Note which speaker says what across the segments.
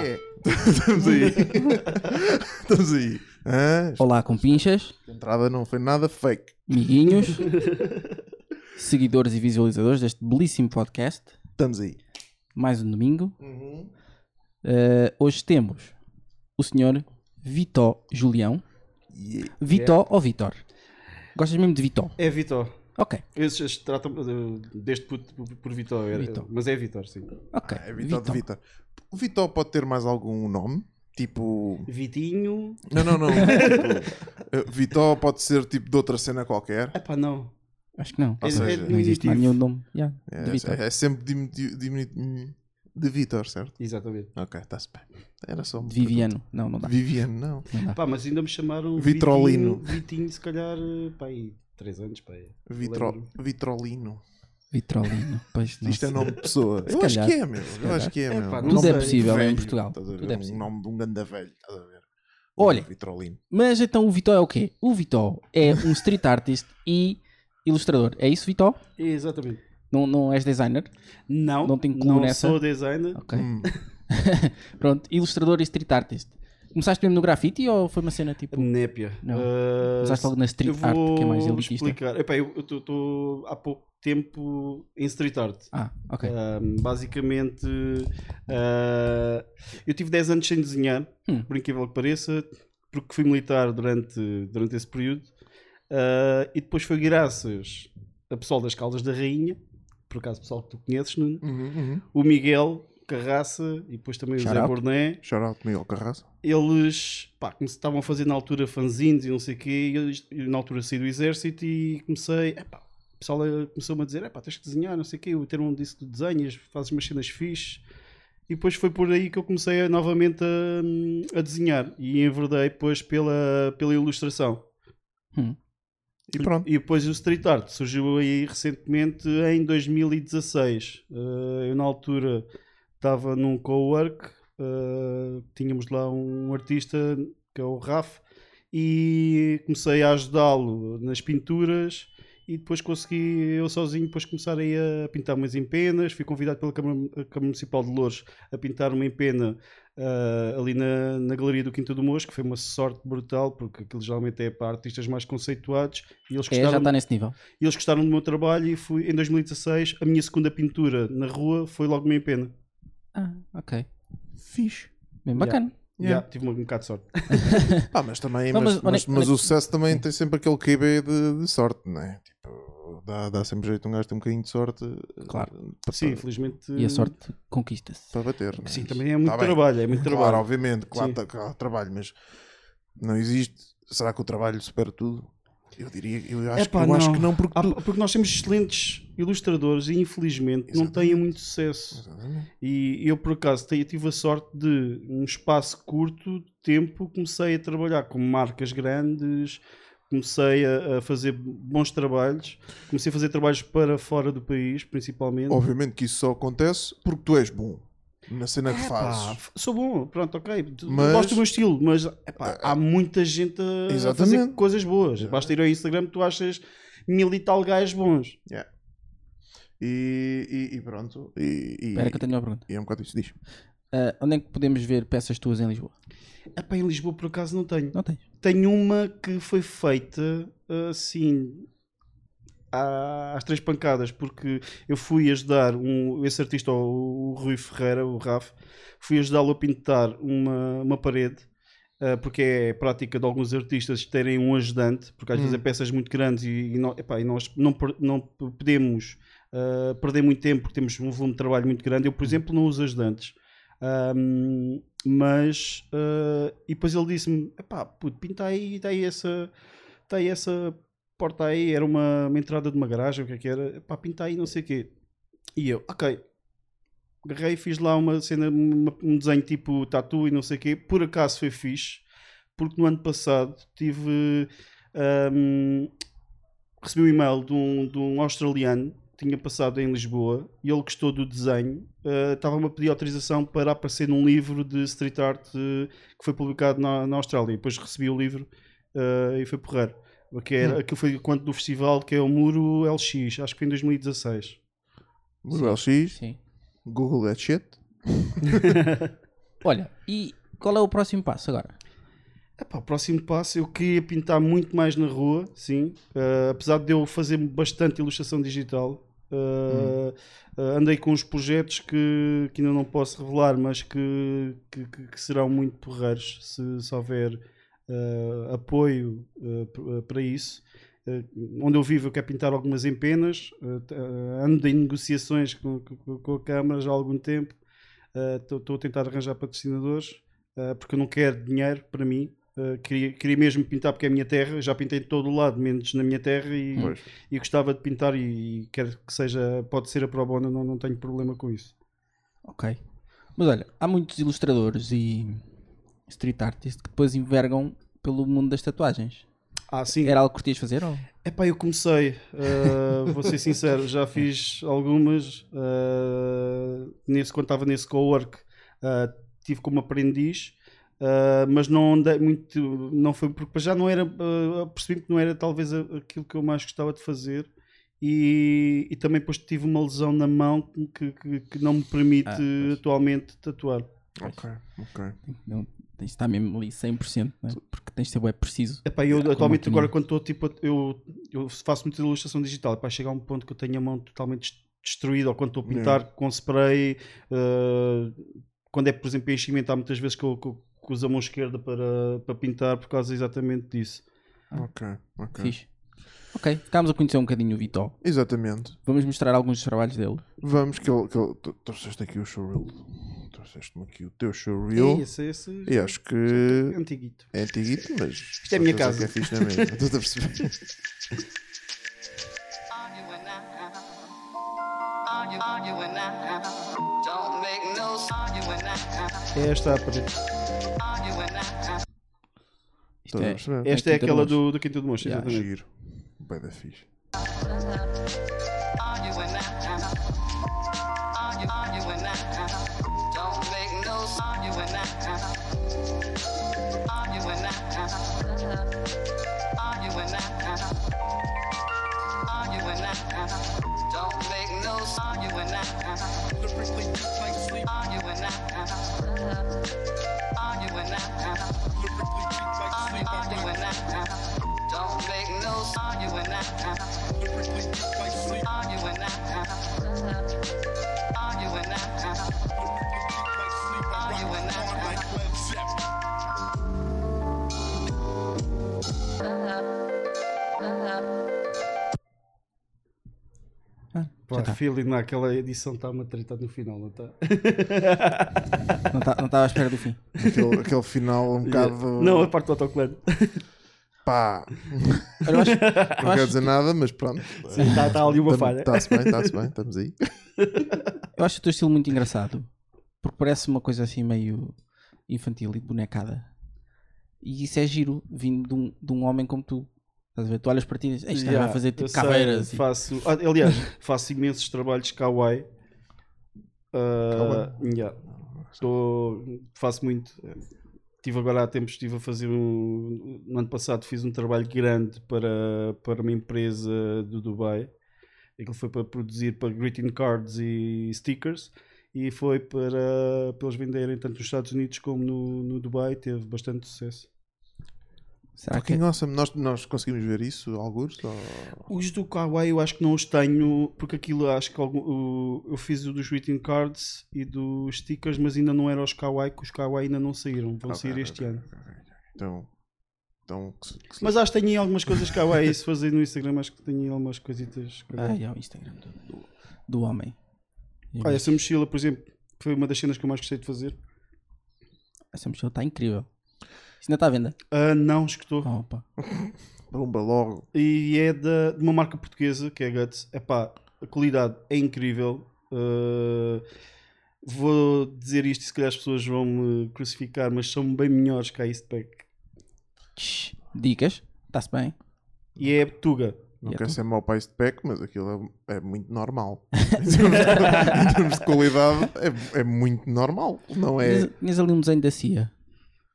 Speaker 1: quê? é Estamos aí. Estamos aí. Hã?
Speaker 2: Olá, compinchas,
Speaker 1: A entrada não foi nada fake.
Speaker 2: amiguinhos, seguidores e visualizadores deste belíssimo podcast.
Speaker 1: Estamos aí.
Speaker 2: Mais um domingo.
Speaker 1: Uhum.
Speaker 2: Eh, hoje temos o senhor Vitó Julião.
Speaker 1: Yeah.
Speaker 2: Vitó ou Vitor? Gostas mesmo de Vitó?
Speaker 3: É Vitor.
Speaker 2: Ok,
Speaker 3: Esses tratam uh, deste puto por- por Vitor. era-
Speaker 2: Vitor.
Speaker 3: Mas é Vitor, sim.
Speaker 2: ok.
Speaker 1: É Vitor de Vitor. O Vitor pode ter mais algum nome? Tipo.
Speaker 3: Vitinho.
Speaker 1: Não, não, não. tipo, uh, Vitor pode ser tipo de outra cena qualquer.
Speaker 3: Ah, pá, não.
Speaker 2: Acho que não.
Speaker 3: É,
Speaker 1: seja,
Speaker 3: é
Speaker 1: não
Speaker 2: Não existe mais
Speaker 3: diminutivo.
Speaker 2: nenhum nome. Yeah, de Vitor.
Speaker 1: É, é sempre diminu- diminu- de Vitor, certo?
Speaker 3: Exatamente.
Speaker 1: Ok, está-se bem. Era só um
Speaker 2: De Viviano. Não, não dá.
Speaker 1: Viviano, não.
Speaker 3: Pá, mas ainda me chamaram
Speaker 1: Vitrolino.
Speaker 3: Vitinho, Vitinho, se calhar, eh, pá, aí 3 anos, pá. é. aí.
Speaker 1: Vitro-
Speaker 3: Lembro-me.
Speaker 1: Vitrolino.
Speaker 2: Vitrolino. Pois, não
Speaker 1: Isto é
Speaker 2: sei.
Speaker 1: nome de pessoa.
Speaker 2: Se
Speaker 1: Eu acho
Speaker 2: calhar.
Speaker 1: que é, meu. Eu acho que é,
Speaker 3: É,
Speaker 1: meu.
Speaker 3: pá,
Speaker 1: Um
Speaker 3: não
Speaker 2: Tudo é
Speaker 3: sei.
Speaker 2: possível
Speaker 1: velho,
Speaker 2: em Portugal.
Speaker 1: estás a ver?
Speaker 2: Tudo é
Speaker 1: um
Speaker 2: possível.
Speaker 1: nome de um ganda velho. Estás a ver?
Speaker 2: Olha.
Speaker 1: Um Vitrolino.
Speaker 2: Mas então o Vitó é o quê? O Vitó é um street artist e ilustrador. É isso, Vitó?
Speaker 3: Exatamente.
Speaker 2: Não, não és designer?
Speaker 3: Não,
Speaker 2: Não tem cu
Speaker 3: não
Speaker 2: nessa?
Speaker 3: sou designer.
Speaker 2: Ok.
Speaker 1: Hum.
Speaker 2: Pronto, ilustrador e street artist. Começaste mesmo no grafite ou foi uma cena tipo.
Speaker 3: Népia.
Speaker 2: Não.
Speaker 3: Ah,
Speaker 2: Começaste logo na street
Speaker 3: eu
Speaker 2: art, que é mais
Speaker 3: vou
Speaker 2: elitista?
Speaker 3: explicar. Epá, eu estou há pouco tempo em street art.
Speaker 2: Ah, ok.
Speaker 3: Um, basicamente, uh, eu tive 10 anos sem desenhar,
Speaker 2: Hum.
Speaker 3: por incrível que pareça, porque fui militar durante, durante esse período. Uh, e depois foi graças a pessoal das Caldas da Rainha, por acaso pessoal que tu conheces, Nuno,
Speaker 1: Uhum, uhum.
Speaker 3: o Miguel Carraça e depois também o
Speaker 2: Shout
Speaker 3: Zé
Speaker 2: out.
Speaker 3: Borné.
Speaker 1: Shout out Miguel Carrasco.
Speaker 3: Eles, pá, como se estavam a fazer na altura fanzines e não sei o quê, e eles- eu na altura saí do exército e comecei, epá, o pessoal eh, começou-me a dizer, epá, tens que desenhar, não sei o quê, eu ter um disco de desenhos, fazes umas cenas fixe. E depois foi por aí que eu comecei a- novamente a, a desenhar e enverdei depois pela, pela ilustração.
Speaker 1: E pronto.
Speaker 3: E depois o street art surgiu aí recentemente em 2016. Eh, eu na altura estava num co-work, eh, tínhamos lá um artista que é o Raf e comecei a ajudá-lo nas pinturas e depois consegui eu sozinho depois começar aí a pintar umas empenas. Fui convidado pela Câmara, a Câmara Municipal de Louros a pintar uma empena ah, ali na, na Galeria do Quinto do Mosco. Foi uma sorte brutal, porque aquilo geralmente é para artistas mais conceituados. E eles
Speaker 2: É, já
Speaker 3: gostaram,
Speaker 2: está nesse nível.
Speaker 3: e eles gostaram do meu trabalho e fui, em 2016, a minha segunda pintura na rua foi logo uma empena.
Speaker 2: Ah, ok.
Speaker 1: Fixe.
Speaker 2: Bem
Speaker 3: Yeah.
Speaker 2: bacana.
Speaker 1: Yeah.
Speaker 3: Yeah, tive um bocado de sorte.
Speaker 1: Pá, Ah, mas também,
Speaker 2: Não,
Speaker 1: mas,
Speaker 2: mas
Speaker 1: mas-
Speaker 2: honest-
Speaker 1: mas o sucesso também tem sempre aquele QB de, de sorte, não é? Tipo, dá, dá sempre jeito um gajo ter um bocadinho de sorte eh,
Speaker 2: Claro.
Speaker 1: para,
Speaker 3: Sim, infelizmente.
Speaker 2: E a sorte conquista-se.
Speaker 1: para bater. não é?
Speaker 3: Sim, também é muito
Speaker 1: Tá bem.
Speaker 3: trabalho, é muito
Speaker 1: Claro,
Speaker 3: trabalho.
Speaker 1: obviamente, claro,
Speaker 3: Sim.
Speaker 1: tá- claro, trabalho, mas não existe. Será que o trabalho supera tudo? Eu diria, eu acho,
Speaker 3: Epá,
Speaker 1: eu acho
Speaker 3: não.
Speaker 1: que não, porque
Speaker 3: Ah,
Speaker 1: tu...
Speaker 3: porque nós temos excelentes ilustradores e infelizmente não têm
Speaker 1: Exatamente.
Speaker 3: muito sucesso.
Speaker 1: Exatamente.
Speaker 3: E eu, por acaso, te- tive a sorte de, num espaço curto de tempo, comecei a trabalhar com marcas grandes, comecei a, a fazer bons trabalhos, comecei a fazer trabalhos para fora do país, principalmente.
Speaker 1: Obviamente que isso só acontece porque tu és bom na cena é que
Speaker 3: Epá,
Speaker 1: fazes.
Speaker 3: f- sou bom, pronto, ok. Tu-
Speaker 1: Mas- É,
Speaker 3: Gosto do meu estilo, mas epá, há muita gente a fazer
Speaker 1: Exatamente. É.
Speaker 3: coisas boas. Basta ir ao Instagram, tu achas mil e tal gajos bons.
Speaker 1: E, e- e pronto. E, e-
Speaker 2: Espera que eu tenho uma pergunta.
Speaker 1: e é um bocado isso. Diz.
Speaker 2: Ah, onde é que podemos ver peças tuas em Lisboa?
Speaker 3: Epá, em Lisboa, por acaso, não tenho.
Speaker 2: Não tens?
Speaker 3: Tenho uma que foi feita assim à- às três pancadas, porque eu fui ajudar um, esse artista, o, o Rui Ferreira, o Raf, fui ajudá-lo a pintar uma, uma parede. ah, porque é prática de alguns artistas terem um ajudante, porque às
Speaker 1: Hum.
Speaker 3: vezes é peças muito grandes e, e nó- epá, e nós não, per- não p- podemos ah, perder muito tempo porque temos um volume de trabalho muito grande. Eu, por exemplo, não uso ajudantes. Ahm, mas ah, e depois ele disse-me: "Epá, puto, pinta aí, está aí essa, tá aí essa porta aí, era uma, uma entrada de uma garagem, o que é que era, pá, pinta aí, não sei o quê. E eu, ok. Agarrei e fiz lá uma cena, uma- um desenho tipo tatu e não sei o quê. Por acaso foi fixe, porque no ano passado tive. ehm, ahm, recebi um e-mail de um, de um australiano que tinha passado em Lisboa e ele gostou do desenho. ah, Estava-me a pedir autorização para aparecer num livro de street art ah, que foi publicado na, na Austrália. Depois recebi o livro ah, e foi porrar. Que era, aquilo foi quanto do festival que é o Muro LX, acho que foi em 2016.
Speaker 1: Muro LX,
Speaker 2: Sim.
Speaker 1: Google that shit.
Speaker 2: Olha, e qual é o próximo passo agora?
Speaker 3: Epá, o próximo passo eu queria pintar muito mais na rua, sim. Ah, apesar de eu fazer bastante ilustração digital, ah, ah, andei com uns projetos que, que ainda não posso revelar, mas que, que, que- que serão muito porreiros se, se houver ah, apoio ah, p- ah, para isso. Ah, onde eu vivo, eu quero pintar algumas empenas. ah, t- ah, ando em negociações com, com, com a Câmara já há algum tempo. Estou a tentar arranjar patrocinadores. ah, porque eu não quero dinheiro para mim, Uh, queria, queria mesmo pintar porque é a minha terra, já pintei de todo o lado, menos na minha terra, e,
Speaker 1: Pois.
Speaker 3: e gostava de pintar e, e quero que seja, pode ser a pro bono, não, não tenho problema com isso.
Speaker 2: Ok. Mas olha, há muitos ilustradores e street artists que depois envergam pelo mundo das tatuagens.
Speaker 3: Ah, sim.
Speaker 2: Era algo que curtias fazer? Ou?
Speaker 3: Epá, eu comecei, uh, vou ser sincero,
Speaker 2: É.
Speaker 3: já fiz algumas. uh, nesse, quando estava nesse co-work, uh, tive como aprendiz, uh, mas não andei muito. Não foi porque para já não era. Uh, percebi que não era talvez a- aquilo que eu mais gostava de fazer. E, e também depois tive uma lesão na mão que, que- que não me permite
Speaker 2: Ah, pois.
Speaker 3: atualmente tatuar.
Speaker 1: Ok, ok.
Speaker 2: Não, tens de estar mesmo ali 100%, né? porque tens de ser bem preciso.
Speaker 3: Epá, eu
Speaker 2: Como
Speaker 3: atualmente
Speaker 2: opinião.
Speaker 3: agora quando estou tipo, eu, eu faço muita ilustração digital, epá, chega a um ponto que eu tenho a mão totalmente des- destruída, ou quando estou a pintar com spray, eh, quando é por exemplo enchimento, há muitas vezes que eu, que eu- que uso a mão esquerda para, para pintar por causa exatamente disso.
Speaker 1: Ok,
Speaker 3: É.
Speaker 1: ok.
Speaker 2: Fixe. Ok, ficámos a conhecer um bocadinho o Vitó.
Speaker 1: Exatamente.
Speaker 2: Vamos mostrar alguns dos trabalhos dele.
Speaker 1: Vamos que ele. Que ele tu- trouxeste aqui o showreel. Trouxeste-me aqui o teu
Speaker 3: É
Speaker 1: showreel.
Speaker 3: esse, é esse
Speaker 1: E acho que.
Speaker 3: antiguito.
Speaker 1: É antiguito, mas. Isto
Speaker 3: é a minha casa.
Speaker 1: Que é fixe na mesma. Estás a perceber?
Speaker 4: Arguing now. Argue- Arguing now. Don't make no s- arguing now.
Speaker 3: É esta a parede.
Speaker 4: Arguing now.
Speaker 2: Isto
Speaker 1: Estás a
Speaker 2: é-
Speaker 1: perceber?
Speaker 3: Esta é
Speaker 2: Quinta de
Speaker 3: aquela
Speaker 2: Mons.
Speaker 3: do, do Quinta de Monstro,
Speaker 2: Yeah.
Speaker 3: exatamente.
Speaker 1: Giro. Bem da fixe.
Speaker 4: Arguing now. Argue- Arguing now. Don't make no s- arguing now. Arguing now. Arguing now. Arguing now. Don't make no s- arguing now. Arguing now. Arguing now. Arguing now. Don't make no s- arguing now. Arguing now. Arguing now. Arguing now.
Speaker 2: Ah, já
Speaker 3: Pá,
Speaker 2: tá.
Speaker 3: feeling naquela edição está uma treta no final, não tá? está?
Speaker 2: Não tá- não estava à espera do fim.
Speaker 1: Aquele, aquele final um bocado.
Speaker 3: Não, a parte do autocolante.
Speaker 1: Pá!
Speaker 2: Olha, eu acho, eu
Speaker 1: Não quero
Speaker 2: acho-
Speaker 1: dizer nada, mas pronto.
Speaker 3: Está tá ali uma falha.
Speaker 1: Está-se bem, está-se bem, estamos aí.
Speaker 2: eu acho o teu estilo muito engraçado. Porque parece uma coisa assim meio infantil e bonecada. E isso é giro, vindo de um, de um homem como tu. Estás a ver? Tu olhas para ti e dizes, "Ei, isto
Speaker 3: Yeah,
Speaker 2: vai fazer tipo
Speaker 3: eu sei,
Speaker 2: caveiras. e-
Speaker 3: faço, ah, aliás, faço imensos trabalhos kawaii. Uh, yeah. Tô- faço muito. Estive agora há tempos, estive a fazer um. No ano passado fiz um trabalho grande para, para uma empresa do Dubai. Aquilo foi para produzir para greeting cards e stickers. E foi para, para eles venderem tanto nos Estados Unidos como no, no Dubai. Teve bastante sucesso.
Speaker 2: Será que
Speaker 1: Fucking awesome. Nós, nós conseguimos ver isso, alguns? Ou...
Speaker 3: Os do Kawaii eu acho que não os tenho, porque aquilo acho que algum- o- eu fiz o dos greeting cards e dos stickers, mas ainda não eram os Kawaii, que os Kawaii ainda não saíram, vão
Speaker 1: Ok,
Speaker 3: sair
Speaker 1: ok,
Speaker 3: este
Speaker 1: ok,
Speaker 3: ano.
Speaker 1: ok, ok. Então. Então. que se- que se-
Speaker 3: Mas acho que tenho aí algumas coisas Kawaii, se fazer no Instagram, acho que tenho aí algumas coisitas. Kawaii.
Speaker 2: Ai, é o Instagram do, do- do homem.
Speaker 3: Olha, essa mochila, por exemplo, foi uma das cenas que eu mais gostei de fazer.
Speaker 2: Essa mochila está incrível. Isto ainda está à venda.
Speaker 3: Ah, não, escutou.
Speaker 2: Oh, opa.
Speaker 1: Bomba logo.
Speaker 3: E é da, de uma marca portuguesa, que é a Guts. Epá, a qualidade é incrível. Uh, vou dizer isto e se calhar as pessoas vão me crucificar, mas são bem melhores que a Eastpak.
Speaker 2: Tch, Dicas, está-se bem.
Speaker 3: E é Tuga.
Speaker 1: Não
Speaker 2: E é
Speaker 1: quero
Speaker 2: tu?
Speaker 1: ser mau para este pack, mas aquilo é, é muito normal. em termos de- em termos de qualidade, é, é muito normal. Não é.
Speaker 2: Tinhas- Tinhas ali um desenho da CIA.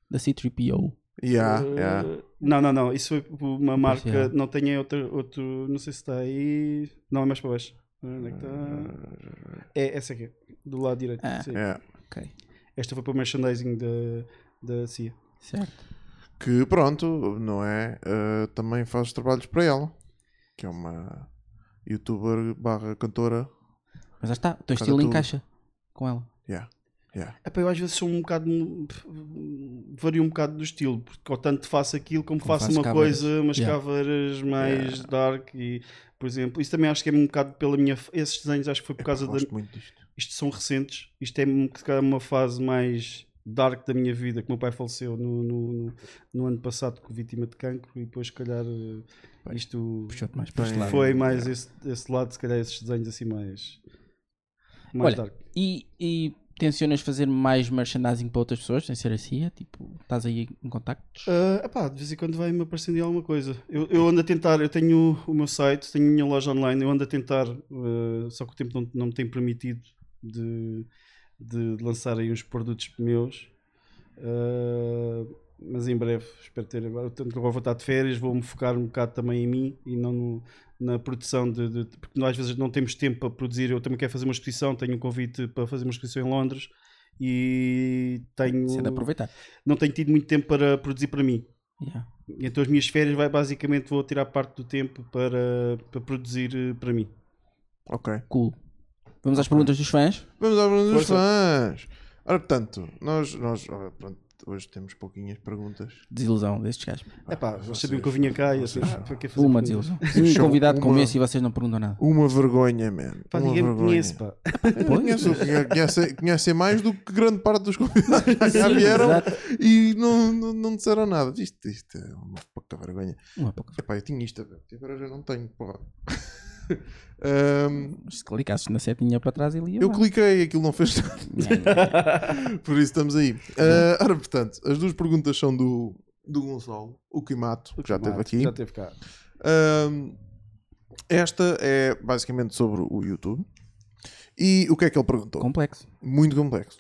Speaker 2: Da C3PO.
Speaker 1: Yeah, yeah.
Speaker 3: Uh, Não, não, não. Isso foi uma marca.
Speaker 2: é.
Speaker 3: Não tem aí outro, outro. Não sei se está aí. Não, é mais para
Speaker 1: Ah,
Speaker 3: baixo. Onde é que está? É essa aqui. Do lado direito.
Speaker 2: Ah.
Speaker 3: sim.
Speaker 1: Eh, yeah.
Speaker 2: Ok.
Speaker 3: Esta foi para o merchandising da, da CIA.
Speaker 2: Certo.
Speaker 1: Que pronto, não é? Ah, também faz trabalhos para ela. Que é uma youtuber barra cantora.
Speaker 2: Mas lá está, o teu
Speaker 1: Cada
Speaker 2: estilo
Speaker 1: tudo.
Speaker 2: encaixa com ela.
Speaker 1: Yeah. Yeah.
Speaker 3: Epá, eu às vezes sou um bocado. pff, vario um bocado do estilo, porque ou tanto faço aquilo como,
Speaker 2: Como
Speaker 3: faço
Speaker 2: faço
Speaker 3: uma
Speaker 2: covers.
Speaker 3: coisa, umas
Speaker 2: Yeah.
Speaker 3: cavaras mais dark e, por exemplo, isso também acho que é um bocado pela minha. Esses desenhos acho que foi por causa
Speaker 1: Epá,
Speaker 3: da.
Speaker 1: Gosto muito disto.
Speaker 3: Isto são recentes, isto é um- se calhar uma fase mais dark da minha vida, que meu pai faleceu no, no, no- no ano passado com vítima de cancro e depois se calhar eh, isto
Speaker 2: Puxou-te mais para
Speaker 1: Bem,
Speaker 2: este lado.
Speaker 3: foi mais esse, esse lado, se calhar esses desenhos assim mais, mais
Speaker 2: Olha,
Speaker 3: dark.
Speaker 2: E, e tensionas fazer mais merchandising para outras pessoas, sem ser assim? É, tipo, estás aí em contactos?
Speaker 3: Ah, epá, de vez em quando vai-me aparecendo alguma coisa. Eu, eu ando a tentar, eu tenho o meu site, tenho a minha loja online, eu ando a tentar, ah, só que o tempo não, não me tem permitido de, de lançar aí uns produtos meus. Ah, mas em breve, espero ter agora. eu Tanto que agora vou estar de férias, vou-me focar um bocado também em mim e não no- na produção de, de- Porque nós às vezes não temos tempo para produzir. Eu também quero fazer uma exposição, tenho um convite para fazer uma exposição em Londres e tenho
Speaker 2: Sem é
Speaker 1: um-
Speaker 2: de aproveitar.
Speaker 3: não tenho tido muito tempo para produzir para mim.
Speaker 2: Yeah.
Speaker 3: Então as minhas férias vai basicamente vou tirar parte do tempo para, para produzir eh, para mim.
Speaker 1: Ok.
Speaker 2: Cool. Vamos às perguntas dos fãs.
Speaker 1: Vamos à pergunta dos
Speaker 3: Força.
Speaker 1: fãs. Ora, portanto, nós, nós ora, pronto, hoje temos pouquinhas perguntas.
Speaker 2: Desilusão destes gajos.
Speaker 3: É pá,
Speaker 1: Ah, vocês-
Speaker 3: vocês sabiam que eu vinha cá e assim,
Speaker 1: vocês-
Speaker 3: ah, para que fazer
Speaker 2: Uma
Speaker 3: perguntas?
Speaker 2: desilusão.
Speaker 1: Sim,
Speaker 2: Um convidado como
Speaker 1: uma-
Speaker 2: esse e vocês não perguntam nada.
Speaker 1: Uma vergonha, man.
Speaker 3: Pá,
Speaker 1: uma
Speaker 3: ninguém me
Speaker 1: vergonha.
Speaker 3: conhece, pá.
Speaker 1: Conhece, conhece, conhecem mais do que grande parte dos convidados que já cá
Speaker 2: Sim,
Speaker 1: vieram
Speaker 2: exato.
Speaker 1: e não, não, não disseram nada. Isto, isto é uma pouca vergonha.
Speaker 2: Uma pouca.
Speaker 1: Epá, eu tinha isto a ver, agora já não tenho. Porra. Ahm,
Speaker 2: Se clicasses na setinha para trás, ele ia.
Speaker 1: eu
Speaker 2: lá. É,
Speaker 1: cliquei, aquilo não fez nada. Por isso estamos aí. Ah, ora, portanto, as duas perguntas são do, do Gonçalo, o Quimato, que já esteve
Speaker 3: Mato,
Speaker 1: aqui.
Speaker 3: Já teve cá.
Speaker 1: Ahm, esta é basicamente sobre o YouTube. E o que é que ele perguntou?
Speaker 2: Complexo.
Speaker 1: Muito complexo.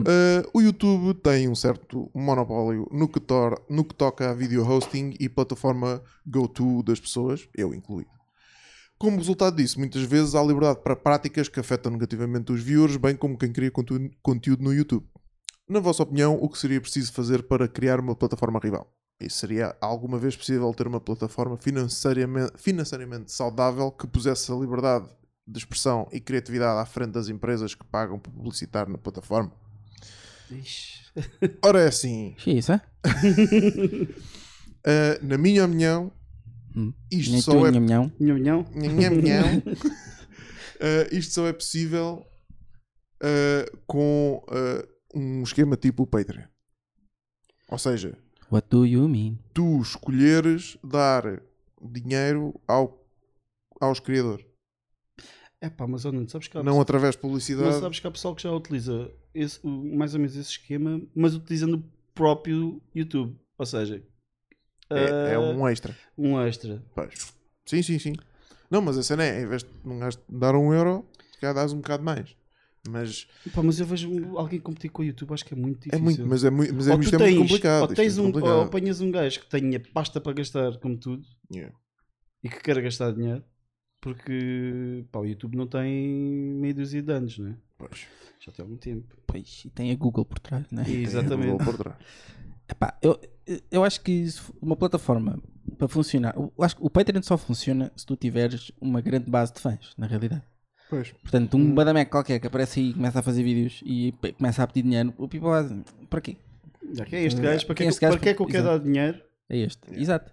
Speaker 1: Ah, o YouTube tem um certo monopólio no que, tor- no que toca a video hosting e plataforma go-to das pessoas, eu incluído. Como resultado disso, muitas vezes há liberdade para práticas que afetam negativamente os viewers, bem como quem cria contu- conteúdo no YouTube. Na vossa opinião, o que seria preciso fazer para criar uma plataforma rival? E seria alguma vez possível ter uma plataforma financeiramente, financeiramente saudável que pusesse a liberdade de expressão e criatividade à frente das empresas que pagam por publicitar na plataforma?
Speaker 3: Ixi.
Speaker 1: Ora, é assim,
Speaker 2: Ixi, isso, é?
Speaker 1: ah, na minha opinião,
Speaker 2: Hum.
Speaker 1: isto
Speaker 2: Nem
Speaker 1: só
Speaker 2: tu,
Speaker 1: é
Speaker 2: nem minhão.
Speaker 3: Minha opinião,
Speaker 1: Nham, nham, nham. Uh, isto só é possível uh, com uh, um esquema tipo o Patreon. Ou seja,
Speaker 2: What do you mean?
Speaker 1: tu escolheres dar dinheiro ao, aos criadores,
Speaker 3: é pá, mas eu não sabes que há
Speaker 1: não através de
Speaker 3: Mas
Speaker 1: publicidade.
Speaker 3: sabes que há pessoal que já utiliza esse- o- mais ou menos esse esquema, mas utilizando o próprio YouTube. Ou seja,
Speaker 1: É, é
Speaker 3: ah,
Speaker 1: um extra.
Speaker 3: um extra.
Speaker 1: Pois. Sim, sim, sim. Não, mas a cena é, em vez de um gajo dar um euro, se calhar dás um bocado mais. Mas
Speaker 3: Pá, mas eu vejo um, alguém competir com o YouTube, acho que é muito difícil.
Speaker 1: é muito, mas é muito, mas é,
Speaker 3: ou
Speaker 1: isto
Speaker 3: tu
Speaker 1: é muito
Speaker 3: tens-
Speaker 1: complicado.
Speaker 3: Ou,
Speaker 1: isto é
Speaker 3: tens um,
Speaker 1: muito
Speaker 3: ou
Speaker 1: complicado.
Speaker 3: apanhas um gajo que tenha pasta para gastar, como tudo,
Speaker 1: Yeah.
Speaker 3: e que queira gastar dinheiro, porque pá, o YouTube não tem meia dúzia de anos, né?
Speaker 1: Pois. é
Speaker 3: Já tem algum tempo.
Speaker 2: Pois, e tem a Google por trás, não é?
Speaker 1: Vou
Speaker 3: Exatamente.
Speaker 1: por trás.
Speaker 2: Epá, eu, eu acho que se uma plataforma para funcionar, eu acho que o Patreon só funciona se tu tiveres uma grande base de fãs, na realidade.
Speaker 1: Pois.
Speaker 2: Portanto, um badameco qualquer que aparece aí e começa a fazer vídeos e pe- começa a pedir dinheiro, o people vai dizer, para quê?
Speaker 3: Já que é este gajo, para que,
Speaker 2: Quem é
Speaker 3: é
Speaker 2: este
Speaker 3: que-
Speaker 2: gajo?
Speaker 3: para que é que eu quero dar dinheiro?
Speaker 2: É este. Exato.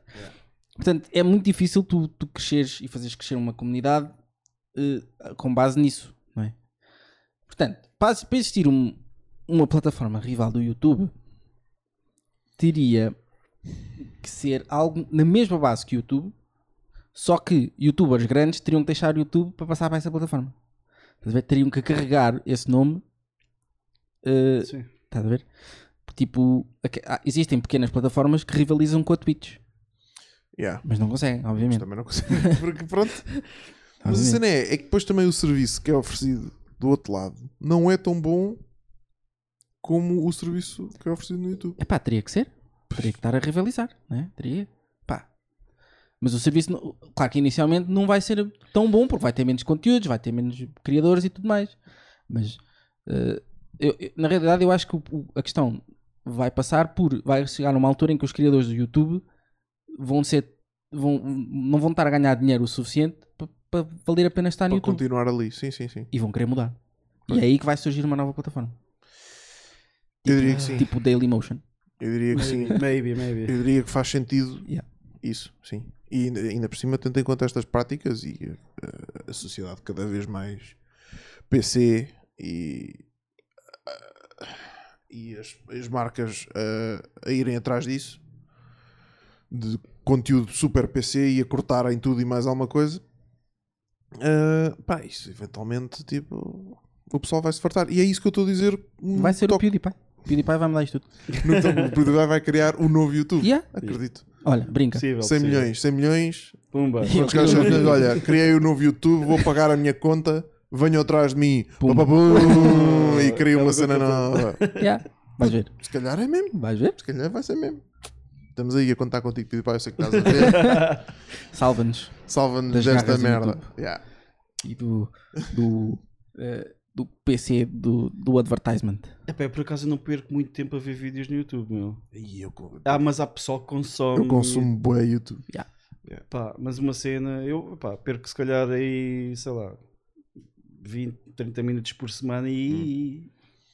Speaker 2: Portanto, é muito difícil tu, tu cresceres e fazeres crescer uma comunidade eh, com base nisso, não é? Portanto, para, para existir um- uma plataforma rival do YouTube, teria que ser algo na mesma base que o YouTube, só que youtubers grandes teriam que deixar o YouTube para passar para essa plataforma. Estás a ver? Teriam que carregar esse nome eh,
Speaker 3: Sim.
Speaker 2: Estás a ver? Tipo, aque- há- existem pequenas plataformas que rivalizam com a Twitch,
Speaker 1: Yeah.
Speaker 2: mas não conseguem,
Speaker 1: Mas
Speaker 2: obviamente.
Speaker 1: também não consigo. Porque pronto. Mas a
Speaker 2: Obviamente.
Speaker 1: cena é, é que depois também o serviço que é oferecido do outro lado não é tão bom como o serviço que é oferecido no YouTube.
Speaker 2: Epá, teria que ser. Teria que estar a rivalizar, né? Teria. Pá. Mas o serviço, não- claro que inicialmente não vai ser tão bom, porque vai ter menos conteúdos, vai ter menos criadores e tudo mais. Mas eh, eu- eu- na realidade, eu acho que o- o- a questão vai passar por. Vai chegar numa altura em que os criadores do YouTube vão ser. Vão, não vão estar a ganhar dinheiro o suficiente para valer a pena estar no
Speaker 1: Para
Speaker 2: YouTube.
Speaker 1: continuar ali, sim, sim, sim.
Speaker 2: E vão querer mudar.
Speaker 1: Pois.
Speaker 2: E é aí que vai surgir uma nova plataforma.
Speaker 1: Eu diria que sim.
Speaker 2: Tipo Dailymotion.
Speaker 1: Eu diria que sim.
Speaker 3: Maybe, maybe.
Speaker 1: Eu diria que faz sentido
Speaker 2: Yeah.
Speaker 1: isso, sim. E ainda, ainda por cima, tendo em conta estas práticas e eh, a sociedade cada vez mais PC e, ah, e as, as marcas ah, a irem atrás disso, de conteúdo super PC e a cortarem tudo e mais alguma coisa, ah, pá, isso eventualmente, tipo, o pessoal vai se fartar. E é isso que eu estou a dizer. no
Speaker 2: Vai ser o
Speaker 1: toque-
Speaker 2: PewDiePie. PewDiePie vai mudar isto tudo.
Speaker 1: no toque- O PewDiePie vai criar um novo YouTube.
Speaker 2: Yeah.
Speaker 1: Acredito.
Speaker 2: Olha, brinca.
Speaker 3: Possível,
Speaker 1: 100
Speaker 3: possível.
Speaker 1: milhões, 100 milhões.
Speaker 3: Pumba.
Speaker 2: Eu-
Speaker 1: Os gajos já dizem, olha, criei o novo YouTube, vou pagar a minha conta, venham atrás de mim,
Speaker 2: Pum.
Speaker 1: pá, pá, pum, e crio uma
Speaker 3: Acaba
Speaker 1: cena
Speaker 3: com tudo.
Speaker 1: nova.
Speaker 2: Yeah. Vais ver.
Speaker 1: Se calhar é mesmo,
Speaker 2: Vais ver.
Speaker 1: se calhar vai ser mesmo. Estamos aí a contar contigo, pedi eu sei que estás a ver.
Speaker 2: Salva-nos.
Speaker 1: Salva-nos
Speaker 2: Das
Speaker 1: desta
Speaker 2: garras do
Speaker 1: merda.
Speaker 2: YouTube.
Speaker 1: Yeah.
Speaker 2: E do. Do. eh, do PC do, do advertisement.
Speaker 3: Epá, É eu por acaso não perco muito tempo a ver vídeos no YouTube, meu.
Speaker 1: E eu, co-
Speaker 3: Ah, mas há pessoal que consome.
Speaker 1: eu consumo bué YouTube.
Speaker 3: Pá, mas uma cena, eu pá, perco se calhar aí, sei lá, 20, 30 minutos por semana
Speaker 1: Hum.
Speaker 3: e.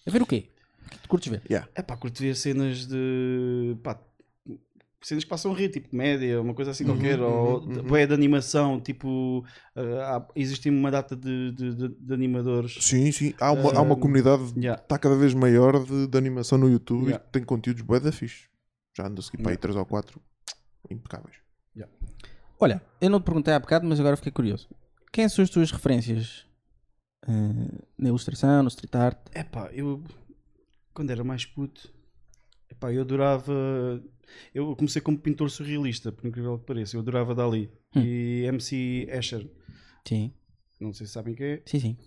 Speaker 2: A ver o quê? O que tu curtes ver?
Speaker 3: É pá, curto ver cenas de. pá, cenas que passam a rir, tipo comédia, uma coisa assim qualquer, ou
Speaker 1: uhum, uhum.
Speaker 3: bué de animação, tipo. ah, há- existe uma data de, de- de- de animadores.
Speaker 1: Sim, sim. Há uma, há uma
Speaker 3: Um,
Speaker 1: comunidade que
Speaker 3: Yeah.
Speaker 1: está cada vez maior de, de animação no YouTube
Speaker 3: Yeah.
Speaker 1: e tem conteúdos bué da fixe. Já ando a seguir para aí
Speaker 3: Yeah.
Speaker 1: 3 ou 4 impecáveis.
Speaker 2: Olha, eu não te perguntei há bocado, mas agora fiquei curioso. Quem são as tuas referências? eh, na ilustração, no street art?
Speaker 3: É pá, eu quando era mais puto, é pá, eu adorava. Eu comecei como pintor surrealista, por incrível que pareça, eu adorava Dali
Speaker 2: Hum.
Speaker 3: e MC Escher.
Speaker 2: Sim,
Speaker 3: Não sei se sabem quem é.
Speaker 2: sim, sim.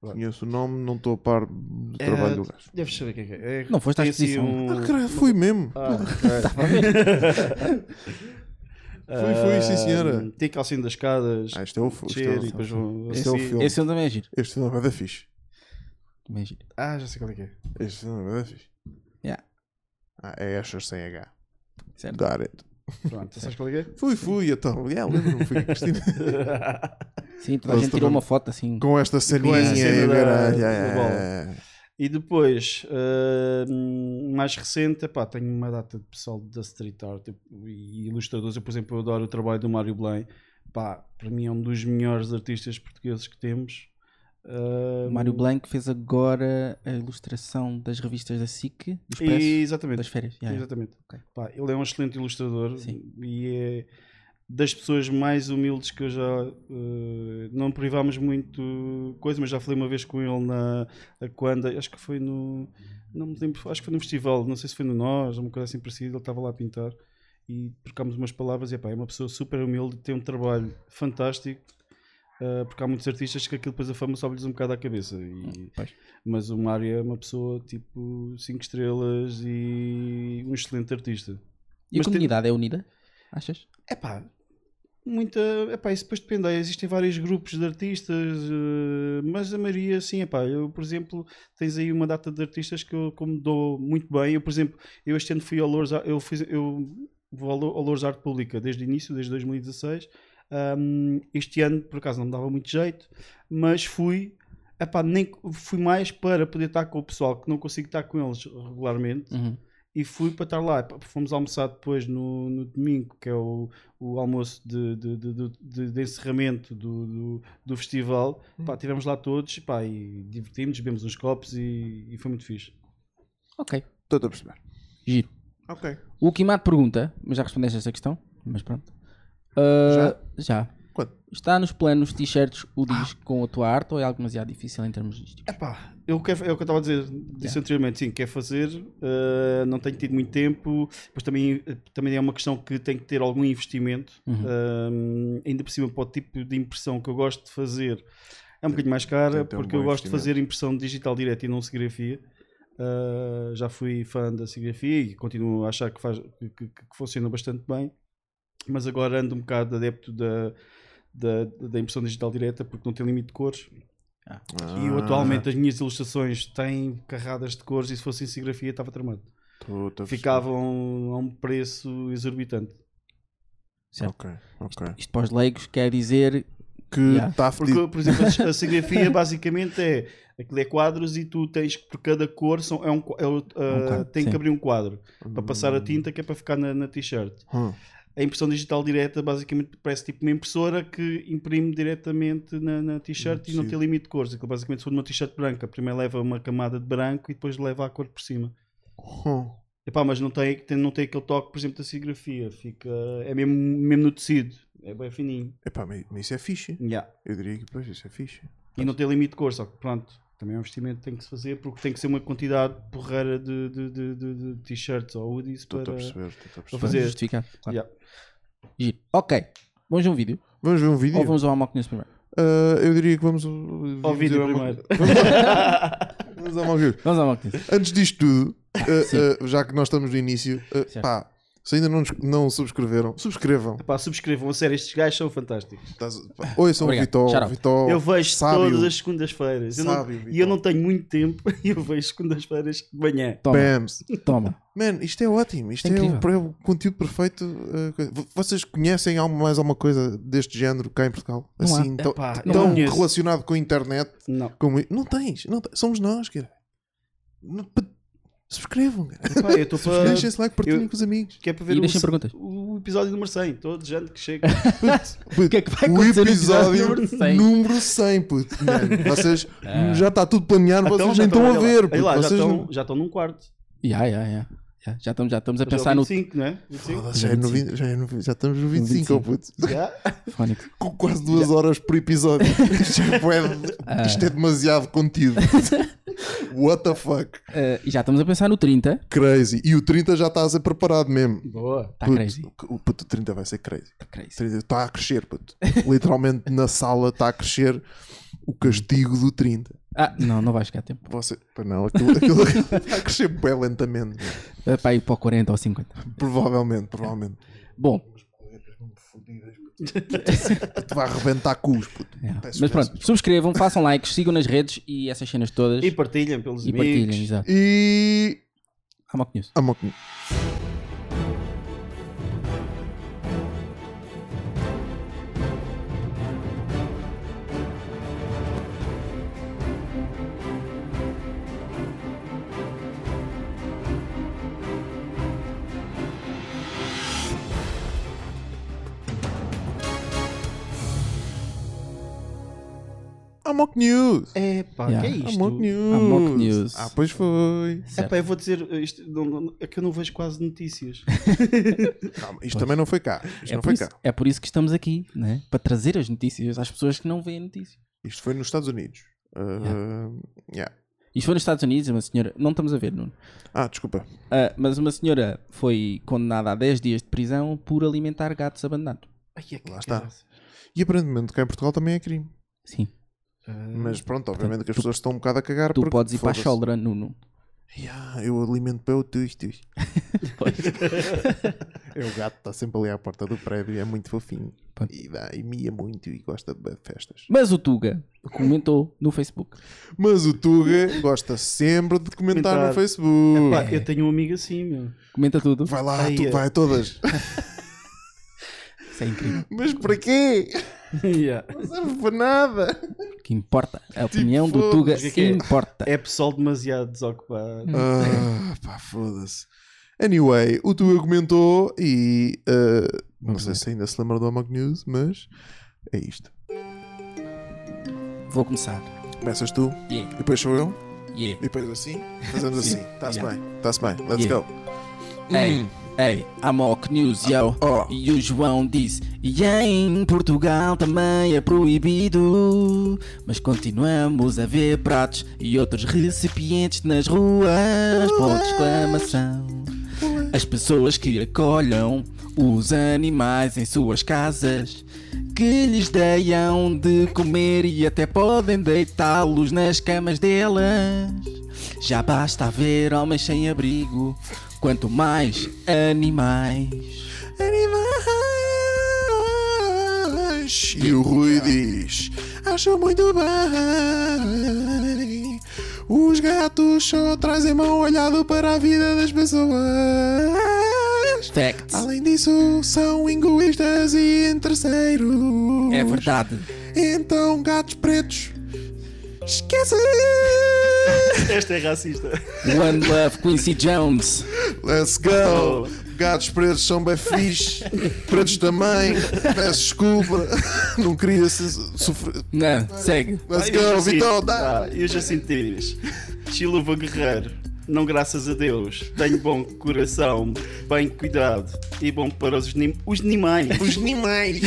Speaker 1: Conheço o nome, não estou a par do
Speaker 2: É.
Speaker 1: trabalho do gajo.
Speaker 3: Deves saber quem é. é
Speaker 2: Não foste à
Speaker 3: tem assim
Speaker 2: exposição.
Speaker 1: Ah, caralho, fui mesmo.
Speaker 3: Ah,
Speaker 1: É. Fui, fui, sim, senhora.
Speaker 3: Ah, Tem calcinho das escadas,
Speaker 1: Ah, este é o filme.
Speaker 3: descer e depois vão.
Speaker 1: Este é o
Speaker 3: assim-
Speaker 1: filme.
Speaker 2: Esse eu também é giro.
Speaker 1: Este filme é bué da fixe.
Speaker 2: Também é giro.
Speaker 3: Ah, já sei qual é que é.
Speaker 1: Este filme é bué da fixe.
Speaker 2: Yeah.
Speaker 1: Ah, é Asher sem H.
Speaker 2: Certo.
Speaker 1: Got it.
Speaker 3: Pronto, sabes qual é que é?
Speaker 1: Fui, fui, então. Yeah, lembro-me, fui com a Cristina.
Speaker 2: Sim, toda a
Speaker 1: Eles
Speaker 2: gente tirou
Speaker 1: também-
Speaker 2: uma foto assim.
Speaker 1: Com esta ceninha
Speaker 3: essa cena
Speaker 1: e
Speaker 3: da-
Speaker 1: caralho,
Speaker 3: da
Speaker 1: yeah,
Speaker 3: bola.
Speaker 1: yeah.
Speaker 3: E depois, ah, mais recente, epá, tenho uma data de pessoal da street art tipo, e ilustradores. Eu, por exemplo, eu adoro o trabalho do Mário Blain. Pá, para mim é um dos melhores artistas portugueses que temos. Ah,
Speaker 2: O Mário Blanco fez agora a ilustração das revistas da SIC, do Expresso,
Speaker 3: e, exatamente.
Speaker 2: das férias. Yeah, yeah.
Speaker 3: Exatamente.
Speaker 2: Ok.
Speaker 3: Pá, ele é um excelente ilustrador
Speaker 2: Sim.
Speaker 3: e é das pessoas mais humildes que eu já eh, não privámos muito coisa, mas já falei uma vez com ele na a quando acho que foi no não me lembro, acho que foi no festival, não sei se foi no Nós, uma coisa assim parecida, ele estava lá a pintar e trocámos umas palavras e epá, é uma pessoa super humilde, tem um trabalho fantástico. eh, porque há muitos artistas que aquilo depois a fama sobe-lhes um bocado à cabeça e,
Speaker 2: Pois.
Speaker 3: mas o Mário é uma pessoa tipo 5 estrelas e um excelente artista.
Speaker 2: E a
Speaker 3: Mas tem-
Speaker 2: comunidade é unida? Achas?
Speaker 3: É pá, muita. É pá, isso depois depende. Existem vários grupos de artistas, eh, mas a maioria, sim, é pá. Eu, por exemplo, tens aí uma data de artistas que eu como dou muito bem. Eu, por exemplo, eu este ano fui ao Lourdes, Ar- eu, fiz, eu vou ao Lou- ao Lourdes Arte Pública desde o início, desde 2016. Ahm, este ano, por acaso, não me dava muito jeito, mas fui. Epá, nem fui mais para poder estar com o pessoal que não consigo estar com eles regularmente
Speaker 2: Uhum.
Speaker 3: e fui para estar lá. Pá, Fomos almoçar depois no, no domingo, que é o, o almoço de, de, de- de- de- de encerramento do, do, do festival. Pá, estivemos lá todos pá, e divertimos, bebemos uns copos e, e foi muito fixe.
Speaker 2: Ok,
Speaker 1: Estou a perceber.
Speaker 2: giro.
Speaker 1: Ok.
Speaker 2: O Kimato pergunta, mas já respondeste esta questão, mas pronto. Uh, já?
Speaker 1: Quando?
Speaker 2: Está nos planos t-shirts o
Speaker 3: Ah.
Speaker 2: disco com a tua arte ou é algo demasiado difícil em termos de
Speaker 3: Epá, eu quero, é o que eu estava a dizer, disse
Speaker 2: Yeah.
Speaker 3: anteriormente, sim, quero fazer, eh, não tenho tido muito tempo, depois também, também é uma questão que tem que ter algum investimento,
Speaker 1: Uhum.
Speaker 3: eh, ainda por cima para o tipo de impressão que eu gosto de fazer é um bocadinho mais cara,
Speaker 1: tem que ter um
Speaker 3: porque
Speaker 1: bom
Speaker 3: eu gosto de
Speaker 1: investimento.
Speaker 3: fazer impressão digital direta e não serigrafia, Eh, já fui fã da serigrafia e continuo a achar que, faz, que, que- que funciona bastante bem, mas agora ando um bocado adepto da, da, da impressão digital direta porque não tem limite de cores E eu atualmente as minhas ilustrações têm carradas de cores e se fosse em serigrafia estava tramado.
Speaker 1: Puta,
Speaker 3: Ficavam a um preço exorbitante.
Speaker 2: Certo.
Speaker 1: Ok, ok.
Speaker 2: Isto para os leigos quer dizer
Speaker 1: Que
Speaker 2: Yeah.
Speaker 1: está
Speaker 3: Porque,
Speaker 1: fedido.
Speaker 3: por exemplo, a a serigrafia basicamente é aquilo é quadros e tu tens que por cada cor são, é um, qua- é o- ah,
Speaker 2: quadro,
Speaker 3: tem
Speaker 2: sim.
Speaker 3: que abrir um quadro para passar a tinta que é para ficar na, na t-shirt.
Speaker 1: Hum.
Speaker 3: A impressão digital direta basicamente parece tipo uma impressora que imprime diretamente na, na t-shirt e não tem
Speaker 1: tecido.
Speaker 3: limite de cores. Aquilo basicamente se for uma t-shirt branca, primeiro leva uma camada de branco e depois leva a cor por cima.
Speaker 1: Hum.
Speaker 3: Epá, mas não tem, tem- não tem aquele toque, por exemplo, da serigrafia. Fica, é mesmo, mesmo no tecido. É bem fininho.
Speaker 1: Epá, mas mas isso é fixe.
Speaker 3: Yeah.
Speaker 1: Eu diria que pois, isso é fixe.
Speaker 3: E não tem limite de cor, só que pronto, também é um investimento que tem que se fazer porque tem que ser uma quantidade porreira de, de, de, de- de t-shirts ou hoodies
Speaker 1: Estou
Speaker 3: para...
Speaker 1: a perceber. estou-te a
Speaker 3: Vou
Speaker 1: perceber.
Speaker 3: fazer-
Speaker 2: justificar. Claro.
Speaker 3: Yeah.
Speaker 2: Giro. Ok. Vamos a um vídeo.
Speaker 1: Vamos ver um vídeo?
Speaker 2: Ou vamos ao Amok News primeiro?
Speaker 1: Ah, eu diria que vamos. uh,
Speaker 3: Ao
Speaker 1: dizer
Speaker 3: vídeo
Speaker 1: uma-
Speaker 3: primeiro.
Speaker 1: Vamos ao vídeo.
Speaker 2: Vamos ao Amok News.
Speaker 1: Antes disto tudo, uh,
Speaker 2: Sim.
Speaker 1: uh, já que nós estamos no início, uh,
Speaker 2: Certo.
Speaker 1: pá, se ainda não, nos- não subscreveram, subscrevam.
Speaker 3: Pá, subscrevam a sério, estes gajos são fantásticos.
Speaker 1: Estás- pá, Ouçam o
Speaker 2: Obrigado.
Speaker 1: Vitó.
Speaker 2: Shout out.
Speaker 1: Vitó
Speaker 3: eu vejo
Speaker 1: Oh, sábio,
Speaker 3: todas as segundas-feiras. Eu não-
Speaker 1: Sábio,
Speaker 3: e eu
Speaker 1: Vitó.
Speaker 3: não tenho muito tempo e eu vejo segundas-feiras de manhã.
Speaker 2: Toma.
Speaker 1: Pams.
Speaker 2: Toma.
Speaker 1: Man, isto é ótimo. Isto
Speaker 2: É
Speaker 1: é,
Speaker 2: incrível.
Speaker 1: o, pre- o conteúdo perfeito. uh, coisa- V- Vocês conhecem al- mais alguma coisa deste género cá em Portugal?
Speaker 2: Não há.
Speaker 1: assim, tão,
Speaker 3: Epá,
Speaker 1: tão
Speaker 3: não conheço.
Speaker 1: relacionado com a internet?
Speaker 3: Não.
Speaker 1: Como... Não tens. Não tens. Somos nós, cara. Não- pa- Subscrevam, cara.
Speaker 3: Epá, eu estou para...
Speaker 1: Deixem-se like, partilhem
Speaker 3: eu-
Speaker 1: com os amigos.
Speaker 3: Que é para
Speaker 2: E
Speaker 3: ver o,
Speaker 2: deixem perguntas.
Speaker 3: o episódio número 100. Estou desejando que chegue.
Speaker 1: Puto,
Speaker 2: que é que vai
Speaker 1: o
Speaker 2: acontecer no
Speaker 1: episódio
Speaker 2: episódio número 100?
Speaker 1: número 100, puto. Mano, vocês já está tudo planeado, vocês
Speaker 3: Então já
Speaker 1: nem estão a
Speaker 3: olha lá,
Speaker 1: ver.
Speaker 3: olha
Speaker 1: puto.
Speaker 3: lá, já
Speaker 1: Vocês
Speaker 3: estão-
Speaker 1: não-
Speaker 3: já estão num quarto.
Speaker 2: Yeah, yeah, yeah. Yeah, Já estamos, já estamos a
Speaker 3: Hoje é o
Speaker 2: pensar no
Speaker 3: 25, não é? 25?
Speaker 1: Foda-se, Já, é no 20 já, é no 20 já estamos no 25, oh, puto.
Speaker 3: Já?
Speaker 2: Fónico.
Speaker 1: Com quase duas horas por episódio. Isto é, bué- isto é demasiado contido. What the fuck?
Speaker 2: Eh, e já estamos a pensar no 30.
Speaker 1: Crazy. E o 30 já está a ser preparado mesmo.
Speaker 3: Boa.
Speaker 2: Está
Speaker 1: Puto,
Speaker 2: Tá crazy.
Speaker 1: O puto 30 vai ser crazy.
Speaker 2: Está crazy.
Speaker 1: Está a crescer, puto. Literalmente na sala está a crescer o castigo do 30.
Speaker 2: Ah, não, não vai chegar a tempo.
Speaker 1: Você... Pá, não, aquilo, aquilo está a crescer bem lentamente.
Speaker 2: É para ir para o 40 ou 50.
Speaker 1: Provavelmente, provavelmente.
Speaker 2: Bom,
Speaker 1: Tu vai arrebentar cus, puto.
Speaker 2: yeah.
Speaker 1: Peço,
Speaker 2: mas
Speaker 1: peço.
Speaker 2: pronto, subscrevam, façam likes, sigam nas redes e essas cenas todas.
Speaker 3: E partilhem pelos
Speaker 2: E
Speaker 3: amigos.
Speaker 2: partilhem, exato.
Speaker 1: E.
Speaker 2: Amok News.
Speaker 1: Amok. Amok News!
Speaker 3: É pá,
Speaker 2: Yeah.
Speaker 3: que é isto?
Speaker 1: Amok News!
Speaker 2: Amok News.
Speaker 1: Ah, pois foi!
Speaker 3: É pá, eu vou dizer, isto, não- não- é que eu não vejo quase notícias.
Speaker 1: Calma, isto também não foi cá. Isto
Speaker 2: É
Speaker 1: não
Speaker 2: por,
Speaker 1: foi
Speaker 2: isso,
Speaker 1: cá.
Speaker 2: é por isso que estamos aqui, né? para trazer as notícias às pessoas que não veem a notícia.
Speaker 1: Isto foi nos Estados Unidos. Uh, yeah.
Speaker 2: Isto foi nos Estados Unidos, uma senhora. Não estamos a ver, Nuno.
Speaker 1: Ah, desculpa.
Speaker 2: Ah, mas uma senhora foi condenada a 10 dias de prisão por alimentar gatos abandonados.
Speaker 3: Ai, é que
Speaker 1: Lá está.
Speaker 3: caraças.
Speaker 1: E aparentemente cá em Portugal também é crime.
Speaker 2: Sim.
Speaker 1: Mas pronto, obviamente que as pessoas estão um bocado a cagar.
Speaker 2: Ah, Tu
Speaker 1: porque,
Speaker 2: podes ir para a
Speaker 1: foda-se.
Speaker 2: choldra, Nuno.
Speaker 1: Yeah, eu alimento para o tui tui. é o gato está sempre ali à porta do prédio, é muito fofinho.
Speaker 2: Pá.
Speaker 1: E, dá, e mia muito e gosta de festas.
Speaker 2: Mas o Tuga comentou no Facebook.
Speaker 1: Mas o Tuga gosta sempre de comentar
Speaker 3: Comentar.
Speaker 1: no Facebook.
Speaker 3: Pá, eu tenho um amigo assim, meu.
Speaker 2: Comenta tudo.
Speaker 1: Vai lá,
Speaker 3: Ai,
Speaker 1: tu,
Speaker 3: é.
Speaker 1: vai a todas.
Speaker 2: Isso é incrível.
Speaker 1: Mas para quê?
Speaker 3: Yeah.
Speaker 1: Não serve para nada.
Speaker 2: Que importa. A opinião do
Speaker 1: foda-se,
Speaker 2: Tuga
Speaker 3: o que é que é?
Speaker 2: importa.
Speaker 3: É pessoal demasiado
Speaker 2: Hum.
Speaker 3: desocupado.
Speaker 1: Ah, pá, foda-se. Anyway, o Tuga comentou e ah, não sei se ainda se lembra do Among News, mas é isto.
Speaker 2: Vou começar.
Speaker 1: Começas tu,
Speaker 2: Yeah,
Speaker 1: e depois sou eu,
Speaker 2: yeah.
Speaker 1: e depois assim, fazemos assim. Está-se
Speaker 2: Yeah.
Speaker 1: bem, está-se bem, let's go.
Speaker 2: Yeah.
Speaker 3: Hum.
Speaker 2: Ei, ei, Amok News, yo.
Speaker 1: Oh.
Speaker 3: Ah,
Speaker 2: E o João disse: E em Portugal também é proibido. Mas continuamos a ver pratos e outros recipientes nas ruas. Ponto de exclamação. As pessoas que acolham os animais em suas casas. Que lhes deiam de comer e até podem deitá-los nas camas delas. Já basta haver homens sem abrigo, quanto mais animais.
Speaker 1: Animais! E o Rui diz: acham muito bem. Os gatos só trazem mau olhado para a vida das pessoas.
Speaker 2: Facts.
Speaker 1: Além disso, são egoístas e interesseiros.
Speaker 2: É verdade.
Speaker 1: Então, gatos pretos, esquece!
Speaker 3: Esta é racista.
Speaker 2: One Love, Quincy Jones.
Speaker 1: Let's go! Gatos pretos são bem fixe, pretos também. Peço desculpa, não queria se sofrer.
Speaker 2: Não, segue.
Speaker 1: Let's
Speaker 3: Ah, e o
Speaker 1: go,
Speaker 3: Jacinto?
Speaker 1: Vitor, dá!
Speaker 3: Ah, E o Jacinto Pires. Chiluva Guerreiro. Não graças a Deus. Tenho bom coração, bem cuidado e bom para os, anim- os animais
Speaker 1: Os animais!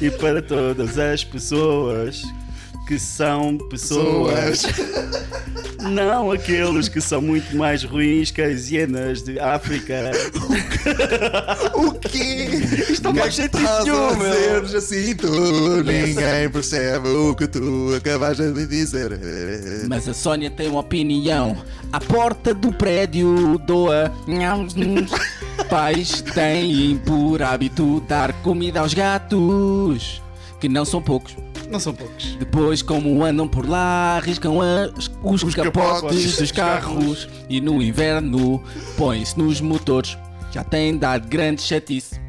Speaker 3: e para todas as pessoas que são pessoas.
Speaker 1: Pessoas!
Speaker 3: Não aqueles que são muito mais ruins que as hienas de África.
Speaker 1: O quê? Isto
Speaker 3: não faz sentido nenhum, meu.
Speaker 1: assim, tu, ninguém percebe o que tu acabaste de dizer.
Speaker 2: Mas a Sónia tem uma opinião. A porta do prédio doa. Pais têm por hábito dar comida aos gatos, que não são poucos.
Speaker 3: Não são poucos.
Speaker 2: Depois, como andam por lá, arriscam a- os,
Speaker 1: Os
Speaker 2: capotes,
Speaker 1: capotes
Speaker 2: dos
Speaker 1: dos
Speaker 2: carros e no inverno põem-se nos motores. Já têm dado grande chatice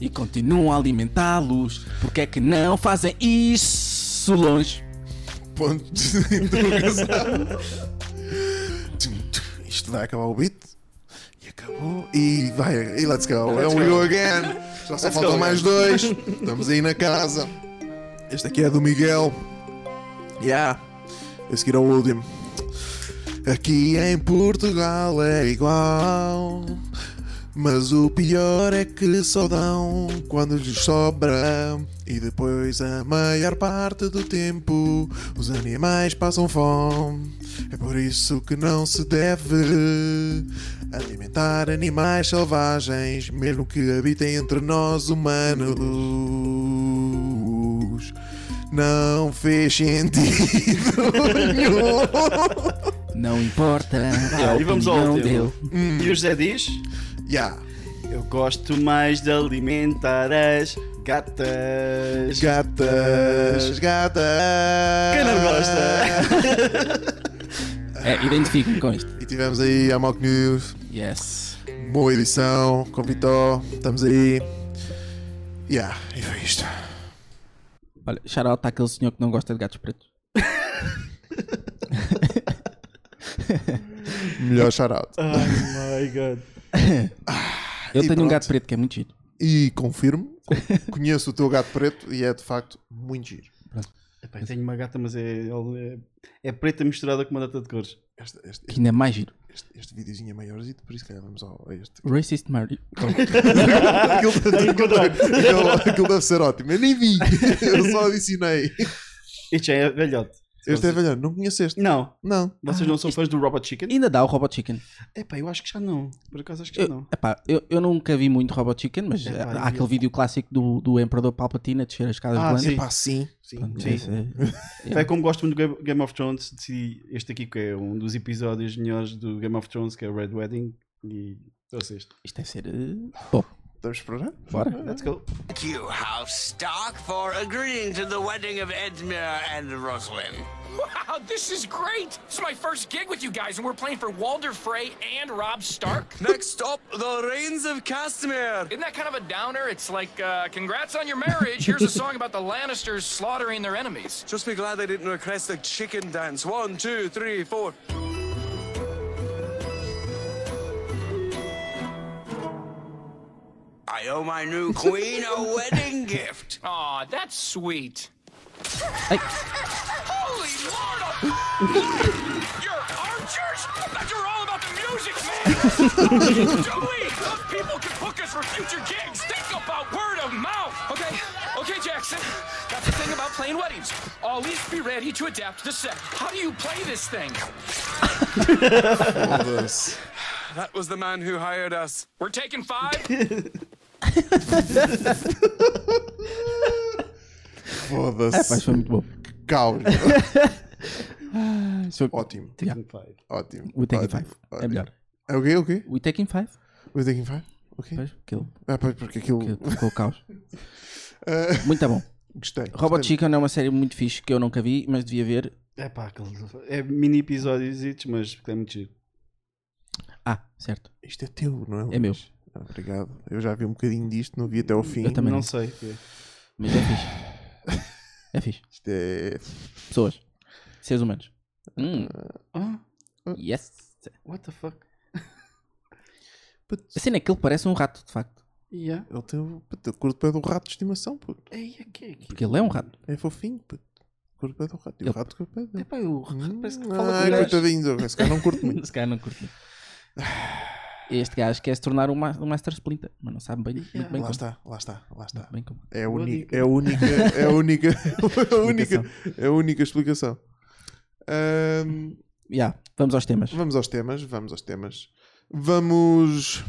Speaker 2: e continuam a alimentá-los. Porque é que não fazem isso longe?
Speaker 1: Ponto de interrogação. Tum, tum. Isto vai acabar o beat. E acabou. E vai, e let's go. É um
Speaker 3: go.
Speaker 1: you again. Já só
Speaker 3: Let's
Speaker 1: faltam
Speaker 3: go,
Speaker 1: mais dois. Estamos aí na casa. Este aqui é do Miguel. Yeah. A seguir ao último. Aqui em Portugal é igual. Mas o pior é que só dão quando lhes sobra. E depois, a maior parte do tempo, os animais passam fome. É por isso que não se deve alimentar animais selvagens, mesmo que habitem entre nós humanos. Não fez sentido nenhum.
Speaker 2: Não importa. é a
Speaker 3: Ah, e vamos ao
Speaker 2: opinião
Speaker 3: último.
Speaker 2: dele.
Speaker 3: E o José diz:
Speaker 1: yeah.
Speaker 3: Eu gosto mais de alimentar as gatas.
Speaker 1: Gatas, gatas.
Speaker 3: Quem não gosta?
Speaker 2: É, identifico-me com isto.
Speaker 1: E tivemos aí a Mock News,
Speaker 2: Yes.
Speaker 1: boa edição, com Vitó, estamos aí. Yeah, e foi isto.
Speaker 2: Olha, Charol está aquele senhor que não gosta de gatos pretos.
Speaker 1: Melhor shout-out.
Speaker 3: Oh my god.
Speaker 2: Eu
Speaker 1: E
Speaker 2: tenho um
Speaker 1: pronto.
Speaker 2: gato preto que é muito giro.
Speaker 1: E confirmo, co- conheço o teu gato preto e é de facto muito giro.
Speaker 3: Epá, eu tenho uma gata, mas é, é, é preta misturada com uma data de cores.
Speaker 1: Este, este,
Speaker 2: Que ainda é mais giro.
Speaker 1: este, este videozinho é maiorzito, por isso que vamos ao, a este.
Speaker 2: Racist Murray.
Speaker 1: Aquilo, aquilo, aquilo, aquilo deve ser ótimo. Eu nem vi, eu só adicionei.
Speaker 3: Este já é velhote.
Speaker 1: Este é velhão, não conheceste?
Speaker 3: Não,
Speaker 1: Não.
Speaker 3: vocês não são fãs do Robot Chicken?
Speaker 2: Ainda dá o Robot Chicken.
Speaker 3: Epá, eu acho que já não. Por acaso acho que já
Speaker 2: Eu,
Speaker 3: não.
Speaker 2: epá, eu, eu nunca vi muito Robot Chicken, mas
Speaker 3: Epá,
Speaker 2: há
Speaker 3: eu
Speaker 2: há
Speaker 3: vi.
Speaker 2: aquele vídeo clássico do, do Imperador Palpatine a descer as escadas
Speaker 3: Ah,
Speaker 2: volantes.
Speaker 3: sim.
Speaker 1: Epá, sim.
Speaker 2: Pronto,
Speaker 3: Sim.
Speaker 2: esse é-
Speaker 3: É como gosto muito do Game- Game of Thrones, decidi este aqui que é um dos episódios melhores do Game of Thrones, que é o Red Wedding, e é trouxe este.
Speaker 2: isto deve ser. eh, Bom,
Speaker 1: Estamos por
Speaker 2: É,
Speaker 1: já?
Speaker 2: bora.
Speaker 3: Let's go.
Speaker 5: Thank you, House Stark, for agreeing to the wedding of Edmure and Roslyn.
Speaker 6: Wow, this is great! It's my first gig with you guys, and we're playing for Walder Frey and Rob Stark.
Speaker 7: Next up, the Reigns of Castamere.
Speaker 6: Isn't that kind of a downer? It's like, uh, congrats on your marriage. Here's a song about the Lannisters slaughtering their enemies.
Speaker 7: Just be glad I didn't request the chicken dance. One, two, three, four.
Speaker 5: I owe my new queen a wedding gift.
Speaker 6: Aw, that's sweet.
Speaker 2: Hey.
Speaker 6: Holy Lord! oh- You're archers? I thought you were all about the music, man! Joey, those people can book us for future gigs. Think about word of mouth. Okay, okay, Jackson. That's the thing about playing weddings. Always be ready to adapt to set. How do you play this thing?
Speaker 1: Foda-se.
Speaker 7: That was the man who hired us.
Speaker 6: We're taking five.
Speaker 2: Mas
Speaker 1: Foda-se.
Speaker 2: foi muito bom.
Speaker 1: Caos.
Speaker 2: Ah, Isso foi-
Speaker 1: Ótimo.
Speaker 2: Yeah.
Speaker 1: Ótimo.
Speaker 2: O Taking
Speaker 1: ótimo,
Speaker 2: 5. É
Speaker 1: ótimo.
Speaker 2: melhor.
Speaker 1: É o quê? O quê?
Speaker 2: O Taking 5?
Speaker 1: O Taking 5? O quê?
Speaker 2: Pois, aquele
Speaker 1: Ah, pois, porque aquilo.
Speaker 2: que tocou o caos. Muito bom.
Speaker 1: Gostei.
Speaker 2: Robot
Speaker 1: gostei.
Speaker 2: Chicken é uma série muito fixe que eu nunca vi, mas devia ver.
Speaker 3: É pá, aquele- é mini episódios, mas é muito giro.
Speaker 2: Ah, certo.
Speaker 1: Isto é teu, não é?
Speaker 2: É meu.
Speaker 1: Luís? Ah, Obrigado. Eu já vi um bocadinho disto, não vi até ao fim.
Speaker 2: Eu também.
Speaker 3: não
Speaker 2: não.
Speaker 3: sei. o que é.
Speaker 2: Mas é fixe. É fixe.
Speaker 1: Isto é.
Speaker 2: Pessoas. Seres humanos. Hum,
Speaker 3: Ah,
Speaker 2: yes.
Speaker 3: what the fuck?
Speaker 2: A cena é que ele parece um rato, de facto.
Speaker 3: Yeah.
Speaker 1: Ele tem. Puto, eu curto pé do rato de estimação, puto.
Speaker 3: Ei, é que é que.
Speaker 2: Porque ele é um rato.
Speaker 1: É fofinho, puto. Curto pé do rato. E o
Speaker 2: Eu-
Speaker 1: rato curto pé
Speaker 3: É
Speaker 1: dele.
Speaker 3: pá, eu
Speaker 1: Hum,
Speaker 3: parece que fala
Speaker 1: ai,
Speaker 3: com gajo.
Speaker 1: coitadinho. Esse cara não curto muito.
Speaker 2: Esse cara não curte. Este gajo quer se tornar um, ma- um Master Splinter, mas não sabe bem, muito bem
Speaker 1: lá
Speaker 2: como.
Speaker 1: está, lá está, lá está.
Speaker 2: Muito bem como.
Speaker 1: É a
Speaker 3: Boa
Speaker 1: uni-
Speaker 3: dica.
Speaker 1: é a única, é a única, é a única, é a única explicação. Ahm,
Speaker 2: Yeah, vamos aos temas.
Speaker 1: vamos aos temas, vamos aos temas. Vamos,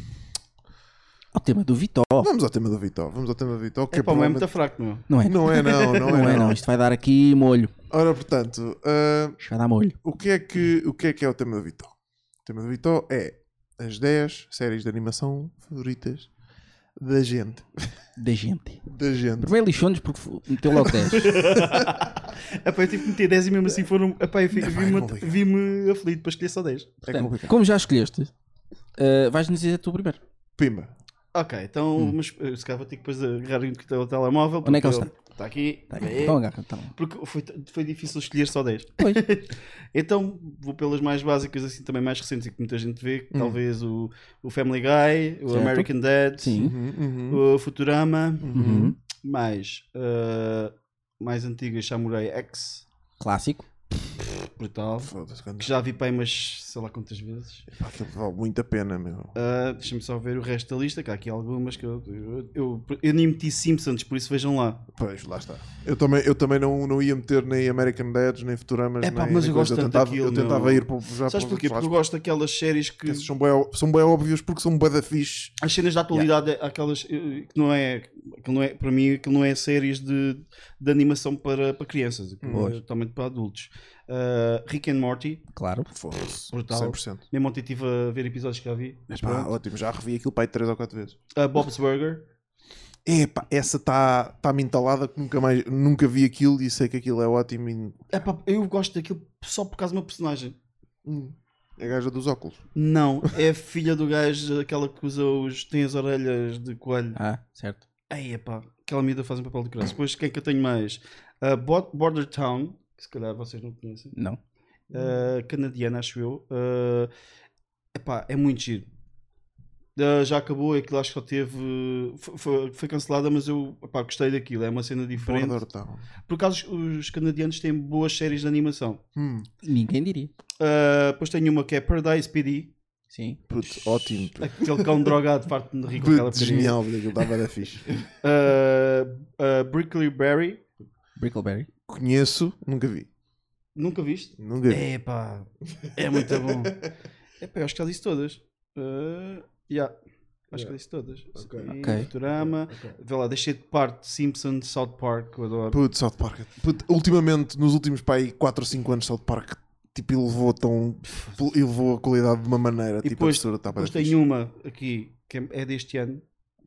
Speaker 2: Ao tema do Vitó.
Speaker 1: vamos ao tema do Vitor, vamos ao tema do Vitor, que
Speaker 3: É pá, o meu é muito
Speaker 1: provavelmente-
Speaker 3: fraco, meu.
Speaker 2: Não é?
Speaker 1: não é não, não,
Speaker 2: Não
Speaker 1: é, não.
Speaker 2: Isto vai dar aqui molho.
Speaker 1: Ora, portanto, ahm,
Speaker 2: Isto vai dar molho.
Speaker 1: o que é que o que é que é o tema do Vitor? O tema do Vitor é as 10 séries de animação favoritas da gente,
Speaker 2: Da gente.
Speaker 1: da gente.
Speaker 2: Primeiro lixou-nos porque fu- meteu logo 10.
Speaker 3: É pá, eu tive que meter 10 e mesmo assim foram. É pá, eu fi-
Speaker 1: Não vai, não
Speaker 3: vi-me
Speaker 1: liga.
Speaker 3: vi-me aflito para escolher só 10.
Speaker 1: É complicado.
Speaker 2: Como já escolheste, ah, vais-nos dizer tu primeiro.
Speaker 1: Pimba.
Speaker 3: Ok, então mas, eh, se calhar vou ter que depois agarrar o que está o telemóvel.
Speaker 2: Onde é que
Speaker 3: porque
Speaker 2: ele
Speaker 3: eu- Está aqui.
Speaker 2: Tá,
Speaker 3: É.
Speaker 2: então agarra. Então.
Speaker 3: Porque foi, foi difícil escolher só 10.
Speaker 2: Pois.
Speaker 3: Então vou pelas mais básicas, assim também mais recentes e que muita gente vê. que Talvez o, o Family Guy, o
Speaker 2: Hum. Certo.
Speaker 3: American Dad,
Speaker 2: Sim.
Speaker 1: Uhum, uhum.
Speaker 3: o Futurama,
Speaker 2: Uhum.
Speaker 3: mais, eh, mais antigas Samurai X,
Speaker 2: Clássico.
Speaker 3: brutal.
Speaker 1: Foda-se, quando-
Speaker 3: Que já vi para aí umas sei lá quantas vezes.
Speaker 1: Pá, Aquilo vale muito a pena, meu.
Speaker 3: Ah, Deixa-me só ver o resto da lista, que há aqui algumas que eu. Eu, eu, eu nem meti Simpsons, por isso vejam lá.
Speaker 1: Pois, lá está. Eu também, eu também não, não ia meter nem American Dads, nem Futuramas,
Speaker 3: Epá,
Speaker 1: nem
Speaker 3: É mas eu
Speaker 1: nem coisa.
Speaker 3: gosto tanto
Speaker 1: tentava,
Speaker 3: daquilo,
Speaker 1: Eu tentava
Speaker 3: meu.
Speaker 1: ir para, o- já
Speaker 3: Sabes
Speaker 1: para os
Speaker 3: porquê?
Speaker 1: outros
Speaker 3: Porque eu
Speaker 1: lados,
Speaker 3: gosto daquelas séries
Speaker 1: porque
Speaker 3: que.
Speaker 1: esses são bem, são bem óbvios porque são bué da fixe.
Speaker 3: As cenas da atualidade, aquelas eh, que não é. Que não é para mim, que não é séries de, de animação para, para crianças, aquilo é totalmente para adultos. Ah, Rick and Morty,
Speaker 2: Claro.
Speaker 1: Foda-se.
Speaker 3: Brutal.
Speaker 1: 100%.
Speaker 3: mesmo ontem estive a ver episódios que já vi. mas
Speaker 1: Epá,
Speaker 3: pronto.
Speaker 1: ótimo, já revi aquilo para aí 3 ou 4 vezes.
Speaker 3: Ah, Bob's Burger.
Speaker 1: Epá, essa está tá me entalada que nunca mais nunca vi aquilo e sei que aquilo é ótimo. E...
Speaker 3: Epá, eu gosto daquilo só por causa de uma personagem.
Speaker 1: Hum, é a gaja dos óculos.
Speaker 3: Não, é a filha do gajo, aquela que usa os. tem as orelhas de coelho.
Speaker 2: Ah, certo.
Speaker 3: Ai, epá, aquela miúda faz um papel de graça. Depois, quem é que eu tenho mais? Ah, Bo- Border Town, que se calhar vocês não conhecem.
Speaker 2: Não.
Speaker 3: Ah, canadiana, acho eu. Ah, epá, é muito giro. Ah, já acabou, aquilo acho que só teve. Foi, foi- foi cancelada, mas eu epá, gostei daquilo. É uma cena diferente.
Speaker 1: Border Town.
Speaker 3: Por acaso, os, os canadianos têm boas séries de animação.
Speaker 1: Hum,
Speaker 2: Ninguém diria.
Speaker 3: Ah, depois tenho uma que é Paradise PD.
Speaker 2: Sim.
Speaker 1: puto, ótimo. puto.
Speaker 3: Aquele cão drogado, farto de rir com aquela
Speaker 1: Puto,
Speaker 3: porcaria.
Speaker 1: genial, puto, aquilo estava da fixe.
Speaker 3: Ah, ah, Brickley Berry.
Speaker 2: Brickleberry.
Speaker 1: Conheço, nunca vi.
Speaker 3: Nunca viste?
Speaker 1: Nunca vi.
Speaker 3: É pá, é muito bom. É pá, eu acho que já disse todas. Ah, yeah. Acho que já disse todas.
Speaker 1: Ok.
Speaker 3: E
Speaker 2: Ok.
Speaker 3: Futurama. Vê lá, deixei de parte Simpsons, South Park, eu adoro.
Speaker 1: Puto, South Park. Puto, ultimamente, nos últimos pá, 4 ou 5 anos, South Park tipo, elevou, tão, elevou a qualidade de uma maneira
Speaker 3: E
Speaker 1: tipo,
Speaker 3: depois-
Speaker 1: absurda. Tá,
Speaker 3: Depois tem uma aqui, que é é deste ano,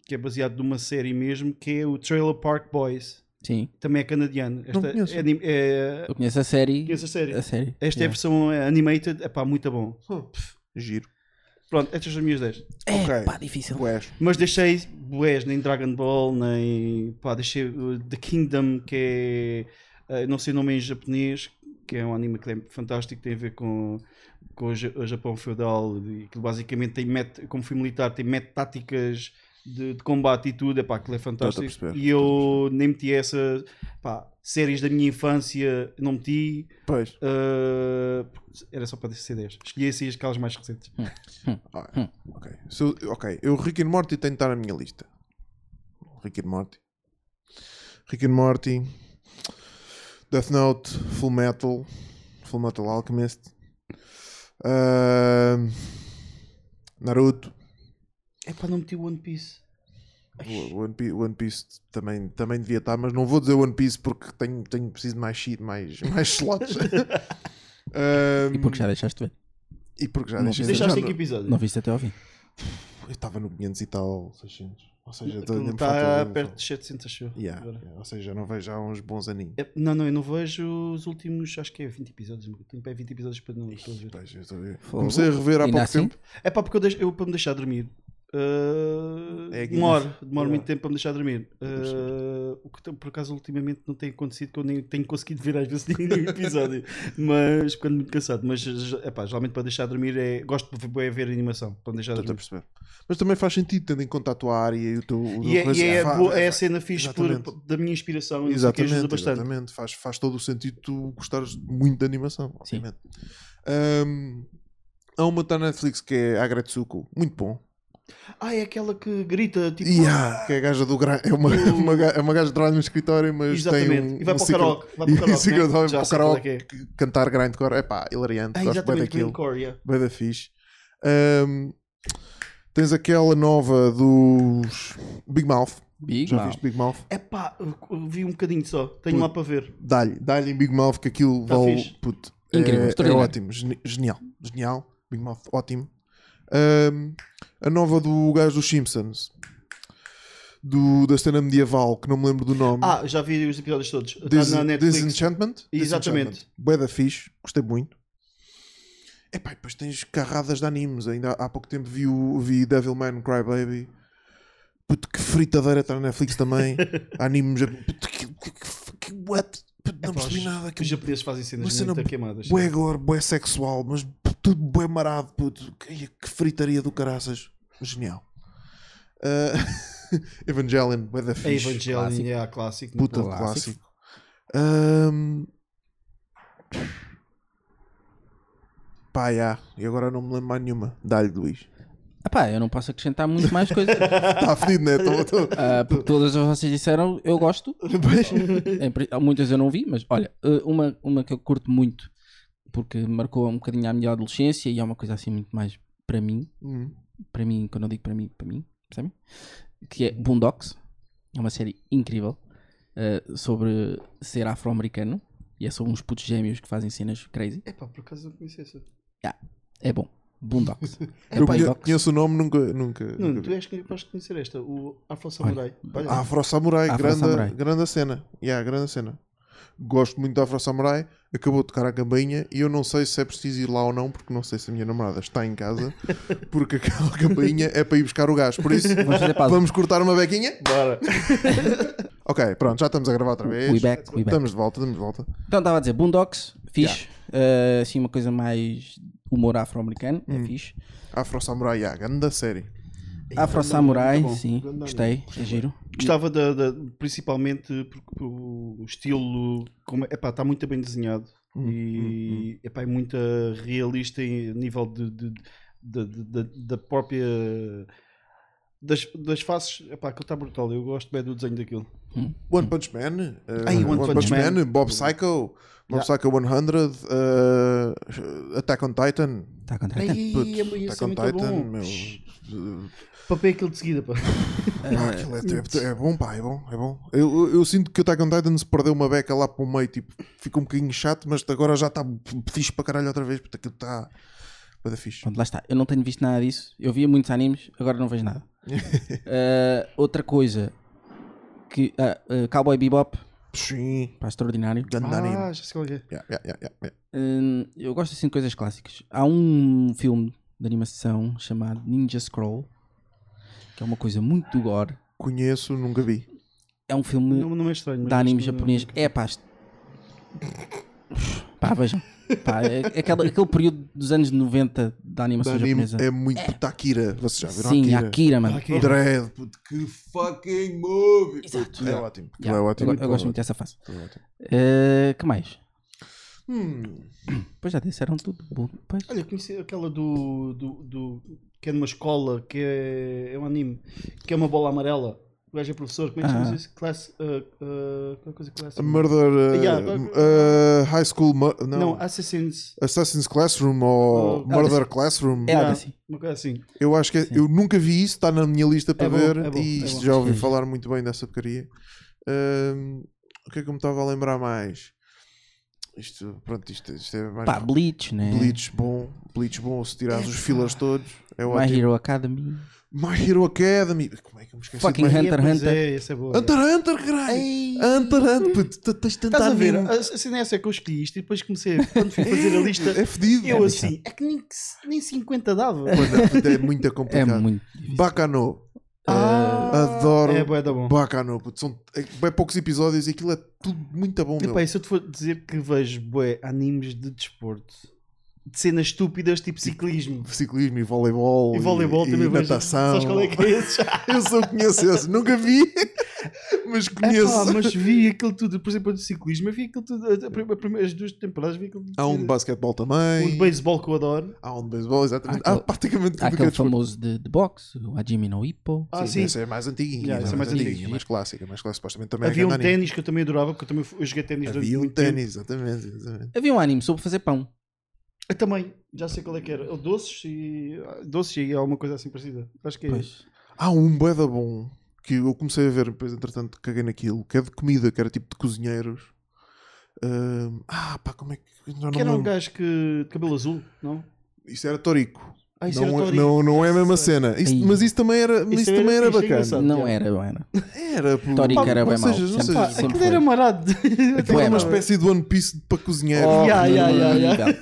Speaker 3: que é baseado numa série mesmo, que é o Trailer Park Boys.
Speaker 2: Sim.
Speaker 3: Também é canadiano. Esta
Speaker 1: Não conheço.
Speaker 3: é anim- é-
Speaker 2: Eu conheço a série.
Speaker 3: Conheço a série.
Speaker 2: A série.
Speaker 3: Esta é a
Speaker 2: Yeah.
Speaker 3: versão animated, é pá, muito bom.
Speaker 1: Giro.
Speaker 3: Pronto, estas são as minhas 10.
Speaker 2: É,
Speaker 1: Ok.
Speaker 2: pá,
Speaker 3: Então.
Speaker 2: difícil.
Speaker 1: Ués.
Speaker 3: Mas deixei boés, nem Dragon Ball, nem. pá, deixei uh, The Kingdom, que é. uh, não sei o nome em japonês, que é um anime que é fantástico, tem a ver com, com o Ja- o Japão feudal, e que basicamente tem met, como fui militar, tem mete táticas de, de combate e tudo, é pá, aquilo é fantástico.
Speaker 1: perceber,
Speaker 3: e eu nem meti essa. pá, séries da minha infância não meti,
Speaker 1: Pois.
Speaker 3: uh, era só para ser 10. Escolhi assim aquelas mais recentes.
Speaker 1: Ah,
Speaker 2: Hum.
Speaker 1: ok. Se eu- ok. Eu, Rick and Morty, tem de estar na minha lista. Rick and Morty. Rick and Morty. Death Note. Full Metal. Full Metal Alchemist. Ahm, Naruto.
Speaker 3: É pá, não meti One Piece.
Speaker 1: O- One Piece, One Piece também, também devia estar, mas não vou dizer One Piece porque tenho, tenho preciso de mais, chi- mais, mais slots. Ahm,
Speaker 2: E porque já deixaste de ver.
Speaker 1: e porque já
Speaker 2: não
Speaker 1: deixei
Speaker 2: fizeste.
Speaker 1: já
Speaker 3: Deixaste em
Speaker 1: não-
Speaker 3: que episódio?
Speaker 2: Não viste até ao fim.
Speaker 1: eu estava no 500 e tal, 600. Ou seja,
Speaker 2: tá
Speaker 3: Aquilo
Speaker 1: ainda me falta um bem,
Speaker 3: Está Então tá perto
Speaker 1: falta.
Speaker 3: de 700, acho eu.
Speaker 1: Yeah,
Speaker 3: agora.
Speaker 1: yeah, Ou seja, não vejo há uns bons aninhos.
Speaker 3: É, Não, não, eu não vejo os últimos, acho que é 20 episódios. Tenho para aí 20 episódios para não para ver.
Speaker 1: Pois, eu estou a ver.
Speaker 2: Fogo.
Speaker 1: Comecei a rever há
Speaker 2: Ainda
Speaker 1: pouco
Speaker 2: assim?
Speaker 1: tempo.
Speaker 3: É pá, porque eu, deixo- eu para me deixar dormir. Uh,
Speaker 1: É que-
Speaker 3: demoro, demoro
Speaker 1: Yeah. Tá assim.
Speaker 3: muito tempo para me deixar dormir. Uh, o que tem- por acaso ultimamente não tem acontecido que eu nem tenho conseguido ver às vezes nenhum episódio, mas ficando muito cansado. Mas é pá, geralmente para deixar dormir é gosto de ver, é ver animação para me deixar
Speaker 1: Estou a
Speaker 3: dormir.
Speaker 1: perceber. Mas também faz sentido, tendo em conta a tua área e o teu. o
Speaker 3: E
Speaker 1: teu
Speaker 3: é,
Speaker 1: coisa.
Speaker 3: e é,
Speaker 1: Faz-
Speaker 3: boa- é a cena fixe por-
Speaker 1: Exatamente.
Speaker 3: da minha inspiração e não sei o que
Speaker 1: Exatamente,
Speaker 3: ajuda bastante.
Speaker 1: exatamente. Faz, faz todo o sentido tu gostares muito de animação,
Speaker 2: Sim.
Speaker 1: obviamente. Ahm, há uma da Netflix que é Agretsuko, muito bom.
Speaker 3: Ah, é aquela que grita tipo.
Speaker 1: E há- que é a gaja do gra... é, uma, uma, ga- é uma gaja de trabalho no escritório, mas tem
Speaker 3: Exatamente.
Speaker 1: um.
Speaker 3: E vai
Speaker 1: um
Speaker 3: para o
Speaker 1: secret-
Speaker 3: karaoke, vai para o karaoke,
Speaker 1: E secret-
Speaker 3: né?
Speaker 1: vai
Speaker 3: Já
Speaker 1: para o
Speaker 3: sei qual é
Speaker 1: karaoke,
Speaker 3: que é.
Speaker 1: que- cantar grindcore. É pá, hilariante. gosto
Speaker 3: Ah,
Speaker 1: bem
Speaker 3: exatamente,
Speaker 1: daquilo.
Speaker 3: Greencore, yeah.
Speaker 1: Bem da fixe. Ahm, tens aquela nova dos Big Mouth.
Speaker 2: Big
Speaker 1: Já
Speaker 2: Mouth.
Speaker 1: viste Big Mouth?
Speaker 3: É pá, eu vi um bocadinho só.
Speaker 1: Puto.
Speaker 3: Tenho
Speaker 1: Hum.
Speaker 3: lá para ver.
Speaker 1: Dá-lhe, dá-lhe em Big Mouth que aquilo
Speaker 3: Tá
Speaker 1: vale.
Speaker 3: fixe.
Speaker 1: Puto,
Speaker 2: Incrível,
Speaker 1: é, é
Speaker 2: extraordinário.
Speaker 1: ótimo, geni- genial, genial. Big Mouth, ótimo. Ahm, a nova do gajo dos Simpsons, do, da cena medieval, que não me lembro do nome.
Speaker 3: Ah, já vi os episódios todos.
Speaker 1: Des-
Speaker 3: Está na Netflix.
Speaker 1: Disenchantment?
Speaker 3: Exatamente.
Speaker 1: Disenchantment. Bué da fixe, gostei muito. Epá, e depois tens carradas de animes. Ainda há pouco tempo vi, o, vi Devilman Crybaby. Puto, que fritadeira está na Netflix também. animes. Puto, que, que, que, que what? Puto, não
Speaker 3: Epá,
Speaker 1: percebi
Speaker 3: os-
Speaker 1: nada.
Speaker 3: Os
Speaker 1: Que
Speaker 3: japoneses fazem cenas
Speaker 1: uma
Speaker 3: muito
Speaker 1: cena
Speaker 3: queimadas.
Speaker 1: bué gore, bué sexual, mas puto, tudo bué marado, puto. Que, que fritaria do caraças. Genial. Ah, Evangelion, bué da
Speaker 3: A
Speaker 1: fixe.
Speaker 3: É Evangelion é a clássico.
Speaker 1: Puta de
Speaker 2: Clássico.
Speaker 1: clássico. Ahm. Pá, já. E agora não me lembro mais nenhuma. Dá-lhe, Luís.
Speaker 2: Ah pá, eu não posso acrescentar muito mais coisa.
Speaker 1: Está fedido, né? Tô, tô...
Speaker 2: Ah, porque todas as vocês disseram, eu gosto. Em pri- muitas eu não vi, mas olha, eh, uma, uma que eu curto muito, porque marcou um bocadinho a minha adolescência e é uma coisa assim muito mais para mim.
Speaker 1: Hum.
Speaker 2: Para mim, quando eu digo para mim, para mim, percebem? Que é Boondocks. É uma série incrível eh, sobre ser afro-americano e é sobre uns putos gêmeos que fazem cenas crazy.
Speaker 3: É pá, por acaso não conheci essa.
Speaker 2: É bom. Boondocks. É
Speaker 1: Eu
Speaker 2: pá,
Speaker 1: conhe-
Speaker 2: Docs.
Speaker 1: conheço o nome, nunca. nunca,
Speaker 3: Não,
Speaker 1: nunca
Speaker 3: tu
Speaker 1: vi.
Speaker 3: és que vais conhecer esta, o Afro Samurai. Olha,
Speaker 1: Afro Samurai,
Speaker 2: Afro
Speaker 1: grande,
Speaker 2: Samurai.
Speaker 1: grande cena. Yeah, grande cena. Gosto muito da Afro Samurai. Acabou de tocar a campainha e eu não sei se é preciso ir lá ou não, porque não sei se a minha namorada está em casa, porque aquela campainha é para ir buscar o gás. Por isso,
Speaker 2: Vamos fazer pausa.
Speaker 1: vamos cortar uma bequinha.
Speaker 3: bora.
Speaker 1: Ok, pronto, já estamos a gravar outra vez.
Speaker 2: We back, we back.
Speaker 1: Estamos de volta, estamos de volta.
Speaker 2: Então estava a dizer, Boondocks, fixe. Eh, assim, uma coisa mais humor afro-americano,
Speaker 1: Hum.
Speaker 2: é fixe.
Speaker 1: Afro Samurai, yeah, grande série. É,
Speaker 2: Afro Samurai,
Speaker 3: Muito bom.
Speaker 2: sim,
Speaker 3: Grande
Speaker 2: gostei, é giro.
Speaker 3: Gostava da, da- principalmente porque o estilo como, é, epá, está muito bem desenhado e epá, é muito realista em nível de, de- de- de- de- da própria das, das faces epá, que está brutal, eu gosto bem do desenho daquilo
Speaker 1: One Punch Man, uh,
Speaker 3: Ai,
Speaker 1: One, Punch, Man, Bob Psycho, Bob Psycho 100, uh, Attack on Titan.
Speaker 2: Está Tá, contra
Speaker 3: Ei,
Speaker 1: Puto,
Speaker 3: é muito- isso
Speaker 1: Attack
Speaker 3: é
Speaker 1: on
Speaker 3: muito
Speaker 1: Titan,
Speaker 3: bom
Speaker 1: tá meu.
Speaker 3: Shhh, Ah,
Speaker 1: uh,
Speaker 3: papel aquilo de seguida pá.
Speaker 1: pá, aquilo é, é- é bom, pá, é bom, é bom. Eu, eu- eu sinto que o Attack on Titan se perdeu uma beca lá para o meio, tipo, ficou um bocadinho chato, mas agora já está fixe para caralho outra vez, porque aquilo está. Bada fixe.
Speaker 2: Pronto, lá está. Eu não tenho visto nada disso. Eu via muitos animes, agora não vejo nada. Eh, outra coisa que ah, eh, Cowboy Bebop,
Speaker 1: Sim,
Speaker 2: pá, extraordinário.
Speaker 1: grande anime.
Speaker 3: ah, já sei qual é
Speaker 1: Yeah, yeah, yeah, yeah, yeah.
Speaker 2: Eh, eu gosto assim de coisas clássicas. Há um filme de animação chamado Ninja Scroll, que é uma coisa muito gore.
Speaker 1: Conheço, nunca vi.
Speaker 2: É um filme
Speaker 3: não, não é estranho mas
Speaker 2: de anime
Speaker 3: isto não-
Speaker 2: japonês é pá. isto- Pá, vejam. Pá, é- é aquele, aquele período dos anos 90 da
Speaker 1: de
Speaker 2: animação
Speaker 1: anime
Speaker 2: japonesa.
Speaker 1: é muito puta Akira. Vocês já viram
Speaker 2: Sim,
Speaker 1: Akira?
Speaker 2: Akira, mano.
Speaker 3: Akira.
Speaker 1: Dread, puto, que fucking movie! puto. É ótimo.
Speaker 2: Yeah,
Speaker 1: É
Speaker 2: eu-
Speaker 1: ótimo.
Speaker 2: eu, gosto muito dessa fase.
Speaker 1: É ótimo.
Speaker 2: Eh, que mais?
Speaker 1: Hum,
Speaker 2: Pois já disseram tudo. Bom, pois.
Speaker 3: olha, conheci aquela do, do, do que é numa escola que é, é um anime que é uma bola amarela o gajo é professor, como é que
Speaker 2: Ah.
Speaker 3: chama isso? Class, ah, ah, qual é a coisa? Class,
Speaker 1: a Murder. uh,
Speaker 3: Yeah,
Speaker 1: uh, high School. Mur- não.
Speaker 3: Não, Assassin's.
Speaker 1: Assassin's Classroom ou
Speaker 3: Oh,
Speaker 1: Murder Classroom.
Speaker 2: Ah, É algo
Speaker 3: Ah,
Speaker 2: assim.
Speaker 3: Uma coisa assim.
Speaker 1: Eu acho que é- eu nunca vi isso, está na minha lista para
Speaker 3: bom,
Speaker 1: ver
Speaker 3: é bom,
Speaker 1: e
Speaker 3: é bom.
Speaker 1: já ouvi
Speaker 2: Sim.
Speaker 1: falar muito bem dessa porcaria. Hum, o que é que eu me estava a lembrar mais? Isto, pronto, isto, isto é mais.
Speaker 2: Pá, Bleach, né?
Speaker 1: Bleach bom, Bleach bom se tirares os fillers todos. É
Speaker 2: My
Speaker 1: ótimo.
Speaker 2: Hero Academy.
Speaker 1: My Hero Academy. Como é que eu me esqueci?
Speaker 2: Fucking
Speaker 1: de My-
Speaker 2: Hunter,
Speaker 3: pois
Speaker 2: Hunter.
Speaker 3: É, essa é boa.
Speaker 1: Hunter Hunter, caralho!
Speaker 2: Ei.
Speaker 1: Hunter Hunter, puto, tu tens de tentar
Speaker 3: Estás a ver?
Speaker 1: mesmo.
Speaker 3: A a cena é essa que eu escolhi isto e depois comecei, quando fui fazer a lista,
Speaker 1: É fedido.
Speaker 3: eu assim, é que nem, que se- nem 50 dava.
Speaker 1: Pois é, puto, é muito
Speaker 2: É
Speaker 1: complicado.
Speaker 2: muito.
Speaker 1: Bacano.
Speaker 3: Ah,
Speaker 1: Adoro.
Speaker 3: É, bué da bom.
Speaker 1: Bacano, puto. São é, bem poucos episódios e aquilo é tudo muito bom, meu.
Speaker 3: Epá, e se eu te for dizer que vejo bué, animes de desporto, de cenas estúpidas tipo ciclismo
Speaker 1: Ciclismo e voleibol.
Speaker 3: e voleibol
Speaker 1: e
Speaker 3: também vejo.
Speaker 1: natação.
Speaker 3: Sabes qual é que é esse?
Speaker 1: Eu só conheço esse. Nunca vi, mas conheço.
Speaker 3: Epá, mas vi aquilo tudo, por exemplo, do ciclismo, eu vi aquilo tudo, a- a prim- a primeira- as duas temporadas vi aquilo tudo.
Speaker 1: Há um de basquetebol
Speaker 3: Um de
Speaker 1: também.
Speaker 3: beisebol que eu adoro.
Speaker 1: Há um de beisebol, exatamente.
Speaker 2: Há
Speaker 1: Há
Speaker 2: aquele-
Speaker 1: praticamente tudo o
Speaker 2: Há
Speaker 1: que é
Speaker 2: aquele
Speaker 1: desporto.
Speaker 2: famoso de, de boxe, o Hajime no Ippo.
Speaker 1: Ah,
Speaker 3: Sim.
Speaker 1: sim, esse é mais antiguinho.
Speaker 3: Yeah,
Speaker 1: é
Speaker 3: esse é
Speaker 1: mais
Speaker 3: mais
Speaker 1: antiguinho,
Speaker 3: antiguinho.
Speaker 1: é mais clássico, é mais clássico. Supostamente também é
Speaker 3: Havia um
Speaker 1: grande anime.
Speaker 3: ténis que eu também adorava, porque eu também fu- eu joguei ténis durante
Speaker 1: Havia um
Speaker 3: muito tempo.
Speaker 1: ténis, exatamente. exatamente.
Speaker 2: Havia um anime sobre fazer pão.
Speaker 3: Eu também, já sei qual é que era. O Doces e. ah, Doces e alguma coisa assim parecida. Acho que é.
Speaker 2: Pois.
Speaker 1: Há um bué da bom que eu comecei a ver, depois entretanto caguei naquilo, que é de comida, que era tipo de cozinheiros. Ahm, ah, pá, como é que. eu Já não
Speaker 3: Que era
Speaker 1: me
Speaker 3: um
Speaker 1: lembro.
Speaker 3: gajo que, de cabelo azul, não?
Speaker 1: Isso era Torico.
Speaker 3: Ah, isso
Speaker 1: não,
Speaker 3: era
Speaker 1: é-
Speaker 3: Torico.
Speaker 1: não, não é a mesma cena. Isso-
Speaker 2: Ai.
Speaker 1: mas isso também era, isso
Speaker 3: era
Speaker 1: também era
Speaker 3: fixe,
Speaker 1: bacana.
Speaker 3: engraçado.
Speaker 2: Não
Speaker 3: é.
Speaker 2: era, não era.
Speaker 1: Era, pô.
Speaker 2: Tórico
Speaker 1: Pá,
Speaker 2: era
Speaker 1: não
Speaker 2: bem mau,
Speaker 1: sejas- não
Speaker 2: sempre
Speaker 1: sejas-
Speaker 2: foi.
Speaker 3: Aquilo
Speaker 2: foi.
Speaker 3: era marado.
Speaker 1: Era
Speaker 2: Bué
Speaker 1: uma
Speaker 2: mau.
Speaker 1: espécie de One Piece para cozinheiros.
Speaker 2: Oh,
Speaker 3: Yeah, yeah, yeah, yeah.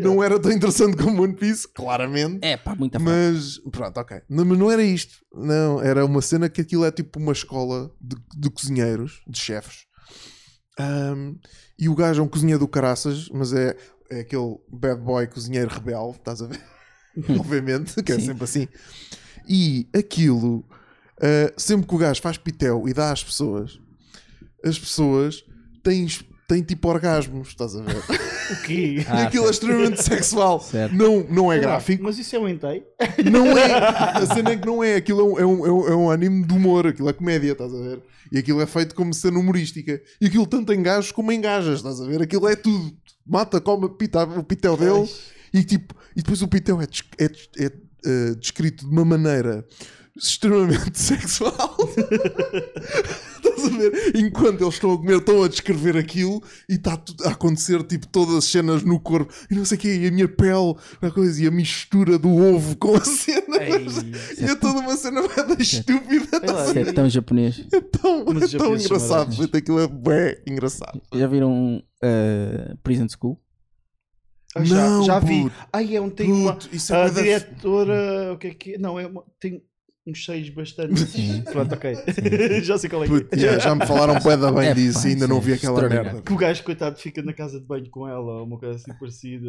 Speaker 1: Não era tão interessante como One Piece, claramente.
Speaker 2: É pá, muita mas...
Speaker 1: Mas pronto, ok. Não, mas não era isto. Não, era uma cena que aquilo é tipo uma escola de, de cozinheiros, de chefes. Ahm, e o gajo é um cozinheiro do caraças, mas é, é aquele bad boy cozinheiro rebelde, estás a ver? Obviamente, que é
Speaker 2: Sim.
Speaker 1: sempre assim. E aquilo, ah, sempre que o gajo faz pitel e dá às pessoas, as pessoas têm, têm tipo orgasmos, estás a ver?
Speaker 3: O quê?
Speaker 1: e aquilo é extremamente sexual.
Speaker 2: Ah, Certo.
Speaker 1: Não, não é gráfico.
Speaker 3: Mas isso é um hentai.
Speaker 1: Não é. A cena é que não é. Aquilo é um, é um- é um, é um anime de humor. Aquilo é comédia, estás a ver? E aquilo é feito como cena humorística. E aquilo tanto em gajos como em gajas, estás a ver? Aquilo é tudo. Mata, come, pita, o pitel dele. E, tipo, e depois o pitel é, des- é des- é, eh, descrito de uma maneira extremamente sexual. Estás a ver? Enquanto eles estão a comer, estão a descrever aquilo e está tudo a acontecer, tipo, todas as cenas no corpo e não sei o quê, e a minha pele, a coisa, e a mistura do ovo com a cena. e é toda uma cena bem estúpida.
Speaker 3: Sei lá,
Speaker 2: Isso é tão japonês.
Speaker 1: É tão,
Speaker 3: Mas
Speaker 1: é
Speaker 3: já
Speaker 1: tão
Speaker 3: podia chamar
Speaker 1: engraçado,
Speaker 3: antes.
Speaker 1: gente, aquilo é bem engraçado.
Speaker 2: Já viram uh, Prison School?
Speaker 3: Ah, já,
Speaker 1: Não,
Speaker 3: já vi.
Speaker 1: puto.
Speaker 3: Ai, é um tem uma.
Speaker 1: Puto, isso é
Speaker 3: A
Speaker 1: bué da-
Speaker 3: diretora. O que é que é? Não, é uma. Tem uns seis bastante. Pronto, ok. Já sei qual é
Speaker 1: Puto,
Speaker 3: que é.
Speaker 1: já, já me falaram bué da bem
Speaker 2: É,
Speaker 1: disso e
Speaker 2: pá,
Speaker 1: ainda
Speaker 2: isso
Speaker 1: não
Speaker 2: é
Speaker 1: vi aquela
Speaker 2: extraordinário.
Speaker 1: merda.
Speaker 3: Que o gajo, coitado, fica na casa de banho com ela, ou uma coisa assim parecida.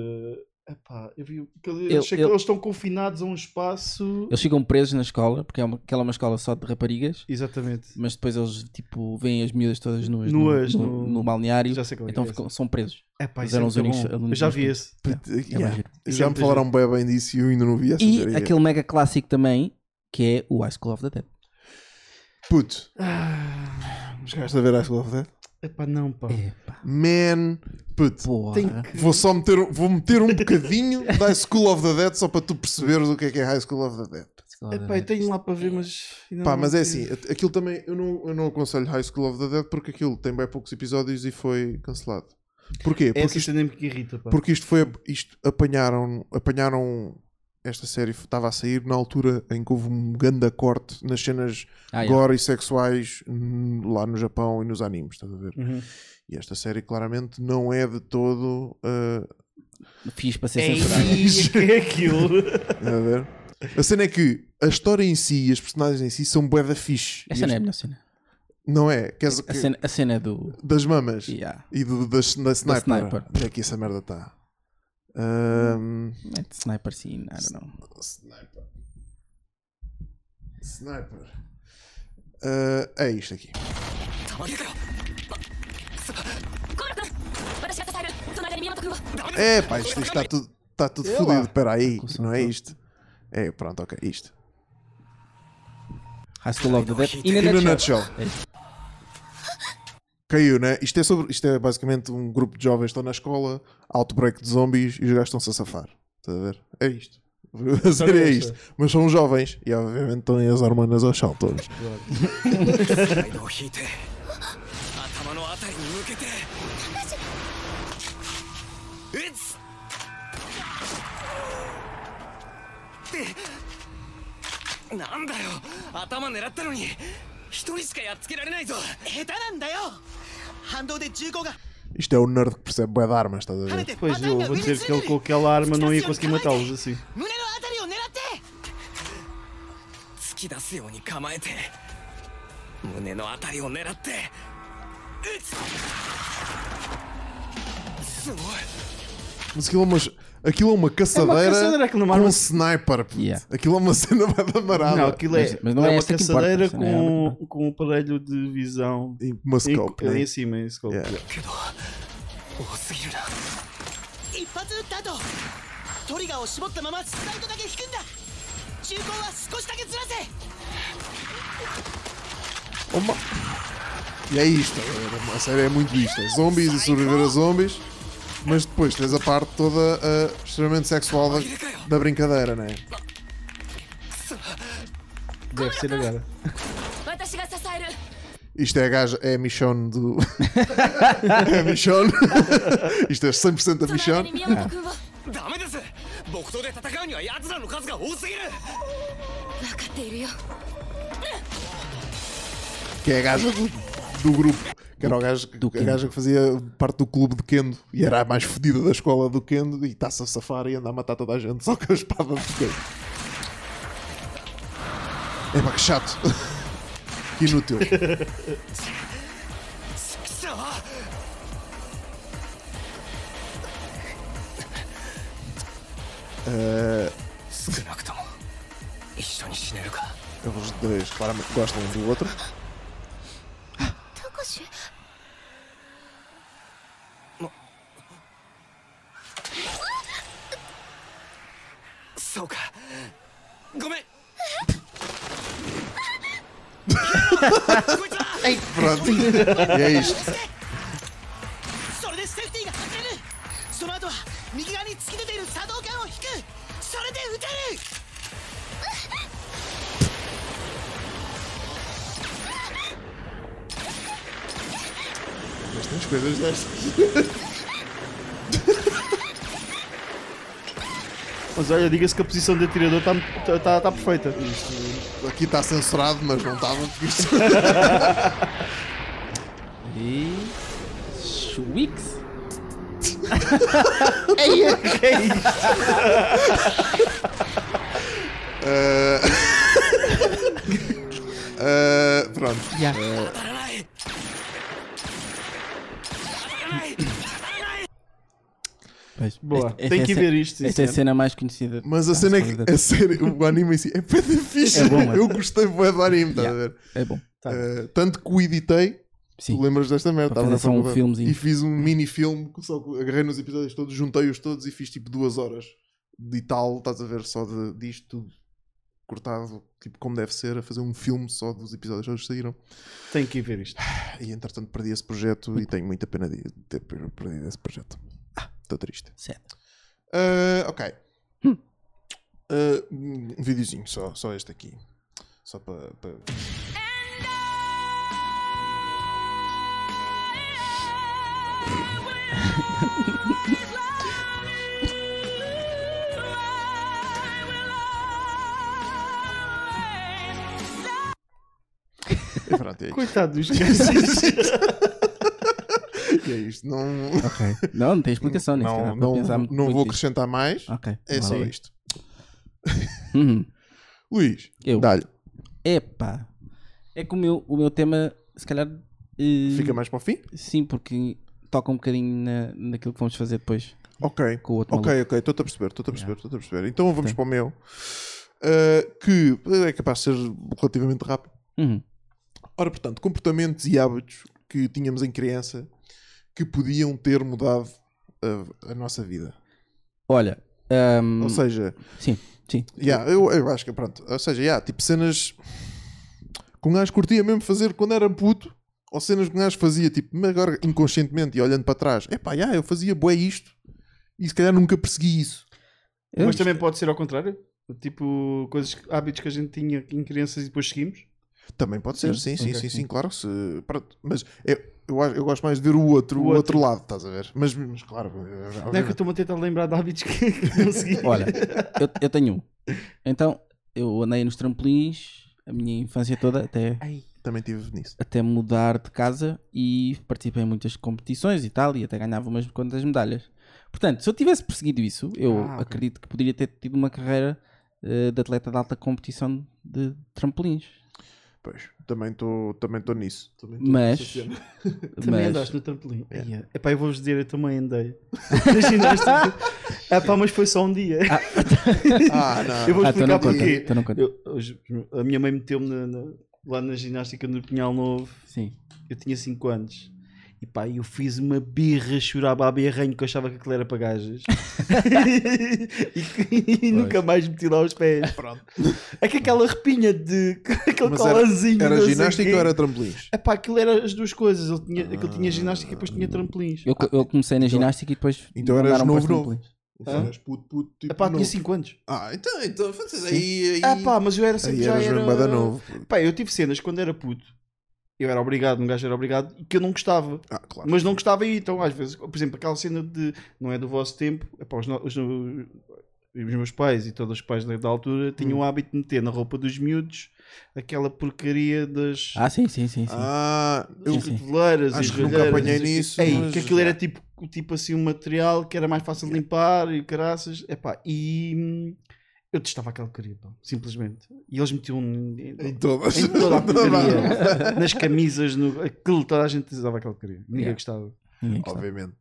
Speaker 3: Epá, eu vi. que ele-
Speaker 2: Eu-
Speaker 3: achei
Speaker 2: eu-
Speaker 3: que eles estão confinados a um espaço.
Speaker 2: Eles ficam presos na escola, porque é uma, aquela é uma escola só de raparigas,
Speaker 3: Exatamente.
Speaker 2: mas depois eles tipo veem as miúdas todas nuas,
Speaker 3: Nuas
Speaker 2: no,
Speaker 3: no-
Speaker 2: no, no balneário,
Speaker 3: Já sei qual é que
Speaker 2: então
Speaker 3: é.
Speaker 2: ficam- são presos.
Speaker 3: Epá,
Speaker 2: Eles
Speaker 3: isso é
Speaker 2: eram os
Speaker 3: muito
Speaker 2: únicos
Speaker 3: bom.
Speaker 2: alunos
Speaker 3: Eu já
Speaker 2: mais
Speaker 3: vi esse.
Speaker 2: É
Speaker 1: Yeah.
Speaker 2: mais
Speaker 3: Isso
Speaker 2: giro.
Speaker 3: é
Speaker 1: Já me
Speaker 3: muito
Speaker 1: falaram bem bem disso e eu ainda não vi essa
Speaker 2: E
Speaker 1: porcaria.
Speaker 2: aquele mega clássico também, que é o High School of the Dead.
Speaker 1: Puto,
Speaker 3: Ah,
Speaker 1: mas chegaste a ver a School of Dead?
Speaker 3: epá, não, pá.
Speaker 2: Epá,
Speaker 1: Man, puto,
Speaker 2: porra.
Speaker 3: Tem que.
Speaker 1: Vou só meter, um- vou meter um bocadinho da High School of the Dead só para tu perceberes o que é que é High School of the Dead.
Speaker 2: School of the
Speaker 3: Epá, eu
Speaker 2: Dead.
Speaker 3: tenho lá para ver, mas. ainda
Speaker 1: Pá,
Speaker 3: não
Speaker 1: mas é assim,
Speaker 3: tive.
Speaker 1: a- aquilo também, eu não, eu não aconselho High School of the Dead porque aquilo tem bem poucos episódios e foi cancelado. Porquê?
Speaker 3: É
Speaker 1: Porque
Speaker 3: essa
Speaker 1: isto,
Speaker 3: cena que irrita, pá.
Speaker 1: porque isto foi, isto apanharam, apanharam esta série, estava a sair na altura em que houve um grande corte nas cenas
Speaker 2: Ah, yeah.
Speaker 1: gore e sexuais hum, lá no Japão e nos animes, estás a ver?
Speaker 3: Uhum.
Speaker 1: E esta série claramente não é de todo. ah,
Speaker 2: Fiz
Speaker 1: É
Speaker 2: para ser
Speaker 3: Ei,
Speaker 2: censurado.
Speaker 3: o que é aquilo?
Speaker 1: estás a ver? A cena é que a história em si e as personagens em si são bué da fixe. E
Speaker 2: Essa não é a
Speaker 1: as-
Speaker 2: melhor cena.
Speaker 1: Não é? Queres-
Speaker 2: A cena, a cena do.
Speaker 1: Das mamas
Speaker 2: Yeah.
Speaker 1: e do, das, da sniper.
Speaker 2: sniper.
Speaker 1: Onde é que essa merda está? Ahm,
Speaker 2: Mete sniper scene, I don't know.
Speaker 1: sniper. Sniper. Ah, é isto aqui.
Speaker 8: コール君私が支える隣で宮本君を
Speaker 1: É, pá, isto está tudo, está tudo fodido. Espera aí, não é isto? É, pronto, ok, isto.
Speaker 2: High School of the Dead. In a
Speaker 1: In a
Speaker 2: nutshell.
Speaker 1: nutshell. Caiu, né? Isto é, sobre, isto é basicamente um grupo de jovens que estão na escola, outbreak de zombies e os gajos estão-se a safar. Estás a ver? É isto. A série é isto. Mas são jovens e obviamente têm as hormonas ao chão todos.
Speaker 6: サイドを引いて頭のあたりに向けて It's
Speaker 9: なんだよ頭狙ったのに一人しかやっつけられないぞ下手なんだよ反動で銃口が
Speaker 1: Isto é o nerd que percebe bué de armas, estás a
Speaker 9: 跳ね
Speaker 1: ver?
Speaker 9: て
Speaker 3: Pois, eu
Speaker 9: が
Speaker 3: vou
Speaker 9: 上に
Speaker 3: dizer
Speaker 9: つ
Speaker 3: que
Speaker 9: い
Speaker 3: ele
Speaker 9: て
Speaker 3: com
Speaker 9: る
Speaker 3: aquela arma não ia
Speaker 9: 二つ
Speaker 3: conseguir
Speaker 9: を構え
Speaker 3: matá-los
Speaker 9: て
Speaker 3: assim.
Speaker 9: 胸のあたりを狙って突き出すように構えて胸のあたりを狙って撃つすごい
Speaker 1: Mas aquilo é uma, aquilo é uma caçadeira,
Speaker 3: caçadeira, aquilo não
Speaker 1: com
Speaker 3: arma-
Speaker 1: um sniper. puto.
Speaker 2: Yeah.
Speaker 1: Aquilo é uma cena bué de amarada.
Speaker 3: Não, aquilo
Speaker 2: Mas-
Speaker 3: é,
Speaker 2: mas não é
Speaker 3: é uma
Speaker 2: esta que importa,
Speaker 3: caçadeira
Speaker 2: essa não é a arma que
Speaker 3: com, com um aparelho de visão
Speaker 1: E uma scope,
Speaker 3: em,
Speaker 1: né?
Speaker 3: em cima, em scope.
Speaker 1: Yeah.
Speaker 9: けど多すぎるな一発撃った後トリガーを絞ったままスライドだけ引くんだ中高は少しだけずらせ
Speaker 1: Uma- E é isto, é- a série é muito isto: é zombies e sobreviver a zombies, mas depois tens a parte toda ah, extremamente sexual da, da brincadeira, né?
Speaker 3: Deve ser agora.
Speaker 8: 私が支える
Speaker 1: Isto é a gaja, é a Michonne do. é a Michonne. isto é 100% a
Speaker 8: その間に
Speaker 1: Michonne.
Speaker 8: 宮本君を分か
Speaker 9: ダメです木刀で戦うには奴らの数が多すぎる
Speaker 8: っているよ
Speaker 1: Que é a gaja do, do grupo. Que era o gajo,
Speaker 2: Do
Speaker 1: a gaja que fazia parte do clube de Kendo e era a mais fodida da escola do Kendo e está-se a safar e anda a matar toda a gente só com a espada de Kendo. É pá, que chato. Que inútil.
Speaker 9: 貴様少なくとも一緒に死ねるか
Speaker 1: Eles dois claramente gostam um do outro.
Speaker 8: タカシ
Speaker 9: そうかごめんこいつは
Speaker 1: Pronto. E é isto.
Speaker 9: それでセーフティーが外れるその後は右側に突き出ている作動管を引くそれで撃てる
Speaker 1: Mas temos coisas destas.
Speaker 3: Mas olha, diga-se que a posição de atirador está tá, tá, tá perfeita.
Speaker 1: Aqui está censurado, mas não estava porque isto.
Speaker 2: E. Schwix.
Speaker 1: Ah, pronto.
Speaker 9: 当たらない当たらない当たらない
Speaker 2: Pois,
Speaker 3: Boa.
Speaker 2: esta- esta
Speaker 3: Tem
Speaker 2: é a
Speaker 3: que
Speaker 2: ce-
Speaker 3: ver isto,
Speaker 2: Esta é a
Speaker 3: sinceramente.
Speaker 2: cena mais conhecida.
Speaker 1: Mas a cena é que a série, o anime em si é bué da fixe.
Speaker 2: É bom, é.
Speaker 1: Eu gostei bué do anime, estás a
Speaker 2: Yeah.
Speaker 1: ver?
Speaker 2: É bom.
Speaker 1: Ah, tanto que o editei,
Speaker 2: Sim.
Speaker 1: tu lembras desta merda?
Speaker 2: Para
Speaker 1: Estava na
Speaker 2: fazer só um
Speaker 1: faculdade.
Speaker 2: filmezinho.
Speaker 1: E fiz um mini-filme, que só agarrei nos episódios todos, juntei-os todos e fiz tipo duas horas de tal, estás a ver? Só de, disto tudo cortado, tipo como deve ser, a fazer um filme só dos episódios todos que saíram.
Speaker 3: Tem que ir ver isto.
Speaker 1: E entretanto perdi esse projeto e tenho muita pena de ter per- perdido esse projeto. Estou triste.
Speaker 2: Certo.
Speaker 1: Ah, ok.
Speaker 2: Hum.
Speaker 1: Ah, um videozinho, só, só este aqui. Só para. Pa... E pronto, é isto.
Speaker 3: Coitado dos gajos.
Speaker 1: E é isto. Não,
Speaker 2: Ok. Não, não tem explicação nisso.
Speaker 1: não,
Speaker 2: cara.
Speaker 1: não-
Speaker 2: pensar
Speaker 1: não
Speaker 2: muito
Speaker 1: vou
Speaker 2: nisso.
Speaker 1: acrescentar mais.
Speaker 2: Ok.
Speaker 1: É só
Speaker 2: vá lá.
Speaker 1: isto.
Speaker 2: Uhum.
Speaker 1: Luís,
Speaker 2: Eu.
Speaker 1: dá-lhe.
Speaker 2: Epá. É que o meu, o meu tema, se calhar. eh,
Speaker 1: Fica mais para o fim?
Speaker 2: Sim, porque toca um bocadinho na, naquilo que vamos fazer depois.
Speaker 1: Ok.
Speaker 2: Com o outro
Speaker 1: ok, ok, estou-te a perceber, estou-te a perceber, estou-te a perceber. Então vamos para o meu, uh, que é capaz de ser relativamente rápido.
Speaker 2: Uhum.
Speaker 1: Ora, portanto, comportamentos e hábitos que tínhamos em criança que podiam ter mudado a, a nossa vida.
Speaker 2: Olha. ahm,
Speaker 1: Ou seja,
Speaker 2: Hum, sim, sim.
Speaker 1: yeah, eu, eu acho que pronto. Ou seja, yeah, tipo cenas que um gajo curtia mesmo fazer quando era puto, ou cenas que um gajo fazia, tipo, mas agora inconscientemente e olhando para trás, epá, yeah, eu fazia bué isto e se calhar nunca persegui isso.
Speaker 3: Mas também pode ser ao contrário. Tipo, coisas, que- hábitos que a gente tinha em crianças e depois seguimos.
Speaker 1: Também pode ser, sim, sim,
Speaker 2: ok,
Speaker 1: sim,
Speaker 2: sim.
Speaker 1: sim, claro. Se, pronto, mas eu, eu, acho- eu gosto mais de ver o outro,
Speaker 3: O é
Speaker 1: o outro. lado, estás a ver? Mas, mas claro, eh,
Speaker 3: Não é que eu estou-me a tentar lembrar de hábitos que não segui.
Speaker 2: Olha, eu, eu tenho um. Então, eu andei nos trampolins a minha infância toda, até,
Speaker 1: Também tive nisso.
Speaker 2: até mudar de casa e participei em muitas competições e tal, e até ganhava umas quantas medalhas. Portanto, se eu tivesse perseguido isso, eu
Speaker 1: Ah, ok.
Speaker 2: acredito que poderia ter tido uma carreira eh, de atleta de alta competição de trampolins.
Speaker 1: Pois, também estou também tô nisso. Também tô
Speaker 2: Mas-
Speaker 1: nessa cena.
Speaker 3: Também
Speaker 2: Mas-
Speaker 3: andaste no trampolim. É. Epá, eu vou-vos dizer, eu também andei. Na ginástica. Epá, mas foi só um dia.
Speaker 1: Ah, não.
Speaker 3: Eu vou
Speaker 2: Ah, então não
Speaker 3: explicar
Speaker 2: conta.
Speaker 3: porquê.
Speaker 2: Então não conta.
Speaker 3: Eu- hoje, a minha mãe meteu-me na- na- lá na ginástica no Pinhal Novo.
Speaker 2: Sim.
Speaker 3: Eu tinha 5 anos. E pá, eu fiz uma birra, chorava a berranho que eu achava que aquilo era para gajas. e, que- e nunca mais meti lá os pés. Pronto. É que aquela repinha de. aquele
Speaker 1: Mas era,
Speaker 3: colazinho.
Speaker 1: era
Speaker 3: não sei
Speaker 1: ginástica
Speaker 3: quê.
Speaker 1: ou era Ah. trampolins?
Speaker 3: Epá, aquilo era as duas coisas. Ele tinha, aquilo tinha ginástica e depois tinha trampolins.
Speaker 2: Eu, eu comecei na ginástica e depois.
Speaker 1: então eras
Speaker 2: mandaram-me para os
Speaker 1: novo, novo.
Speaker 2: trampolins.
Speaker 1: Então
Speaker 3: Hã?
Speaker 1: eras puto, puto, tipo
Speaker 3: Epá,
Speaker 1: novo.
Speaker 3: tinha 5 anos.
Speaker 1: Ah, então, então fazes aí. aí...
Speaker 3: Ah pá, mas eu era sempre
Speaker 1: Aí
Speaker 3: já
Speaker 1: eras
Speaker 3: era...
Speaker 1: mesmo bué da novo.
Speaker 3: Pá, eu tive cenas quando era puto. Eu era obrigado, um gajo era obrigado, e que eu não gostava.
Speaker 1: Ah, claro.
Speaker 3: Mas não gostava aí, então às vezes, por exemplo, aquela cena de não é do vosso tempo, epá, os, no- os no- os meus pais e todos os pais da da altura
Speaker 1: Hum.
Speaker 3: tinham o hábito de meter na roupa dos miúdos aquela porcaria das
Speaker 2: Ah, sim, sim, sim. sim.
Speaker 1: Ah, eu
Speaker 2: Sim, sim.
Speaker 3: cotoveleiras e
Speaker 1: acho que nunca
Speaker 3: joelheiras
Speaker 1: apanhei
Speaker 3: e-
Speaker 1: nisso.
Speaker 3: Ei,
Speaker 1: mas-
Speaker 3: que aquilo era tipo, tipo assim um material que era mais fácil de limpar e caraças. Epá, e hum, eu testava aquela porcaria, pá, simplesmente. E eles metiam um, em,
Speaker 1: Em
Speaker 3: em
Speaker 1: todas.
Speaker 3: toda a
Speaker 1: Toda a-
Speaker 3: porcaria, nas camisas, no, aquilo, toda a gente usava aquela porcaria. Ninguém
Speaker 2: Yeah.
Speaker 3: gostava.
Speaker 2: Ninguém gostava.
Speaker 1: Obviamente.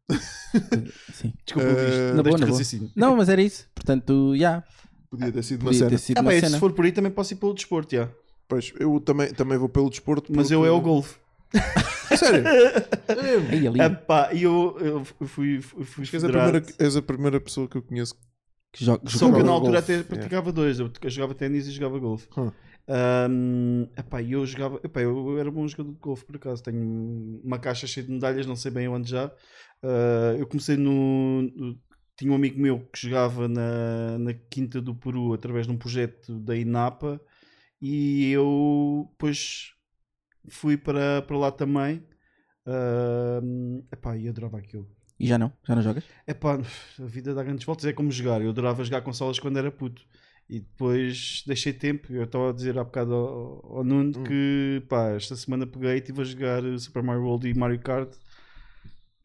Speaker 2: Sim.
Speaker 3: Desculpa,
Speaker 1: Eh,
Speaker 3: Luís, deste
Speaker 2: na boa, na boa.
Speaker 3: raciocínio.
Speaker 2: Não, mas era isso. Portanto, já.
Speaker 1: Podia ter sido uma
Speaker 2: podia ter
Speaker 1: cena.
Speaker 2: sido
Speaker 3: Ah,
Speaker 2: uma
Speaker 3: bem,
Speaker 2: cena. É,
Speaker 3: se for por aí também posso ir pelo desporto, já.
Speaker 1: Pois, eu também, também vou pelo desporto.
Speaker 3: mas eu
Speaker 1: porque-
Speaker 3: é o golfe.
Speaker 1: Sério?
Speaker 2: Ei, ali,
Speaker 3: Epá, e eu, eu fui, fui, fui
Speaker 1: És a,
Speaker 3: federado.
Speaker 1: primeira, és a primeira pessoa que eu conheço.
Speaker 2: que jogo,
Speaker 3: Só que eu
Speaker 1: Jogava
Speaker 3: na altura
Speaker 1: golfe,
Speaker 3: até
Speaker 1: é.
Speaker 3: praticava dois. Eu t- jogava ténis e jogava golfe.
Speaker 1: Hum.
Speaker 3: Ahm, epá, e eu jogava. epá, eu, eu era bom jogador de golfe, por acaso. Tenho uma caixa cheia de medalhas, não sei bem onde já. Ah, eu comecei no, no- Tinha um amigo meu que jogava na, na Quinta do Peru através de um projeto da INAPA. E eu depois fui para, para lá também. Ahm, epá, e eu adorava aquilo.
Speaker 2: E já não? Já não jogas?
Speaker 3: É pá, a vida dá grandes voltas. É como jogar. Eu adorava jogar consolas quando era puto. E depois deixei tempo. Eu estava a dizer há bocado ao, ao Nuno que pá, esta semana peguei e estive a jogar Super Mario World e Mario Kart,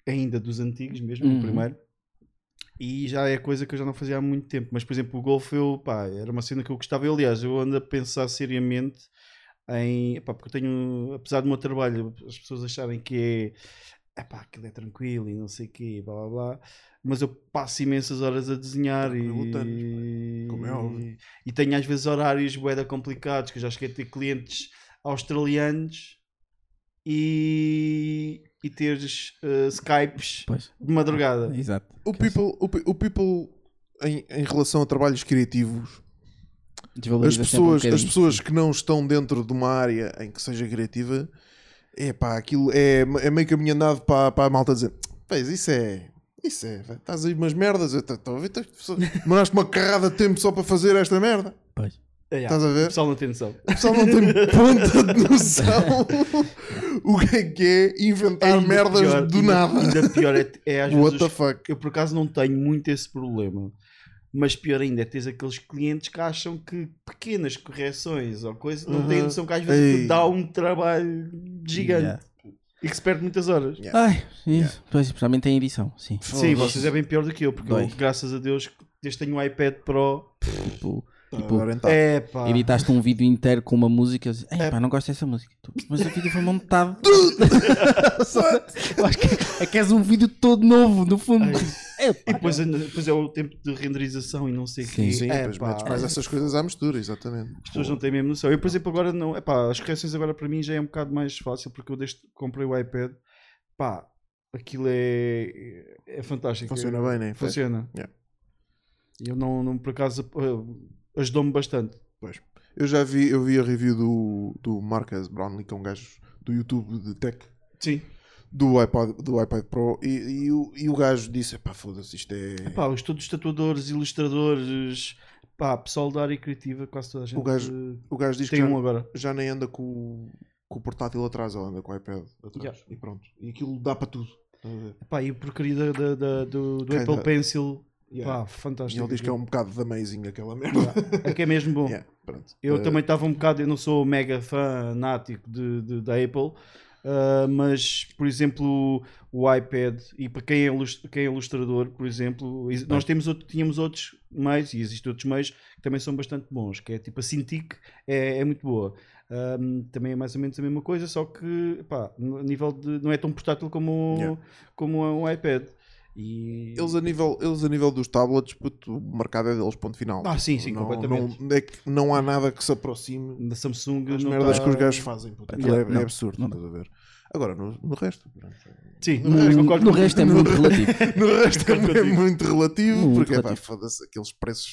Speaker 3: ainda dos antigos mesmo,
Speaker 2: Uhum.
Speaker 3: o primeiro. E já é coisa que eu já não fazia há muito tempo. Mas, por exemplo, o golfe eu, pá, era uma cena que eu gostava. Eu, aliás, eu ando a pensar seriamente em. Epá, porque eu tenho. Apesar do meu trabalho, as pessoas acharem que é. Epá, aquilo é tranquilo e não sei o quê, blá blá blá. Mas eu passo imensas horas a desenhar
Speaker 1: Tranquilo, tantas,
Speaker 3: e.
Speaker 1: como é óbvio.
Speaker 3: E tenho às vezes horários boeda complicados, que eu já cheguei a ter clientes australianos e. e teres eh, Skypes
Speaker 2: Pois.
Speaker 3: de madrugada.
Speaker 1: Ah,
Speaker 2: Exato.
Speaker 1: O people, o, pe- o people em, em relação a trabalhos criativos, as
Speaker 2: Desvaloriza sempre um
Speaker 1: pessoas, as
Speaker 2: bocadinho.
Speaker 1: pessoas que não estão dentro de uma área em que seja criativa, é pá, aquilo é, é meio caminho andado para, para a malta dizer: Pois, isso é. Isso é, vai, estás aí umas merdas, eu estou a ver, tens pessoas- demoraste uma carrada de tempo só para fazer esta merda.
Speaker 2: Pois.
Speaker 3: É, yeah.
Speaker 1: Estás a ver?
Speaker 3: O pessoal não tem noção.
Speaker 1: O pessoal não tem ponta de noção o que é que é inventar
Speaker 3: Ainda
Speaker 1: merdas
Speaker 3: pior,
Speaker 1: do
Speaker 3: ainda-
Speaker 1: nada.
Speaker 3: Ainda pior é, é às
Speaker 1: What
Speaker 3: vezes.
Speaker 1: the
Speaker 3: os-
Speaker 1: fuck?
Speaker 3: Eu por acaso não tenho muito esse problema. Mas pior ainda é teres aqueles clientes que acham que pequenas correções ou coisa não têm
Speaker 1: Uhum.
Speaker 3: noção que às vezes
Speaker 1: Ei.
Speaker 3: te dá um trabalho gigante
Speaker 2: Yeah.
Speaker 3: e que se perde muitas horas.
Speaker 2: Ai, isso. Pois, principalmente em edição. Sim.
Speaker 3: Sim, vocês é bem pior do que eu, porque eu,
Speaker 2: Dói.
Speaker 3: graças a Deus, desde que tenho um iPad Pro.
Speaker 2: Tipo, tipo,
Speaker 1: Agora então.
Speaker 3: É pá.
Speaker 2: editaste um vídeo inteiro com uma música. Eu disse, Ei, pá, não gosto dessa música. Tu, Mas o vídeo foi montado. Eu acho que é que és um vídeo todo novo, no fundo. É,
Speaker 3: E depois, depois é o tempo de renderização e não sei o
Speaker 2: Sim.
Speaker 3: quê.
Speaker 1: Sim,
Speaker 3: É,
Speaker 1: depois
Speaker 3: pá.
Speaker 1: metes mais essas coisas à mistura, exatamente. Tipo,
Speaker 3: As pessoas não têm mesmo noção. Eu, por exemplo, agora não. Epá, as correções agora para mim já é um bocado mais fácil porque eu desde que comprei o iPad, pá, aquilo é, é fantástico.
Speaker 1: Funciona
Speaker 3: É-
Speaker 1: bem, né?
Speaker 3: Funciona.
Speaker 1: Yeah.
Speaker 3: E Eu não, não, por acaso, eh, ajudou-me bastante.
Speaker 1: Eu já vi, eu vi a review do, do Marcus Brownlee, que é um gajo do YouTube de tech,
Speaker 3: Sim.
Speaker 1: do iPad, do iPad Pro, e, e o, e o gajo disse: pá, foda-se, isto é.
Speaker 3: Pá, os todos os tatuadores, ilustradores, pá, pessoal da área criativa, quase toda a gente
Speaker 1: gajo-
Speaker 3: eh,
Speaker 1: o gajo diz que
Speaker 3: tem
Speaker 1: já,
Speaker 3: um agora.
Speaker 1: já nem anda com, o- com o portátil atrás, ele anda com o iPad atrás.
Speaker 3: Yeah.
Speaker 1: E pronto. E aquilo dá para tudo. Estás a ver?
Speaker 3: Epá, e a porcaria da, da- da- do, do
Speaker 1: Quem
Speaker 3: Apple
Speaker 1: dá?
Speaker 3: Pencil Pá,
Speaker 1: E
Speaker 3: fantástico.
Speaker 1: ele diz que é um bocado de amazing aquela merda.
Speaker 3: É que é mesmo bom.
Speaker 1: Yeah, pronto.
Speaker 3: Eu
Speaker 1: Eh,
Speaker 3: também estava um bocado, eu não sou mega fanático de, de- da Apple, ah, mas por exemplo o iPad e para quem é, ilus- quem é ilustrador, por exemplo, is- nós temos outro, tínhamos outros meios e existem outros meios que também são bastante bons, que é tipo a Cintiq é, é muito boa. Ah, também é mais ou menos a mesma coisa, só que pá, no nível de, não é tão portátil como, o-
Speaker 1: Yeah.
Speaker 3: como o iPad. E...
Speaker 1: Eles a, nível, eles a nível dos tablets, puto, o mercado é deles, ponto final.
Speaker 3: Ah, sim, sim,
Speaker 1: não,
Speaker 3: completamente.
Speaker 1: Não, é que não há nada que se aproxime
Speaker 3: da Samsung
Speaker 1: das
Speaker 3: não
Speaker 1: merdas
Speaker 3: tá-
Speaker 1: que os gajos fazem. Puto. Aquilo
Speaker 2: Yeah,
Speaker 1: é, é
Speaker 2: não,
Speaker 1: absurdo,
Speaker 2: não dá.
Speaker 1: estás a ver? Agora, no, no resto. pronto.
Speaker 3: Sim,
Speaker 2: No,
Speaker 3: concordo
Speaker 2: no
Speaker 3: com-
Speaker 2: resto é muito relativo.
Speaker 1: No resto é
Speaker 3: Concordo contigo.
Speaker 1: muito relativo,
Speaker 2: Muito
Speaker 1: porque pá,
Speaker 2: relativo.
Speaker 1: foda-se aqueles preços.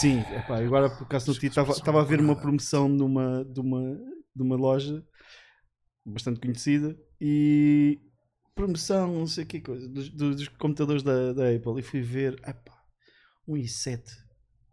Speaker 3: Sim, epá, agora por acaso no Tito
Speaker 1: Desculpa,
Speaker 3: estava a ver uma
Speaker 1: nada.
Speaker 3: promoção numa, de, uma, de uma loja bastante conhecida e promoção, não sei que coisa, dos, dos- dos computadores da, da Apple e fui ver, epá, um i7,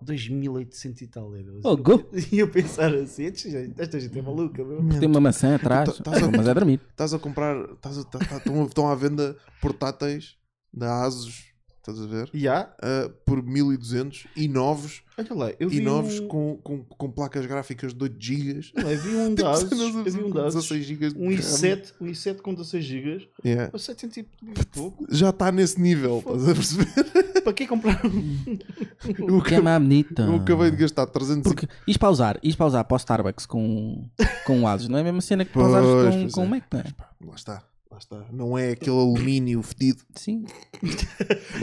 Speaker 3: 2800 e tal euros.
Speaker 2: Oh, go.
Speaker 3: E eu pensar assim, "Este gente- esta
Speaker 1: Hum.
Speaker 3: gente é maluca, meu.
Speaker 2: Tem uma maçã atrás,
Speaker 1: Tu tá- tás a-
Speaker 2: mas é dormir.
Speaker 1: Estás a comprar, estás a, tá- tá- estão, a- estão à venda portáteis da ASUS, estás a ver?
Speaker 3: E há,
Speaker 1: Ah, por 1200 e novos,
Speaker 3: olha lá, eu vi,
Speaker 1: e novos
Speaker 3: um,
Speaker 1: com, com, com placas gráficas de 8 GB.
Speaker 3: olha lá, eu vi um
Speaker 1: Tipo,
Speaker 3: da Asus, eu
Speaker 1: assim
Speaker 3: vi um da Asus,
Speaker 1: 16 GB de
Speaker 3: um
Speaker 1: RAM.
Speaker 3: i7, um i7 com 16 GB,
Speaker 1: Yeah.
Speaker 3: 700 e pouco,
Speaker 1: Já está nesse nível, estás a perceber?
Speaker 3: para que comprar um
Speaker 1: Eu
Speaker 2: Que é
Speaker 1: acabei,
Speaker 2: uma bonita.
Speaker 1: eu acabei
Speaker 3: Tá.
Speaker 1: de gastar 350
Speaker 2: Porque isto para usar, isto para usar para o Starbucks com, com o Asus, não é a mesma cena que para usares
Speaker 1: Pois,
Speaker 2: com,
Speaker 1: pois
Speaker 2: com
Speaker 1: é.
Speaker 2: o Mac, não é?
Speaker 1: Lá está, lá está. Não é
Speaker 3: Tá.
Speaker 1: aquele alumínio fedido.
Speaker 2: Sim.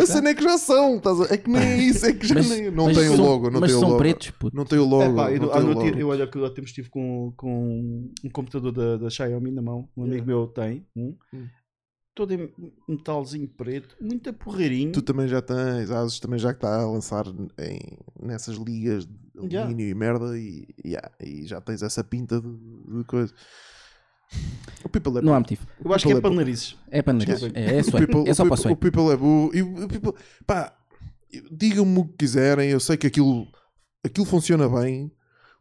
Speaker 1: A cena é que já são, estás a- é que nem é isso, é que já
Speaker 2: Mas-
Speaker 1: nem. Não
Speaker 2: mas
Speaker 1: tem o
Speaker 2: são-
Speaker 1: logo, não
Speaker 2: mas
Speaker 1: tem o
Speaker 2: são
Speaker 1: logo.
Speaker 2: pretos, puto.
Speaker 1: Não tem o logo.
Speaker 3: Epá, eu,
Speaker 1: não
Speaker 3: ah,
Speaker 1: tem o
Speaker 3: no
Speaker 1: logo.
Speaker 3: outro- eu olha que eu há tempos estive com, com um computador da, da Xiaomi na mão, um amigo meu tem um,
Speaker 1: Hum.
Speaker 3: todo em metalzinho preto, muito a porreirinho.
Speaker 1: Tu também já tens, a Asus também já que está a lançar em- nessas ligas de alumínio
Speaker 3: Yeah.
Speaker 1: e merda e, yeah, e já tens essa pinta de, de coisa. O people é
Speaker 2: Não
Speaker 1: burro.
Speaker 2: há motivo.
Speaker 3: eu acho que é
Speaker 1: Apple-
Speaker 3: para narizes.
Speaker 2: É para nariz.
Speaker 3: Desculpa.
Speaker 2: É, é,
Speaker 1: O
Speaker 2: só,
Speaker 1: people-
Speaker 2: é só
Speaker 1: o
Speaker 2: para o
Speaker 1: people-
Speaker 2: sonho.
Speaker 1: O people é burro. E o people, pá, digam-me o que quiserem, eu sei que aquilo, aquilo funciona bem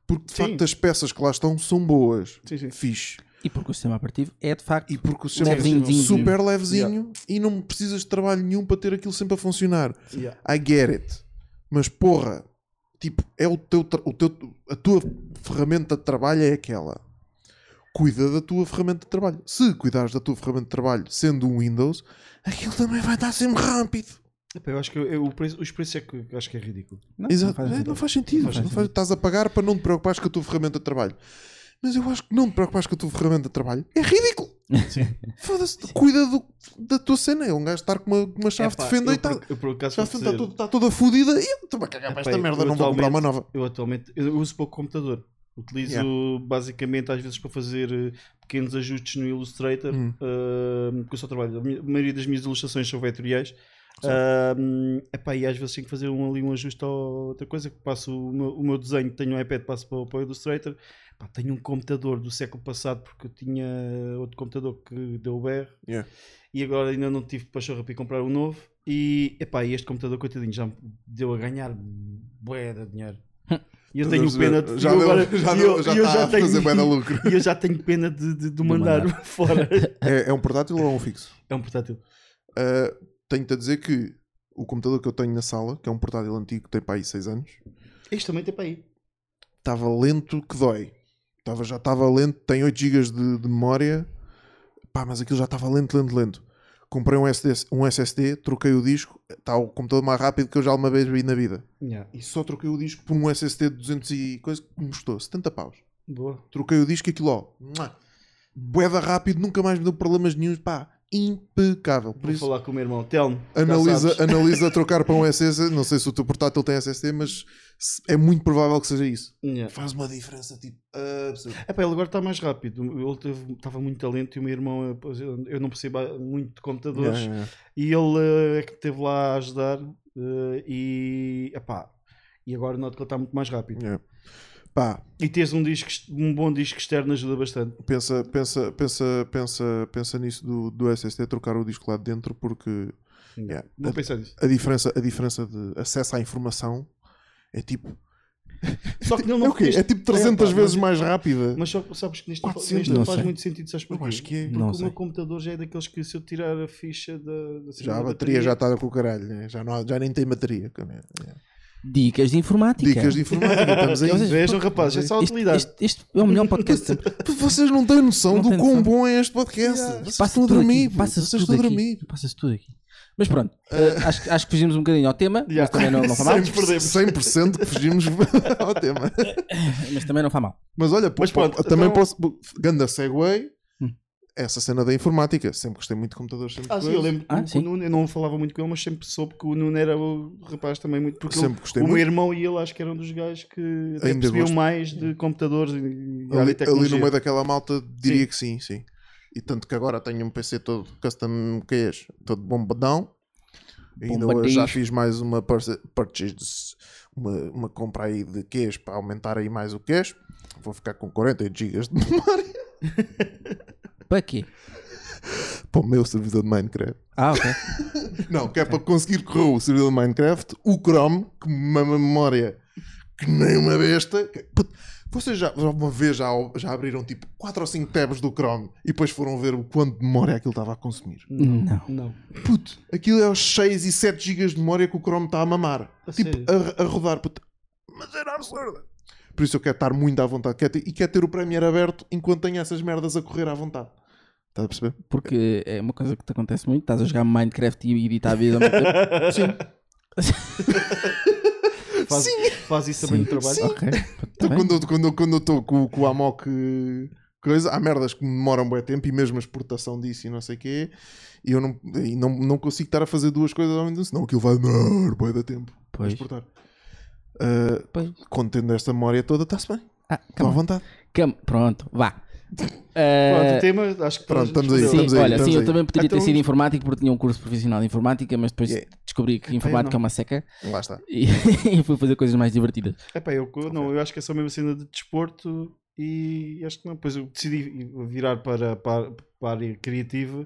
Speaker 1: porque de
Speaker 3: Sim.
Speaker 1: facto as peças que lá estão são boas.
Speaker 3: Sim, sim.
Speaker 1: Fixe.
Speaker 2: E porque o sistema operativo é de
Speaker 1: E
Speaker 2: facto.
Speaker 1: porque o sistema
Speaker 2: Levezinho,
Speaker 1: é
Speaker 2: vinho.
Speaker 1: super levezinho e não precisas de trabalho nenhum para ter aquilo sempre a funcionar.
Speaker 3: Yeah.
Speaker 1: I get it. Mas porra, tipo, é o teu, tra- o teu a tua ferramenta de trabalho é aquela. Cuida da tua ferramenta de trabalho. Se cuidares da tua ferramenta de trabalho sendo um Windows, aquilo também vai estar sempre rápido.
Speaker 3: Epá, eu acho que eu- o preço- os preços é que eu acho que é ridículo.
Speaker 2: Não,
Speaker 1: Exato.
Speaker 2: não faz
Speaker 1: É,
Speaker 2: sentido.
Speaker 1: Não faz sentido. não faz- Estás a pagar para não te preocupares com a tua ferramenta de trabalho. Mas eu acho que não te preocupares com a tua ferramenta de trabalho. É ridículo. Foda-se, cuida do- da tua cena. É um gajo estar com uma, uma chave
Speaker 3: Epá,
Speaker 1: de fenda
Speaker 3: eu
Speaker 1: e está.
Speaker 3: por- eu por acaso
Speaker 1: Já
Speaker 3: vou dizer,
Speaker 1: está, tá tudo, está toda fodida e estou-me a cagar para É,
Speaker 3: Epá,
Speaker 1: esta
Speaker 3: eu
Speaker 1: merda, não vou comprar uma nova.
Speaker 3: Eu atualmente eu uso pouco computador. Utilizo basicamente às vezes para fazer eh, pequenos ajustes no Illustrator,
Speaker 1: Hum.
Speaker 3: eh, porque eu só trabalho. A mi- a maioria das minhas ilustrações são vetoriais. Ah, epá, e às vezes tenho que fazer um, ali um ajuste a outra coisa que passo o meu, o meu desenho, tenho um iPad, passo para, o- para o Illustrator. Pá, tenho um computador do século passado porque eu tinha outro computador que deu BR
Speaker 1: Yeah.
Speaker 3: e agora ainda não tive pachorra para ir comprar um novo. E epá, e este computador, coitadinho, já me deu a ganhanhar bué de dinheiro. E eu tenho um
Speaker 1: Estás a perceber?
Speaker 3: pena de.
Speaker 1: Já
Speaker 3: e eu
Speaker 1: deu-
Speaker 3: agora-
Speaker 1: já
Speaker 3: e
Speaker 1: deu-
Speaker 3: eu-
Speaker 1: já
Speaker 3: e eu
Speaker 1: está a fazer bué de lucro.
Speaker 3: E eu já tenho pena de, de, de o
Speaker 2: mandar.
Speaker 3: mandar fora.
Speaker 1: É, é um portátil ou é um fixo?
Speaker 3: É um portátil.
Speaker 1: Ah, Tenho-te a dizer que o computador que eu tenho na sala, que é um portátil antigo, tem para aí 6 anos,
Speaker 3: Este também tem para aí.
Speaker 1: estava lento que dói. Estava, já estava lento, tem 8 GB de, de memória, pá, mas aquilo já estava lento, lento, lento. Comprei um SSD, um SSD, troquei o disco, está o computador mais rápido que eu já alguma vez vi na vida.
Speaker 3: Yeah.
Speaker 1: E só troquei o disco por um SSD de 200 e coisa que me custou 70 paus.
Speaker 3: Boa.
Speaker 1: Troquei o disco e aquilo, ó, mua, boeda rápido, nunca mais me deu problemas nenhum, pá, impecável. Por
Speaker 3: Vou
Speaker 1: isso,
Speaker 3: falar com o meu irmão. Telmo. já
Speaker 1: analisa,
Speaker 3: sabes.
Speaker 1: analisa trocar para um SSD, não sei se o teu portátil tem SSD, mas se- é muito provável que seja isso.
Speaker 3: Yeah.
Speaker 1: Faz uma diferença, tipo, absurda.
Speaker 3: Epá, ele agora está mais rápido. Ele teve- estava muito talento e o meu irmão, eu- pois, eu eu não percebo ah, muito de computadores. E ele eh, é que esteve lá a ajudar. eh, e epá, e agora noto que ele está muito mais rápido.
Speaker 1: Yeah. Pá,
Speaker 3: E teres um, disco, ex- um bom disco externo ajuda bastante.
Speaker 1: pensa, pensa, pensa, pensa, pensa nisso do, do SSD, trocar o disco lá de dentro, porque yeah, É
Speaker 3: Vou pensar nisso.
Speaker 1: a, a diferença, a diferença de acesso à informação é tipo.
Speaker 3: Só que não, não
Speaker 1: É o quê?
Speaker 3: neste-
Speaker 1: É tipo 300
Speaker 3: pá,
Speaker 1: vezes
Speaker 3: mas-
Speaker 1: mais rápida.
Speaker 3: Mas só, sabes que neste,
Speaker 1: 400,
Speaker 3: neste não
Speaker 2: não
Speaker 3: faz
Speaker 2: sei.
Speaker 3: muito sentido, sabes porquê?
Speaker 1: acho que é.
Speaker 3: Porque
Speaker 2: Não
Speaker 3: o
Speaker 2: sei.
Speaker 3: meu computador já é daqueles que se eu tirar a ficha da, da
Speaker 1: já a bateria já está com o caralho, né? já, não há- já nem tem bateria. cara. É.
Speaker 2: Dicas de informática.
Speaker 1: Dicas de informática, estamos aí.
Speaker 2: Vocês-
Speaker 3: Vejam, rapazes, é só
Speaker 2: Este,
Speaker 3: utilidade.
Speaker 2: este- este é o melhor podcast de sempre.
Speaker 1: Vocês não têm noção
Speaker 2: Não
Speaker 1: do
Speaker 2: têm
Speaker 1: quão
Speaker 2: noção.
Speaker 1: bom é este podcast. Vocês
Speaker 2: Passa
Speaker 1: estão a
Speaker 2: tudo
Speaker 1: dormir.
Speaker 2: aqui,
Speaker 1: pô.
Speaker 2: passa
Speaker 1: Vocês
Speaker 2: tudo
Speaker 1: estão a
Speaker 2: aqui,
Speaker 1: dormir. É.
Speaker 2: Passa-se tudo aqui. Mas pronto, eh, acho, que- acho que fugimos um bocadinho ao tema,
Speaker 3: Já.
Speaker 2: mas, também não, não faz mal,
Speaker 1: 100% que fugimos ao tema.
Speaker 2: mas também não faz mal.
Speaker 1: Mas olha, pô,
Speaker 3: Mas
Speaker 1: pô,
Speaker 3: pronto,
Speaker 1: também
Speaker 3: então-
Speaker 1: posso. Ganda Segway.
Speaker 2: Hum.
Speaker 1: Essa cena da informática. Sempre gostei muito de computadores. Sempre,
Speaker 3: Ah, sim,
Speaker 1: coisa.
Speaker 3: eu lembro
Speaker 2: Ah,
Speaker 3: que
Speaker 2: sim.
Speaker 3: o Nuno, eu não falava muito com ele, mas sempre soube que o Nuno era o rapaz também muito. Porque ele-
Speaker 1: Sempre gostei
Speaker 3: o meu
Speaker 1: muito.
Speaker 3: irmão e ele acho que eram dos gajos que até
Speaker 1: Ainda
Speaker 3: percebiam
Speaker 1: gosto.
Speaker 3: mais de computadores e, e
Speaker 1: ali, ali
Speaker 3: tecnologia.
Speaker 1: no meio daquela malta diria que sim, sim. E tanto que agora tenho um PC todo custom que é este, todo bombadão. Ainda hoje já
Speaker 2: Bombadinho.
Speaker 1: fiz mais uma purse- purchase, uma, uma compra aí de cash para aumentar aí mais o cash. Vou ficar com 48 GB de memória
Speaker 2: Para quê?
Speaker 1: para o meu servidor de Minecraft.
Speaker 2: Ah, ok.
Speaker 1: Não, que é para conseguir correr o servidor de Minecraft, o Chrome, que uma memória que nem uma besta. que- Puto, Vocês já, já uma vez já, já abriram tipo 4 ou 5 tabs do Chrome e depois foram ver o quanto de memória aquilo estava a consumir.
Speaker 3: Hum.
Speaker 2: Não.
Speaker 3: Não.
Speaker 1: Puto, aquilo é os 6 e 7 GB de memória que o Chrome está a mamar.
Speaker 3: A
Speaker 1: tipo, a, a rodar, puto. Mas era absurda. Por isso eu quero estar muito à vontade quero ter- e quero ter o Premiere aberto enquanto tenho essas merdas a correr à vontade. Estás a perceber?
Speaker 2: Porque é uma coisa que te acontece muito: estás a jogar Minecraft e editar a vida ao mesmo tempo.
Speaker 3: Faz, faz isso também no trabalho.
Speaker 2: Ok. Tá
Speaker 1: Então,
Speaker 2: bem.
Speaker 1: quando eu- quando eu- quando eu estou com, com o Amok eh, coisa, há merdas que me demoram bem tempo e mesmo a exportação disso e não sei o quê, e eu não, e não, não consigo estar a fazer duas coisas ao mesmo tempo, senão aquilo vai demorar bem da tempo a
Speaker 2: Pois.
Speaker 1: exportar. Eh,
Speaker 2: Pois.
Speaker 1: quando tendo esta memória toda, está-se bem,
Speaker 2: Ah,
Speaker 1: estou à
Speaker 2: calma.
Speaker 1: vontade.
Speaker 2: calma. Pronto, vá.
Speaker 3: Pronto,
Speaker 2: Eh,
Speaker 3: o tema, acho que
Speaker 1: Pronto,
Speaker 3: todos
Speaker 1: estamos aí,
Speaker 3: respondeu.
Speaker 2: Sim,
Speaker 1: estamos aí,
Speaker 2: olha,
Speaker 1: estamos
Speaker 2: sim, eu
Speaker 1: aí.
Speaker 2: também poderia ter
Speaker 3: Então-
Speaker 2: sido informático porque tinha um curso profissional de informática, mas depois
Speaker 1: Yeah. Então
Speaker 2: descobri que
Speaker 3: não.
Speaker 2: informática é uma seca
Speaker 1: Lá está.
Speaker 2: e, e fui fazer coisas mais divertidas.
Speaker 3: Epá, eu, co- não, eu acho que é só mesmo a cena de desporto e acho que não. Depois eu decidi virar para, para, para a área criativa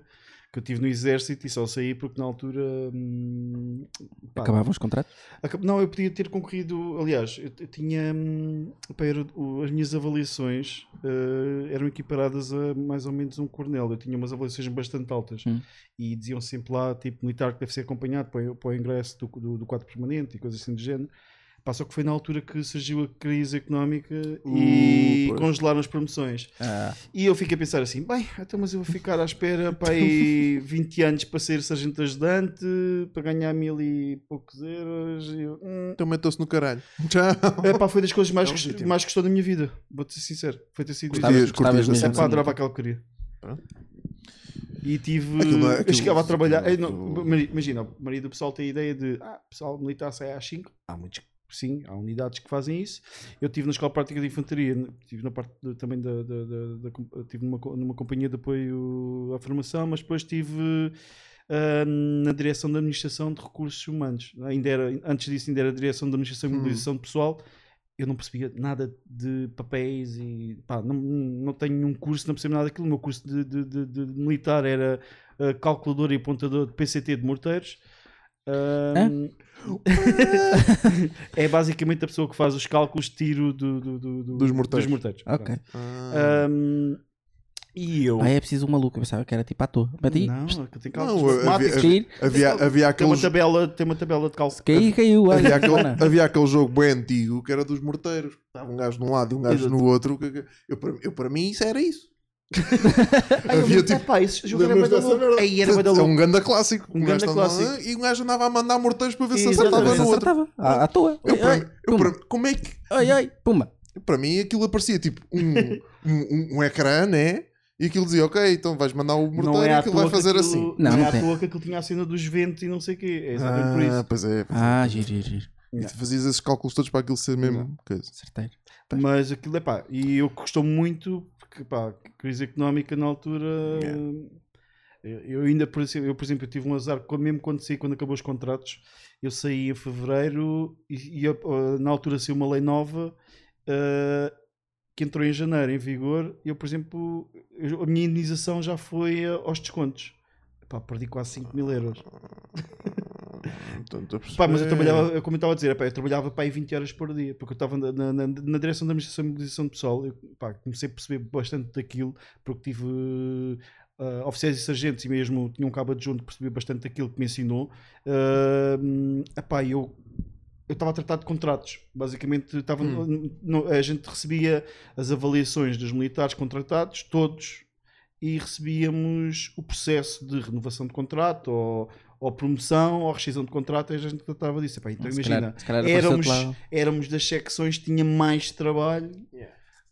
Speaker 3: que eu tive no exército e só saí porque na altura hum, pá,
Speaker 2: Acabavam os contratos.
Speaker 3: acab- não, eu podia ter concorrido. Aliás, eu, eu tinha hum, epá, era o- as minhas avaliações eh, eram equiparadas a mais ou menos um coronel. Eu tinha umas avaliações bastante altas
Speaker 2: Hum.
Speaker 3: e diziam sempre lá, tipo, militar que deve ser acompanhado para, o- para o ingresso do, do, do quadro permanente e coisas assim do género. Pá, só que foi na altura que surgiu a crise económica e
Speaker 1: Uh, pois. Ah.
Speaker 3: congelaram as promoções. E eu fiquei a pensar assim: bem, então, mas eu vou ficar à espera para aí 20 anos para ser sargento ajudante, para ganhar mil e poucos euros. E eu, hum.
Speaker 1: Então meteu-se no caralho. Tchau.
Speaker 3: Epá, foi das coisas mais,
Speaker 1: É
Speaker 3: que-
Speaker 1: legítimo.
Speaker 3: mais gostou da minha vida. Vou-te ser sincero. Foi ter sido
Speaker 1: Gostavas-
Speaker 3: isso.
Speaker 1: gostavas
Speaker 2: curtias
Speaker 1: mesmo assim,
Speaker 3: Epá,
Speaker 1: dessa
Speaker 3: adorava a calcoria.
Speaker 1: Pronto.
Speaker 3: E tive.
Speaker 1: Aquilo não é- aquilo-
Speaker 3: eu chegava a trabalhar.
Speaker 1: aquilo-
Speaker 3: eh, não,
Speaker 1: aquilo-
Speaker 3: Mari- imagina, o marido do pessoal tem a ideia de. Ah, o pessoal militar sai às 5. Há muitos que sim, há unidades que fazem isso. Eu estive na Escola Prática de Infantaria, estive na parte de- também da. da, da, da com- eu tive numa, co- numa companhia de apoio à formação, mas depois estive. ah, na direção da administração de recursos humanos ainda era antes disso ainda era a direção da administração e
Speaker 1: Hum.
Speaker 3: mobilização de pessoal eu não percebia nada de papéis e pá, não, não tenho nenhum curso, não percebo nada daquilo. O meu curso de, de- de- de militar era ah, calculador e apontador de PCT de morteiros. Ahm, é basicamente a pessoa que faz os cálculos de tiro do- do- do- do-
Speaker 1: Dos morteiros.
Speaker 2: Ok.
Speaker 1: Ah,
Speaker 3: Ahm, e eu.
Speaker 2: Ah, é preciso um maluco, eu pensava que era tipo à toa. Mete aí.
Speaker 3: Não, é que tem cálculos
Speaker 1: não, havia,
Speaker 3: matemáticos.
Speaker 1: havia,
Speaker 2: Cair.
Speaker 1: havia, havia
Speaker 3: Tem uma,
Speaker 1: aqueles
Speaker 3: tabela, tem uma tabela de cálculo.
Speaker 2: Caiu, caiu. olha,
Speaker 1: Havia aquele,
Speaker 2: bacana.
Speaker 1: havia aquele jogo bem antigo que era dos morteiros. Estava um gajo de um lado e um gajo no outro. que- que- Eu, para, eu, para mim, isso era isso.
Speaker 3: Ai, eu
Speaker 1: havia,
Speaker 3: lembro-
Speaker 1: tipo,
Speaker 3: epá, esse jogo era
Speaker 1: Lembras
Speaker 3: é bué da
Speaker 1: dessa
Speaker 3: louco.
Speaker 1: merda?
Speaker 3: Aí era bué da
Speaker 1: É
Speaker 3: louco.
Speaker 1: um ganda clássico.
Speaker 3: Um
Speaker 1: Um gajo
Speaker 3: ganda
Speaker 1: andava-
Speaker 3: clássico.
Speaker 1: E um gajo andava a mandar morteiros para ver se
Speaker 3: Exatamente.
Speaker 1: acertava
Speaker 2: Mas
Speaker 1: no outro.
Speaker 2: acertava. À, à toa.
Speaker 1: Eu, para,
Speaker 2: Ai,
Speaker 1: mim- eu para, como é que.
Speaker 2: ai, ai, pumba.
Speaker 1: Para mim, aquilo aparecia tipo um, um, um, um ecrã, né? E aquilo dizia, ok, então vais mandar o morteiro
Speaker 3: é
Speaker 1: e aquilo vai fazer assim.
Speaker 2: Não,
Speaker 3: Não, é
Speaker 2: não
Speaker 3: à
Speaker 2: tem.
Speaker 3: toa que aquilo tinha a cena dos ventos e não sei o quê. É exatamente por
Speaker 1: Ah,
Speaker 3: isso.
Speaker 1: pois é. pois é.
Speaker 2: Ah, giro, giro, giro.
Speaker 1: E tu fazias esses cálculos todos para aquilo ser mesmo. coisa.
Speaker 2: Certeiro.
Speaker 3: Mas aquilo é pá. E eu gostou muito, porque pá, crise económica na altura. Eu eu ainda, por exemplo, eu, por exemplo, eu tive um azar, quando- mesmo quando saí, quando acabou os contratos, eu saí em fevereiro e, e, ah, na altura saiu uma lei nova ah, que entrou em janeiro em vigor. Eu, por exemplo, eu- a minha eh, indenização já foi ah, aos descontos. Pá, perdi quase 5 mil euros.
Speaker 1: não tanto a perceber.
Speaker 3: Pá, mas eu trabalhava, como eu estava a dizer, epá, eu trabalhava pá, aí 20 horas por dia, porque eu estava na, na, na- na direção da administração e mobilização de pessoal. Eu, pá, comecei a perceber bastante daquilo, porque tive ah, oficiais e sargentos e mesmo tinha um cabo adjunto que percebia bastante daquilo que me ensinou. Uh, epá, e eu eu estava a tratar de contratos. Basicamente, estava,
Speaker 2: Hum.
Speaker 3: no- a gente recebia as avaliações dos militares contratados, todos, e recebíamos o processo de renovação de contrato ou, ou promoção ou rescisão de contrato. E a gente tratava disso. Epá, então,
Speaker 2: Ah, Se
Speaker 3: imagina,
Speaker 2: calhar- se calhar apareceu-te
Speaker 3: éramos,
Speaker 2: lá- um-
Speaker 3: éramos das secções que tinha mais trabalho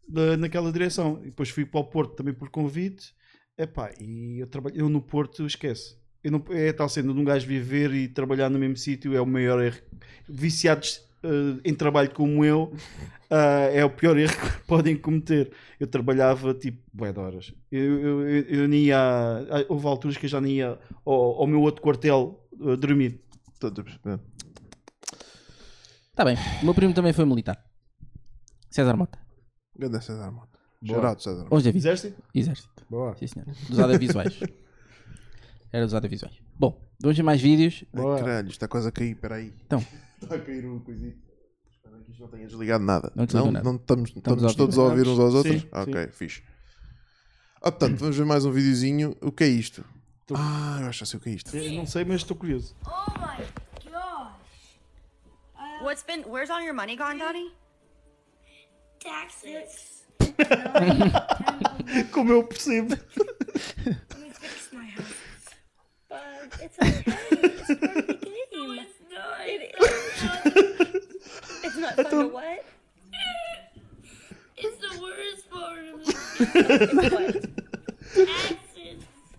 Speaker 3: da- naquela direção. E depois fui para o Porto também por convite. Epá, e eu, trabalho, eu no Porto esquece. Eu não, é a tal cena de um gajo viver e trabalhar no mesmo sítio é o maior erro. Viciados eh, em trabalho como eu ah, é o pior erro que podem cometer. Eu trabalhava tipo bué de horas. Eu, eu, eu, eu nem ia. ah, Houve alturas que eu já nem ia ao, ao meu outro quartel eh, dormir.
Speaker 1: Tanto a perceber.
Speaker 2: Tá bem. O meu primo também foi militar. César Mota.
Speaker 1: Ganda César Mota.
Speaker 3: Boa.
Speaker 1: Gerado César Mota.
Speaker 2: Hoje é vida.
Speaker 3: Fizeste?
Speaker 2: Exército.
Speaker 3: Boa.
Speaker 2: Sim, senhor. Usada visuais. Era usada visuais. Bom, vamos ter mais vídeos.
Speaker 1: Ai, caralho, está quase a cair, peraí.
Speaker 2: Então.
Speaker 1: Está a cair o coisito. Espera que isto não tenha desligado nada.
Speaker 2: Não
Speaker 1: Não,
Speaker 2: desligou
Speaker 1: não,
Speaker 2: nada.
Speaker 1: estamos, estamos
Speaker 2: a ouvir.
Speaker 1: todos a ouvir uns aos
Speaker 3: Sim,
Speaker 1: outros?
Speaker 3: sim.
Speaker 1: ok, fixe. Ah, portanto, vamos ver mais um videozinho. O que é isto?
Speaker 3: Tô-
Speaker 1: Ah, eu acho que já sei o que é isto.
Speaker 3: Eu não sei, mas estou curioso.
Speaker 8: What's been? Where's all your money gone, Dottie?
Speaker 10: Taxes.
Speaker 3: Como eu percebo.
Speaker 10: Let me fix my house. But it's okay. It's part of the game. it's not.
Speaker 8: It's not fun to what?
Speaker 10: It's the worst part of the Taxes.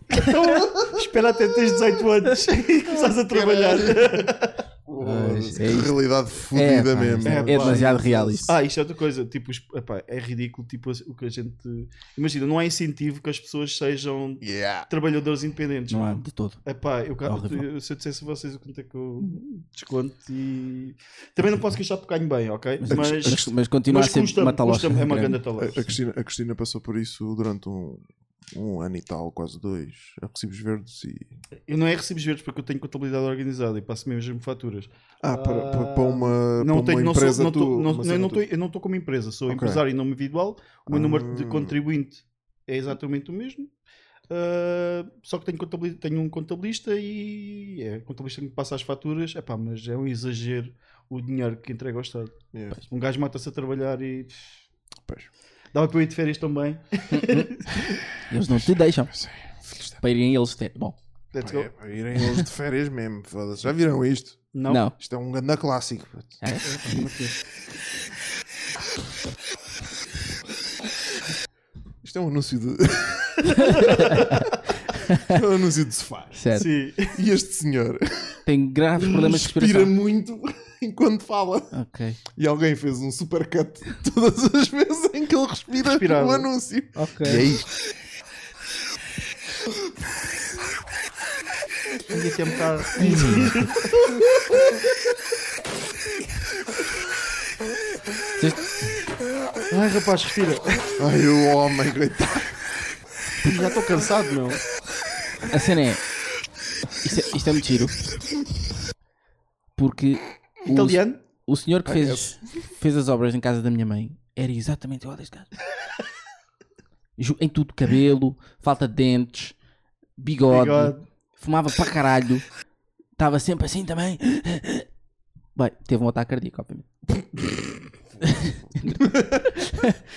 Speaker 3: Então, Espera até teres 18 anos e começas a trabalhar.
Speaker 2: Pois, é
Speaker 1: Que
Speaker 2: isto.
Speaker 1: realidade
Speaker 2: É,
Speaker 1: fodida
Speaker 2: pá,
Speaker 1: mesmo.
Speaker 2: é, é demasiado real isto.
Speaker 3: Ah, isto é outra coisa. Tipo, os- epá, é ridículo tipo, o que a gente. Imagina, não há incentivo que as pessoas sejam
Speaker 1: Yeah.
Speaker 3: trabalhadores independentes.
Speaker 2: Não há
Speaker 3: mano.
Speaker 2: de todo.
Speaker 3: Epá, eu, ca-
Speaker 2: Horrível.
Speaker 3: eu- se eu dissesse a vocês o quanto é que eu desconto e. Também não posso queixar porque ganho bem, ok?
Speaker 2: Uhum. Mas,
Speaker 3: Mas,
Speaker 2: mas, mas continua
Speaker 3: mas
Speaker 2: a ser
Speaker 3: custa-me-
Speaker 2: uma talocha.
Speaker 3: custa-me- É uma
Speaker 2: grande.
Speaker 3: grande
Speaker 1: A, a
Speaker 3: talocha.
Speaker 1: Cristina, a Cristina passou por isso durante um, um ano e tal, quase dois. A Recibos Verdes e.
Speaker 3: Eu não é recibos verdes porque eu tenho contabilidade organizada e passo mesmo faturas.
Speaker 1: Ah, para, para, para uma,
Speaker 3: Ah, não
Speaker 1: para
Speaker 3: tenho,
Speaker 1: uma
Speaker 3: não sou,
Speaker 1: empresa
Speaker 3: não
Speaker 1: tu.
Speaker 3: tô, não,
Speaker 1: uma
Speaker 3: eu
Speaker 1: cena
Speaker 3: não
Speaker 1: tu.
Speaker 3: tô- eu não estou como empresa, sou
Speaker 1: Ok.
Speaker 3: empresário em nome individual, o meu número de
Speaker 1: Ah.
Speaker 3: contribuinte é exatamente o mesmo. ah, só que tenho, contabili- tenho um contabilista e é o contabilista que me passa as faturas. Epá, mas é um exagero o dinheiro que entrega ao Estado.
Speaker 1: Yeah.
Speaker 3: Um gajo mata-se a trabalhar e
Speaker 1: Pois.
Speaker 3: dava para eu ir de férias também.
Speaker 2: Eles não te deixam
Speaker 1: Pois é, filhos da
Speaker 2: para irem eles ter. Bom,
Speaker 3: Let's
Speaker 1: Pá,
Speaker 3: go.
Speaker 1: é para irem eles de férias mesmo, foda-se. Já viram isto?
Speaker 3: Não.
Speaker 2: não.
Speaker 1: Isto é um grande clássico. Isto é um anúncio de. isto é um anúncio de sofá.
Speaker 2: Sério.
Speaker 3: Sim.
Speaker 1: E este senhor
Speaker 2: Tem graves problemas de
Speaker 1: respira
Speaker 2: respiração.
Speaker 1: muito enquanto fala.
Speaker 2: Ok.
Speaker 1: E alguém fez um supercut todas as vezes em que ele respira
Speaker 3: Respirava.
Speaker 1: no anúncio.
Speaker 2: Ok.
Speaker 1: E é isto.
Speaker 3: Ia tentar. Ai rapaz, respira.
Speaker 1: Ai, o homem, coitado.
Speaker 3: Já estou cansado, meu.
Speaker 2: A cena é. Isto é, isto é muito giro. Porque. o-
Speaker 3: Italiano?
Speaker 2: O, senhor que fez, fez as obras em casa da minha mãe era exatamente igual a este gajo. Ju- Em tudo: cabelo, falta de dentes, bigode,
Speaker 3: Bigode.
Speaker 2: fumava para caralho, estava sempre assim também. Bem, teve um ataque cardíaco, obviamente.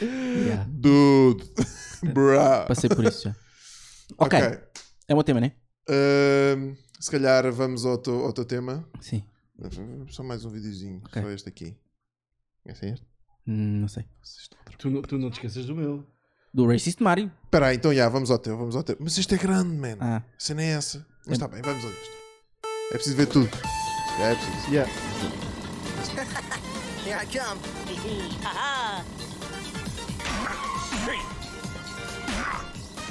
Speaker 2: Yeah,
Speaker 1: Dude. Bruh.
Speaker 2: passei por isso já. Ok, é o meu tema, né?
Speaker 1: Ahm, Hum, se calhar vamos ao teu, ao teu tema.
Speaker 2: Sim.
Speaker 1: Só mais um videozinho.
Speaker 2: Ok.
Speaker 1: Só este aqui. É assim este?
Speaker 2: Hum, Não sei.
Speaker 3: Tu, não- tu não te esqueças do meu.
Speaker 2: Do Racist Mario.
Speaker 1: Espera aí, então já, vamos ao teu, vamos ao teu. Mas isto é grande, man.
Speaker 2: Ah.
Speaker 1: A cena é essa. Mas está bem, vamos ao isto. É preciso ver tudo. É preciso.
Speaker 3: Yeah.
Speaker 5: Here I come.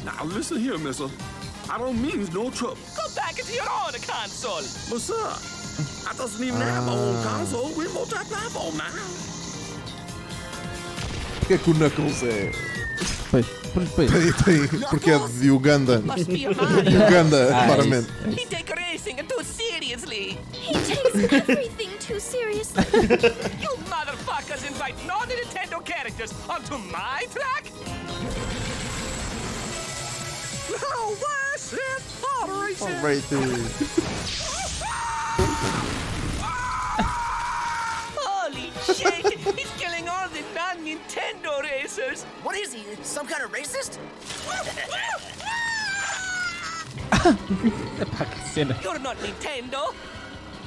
Speaker 7: Now listen here, mister. I don't mean no trouble.
Speaker 6: Go back and you're on the console.
Speaker 7: But sir, I doesn't even have my own console. We multiply on now.
Speaker 1: O que é que o Knuckles é?
Speaker 2: Pois, pois, pois.
Speaker 1: Tem, tem, porque é de Uganda.
Speaker 11: Must be a man.
Speaker 1: Uganda,
Speaker 2: Ah, é
Speaker 1: claramente.
Speaker 2: isso.
Speaker 11: He take racing too seriously.
Speaker 8: He takes everything too seriously.
Speaker 11: You motherfuckers invite non-Nintendo characters onto my track? Oh, this is moderation. Holy shit! He's killing all the non-Nintendo racers. What is he? Some kind of racist?
Speaker 2: Epá, que cena.
Speaker 11: You're not Nintendo.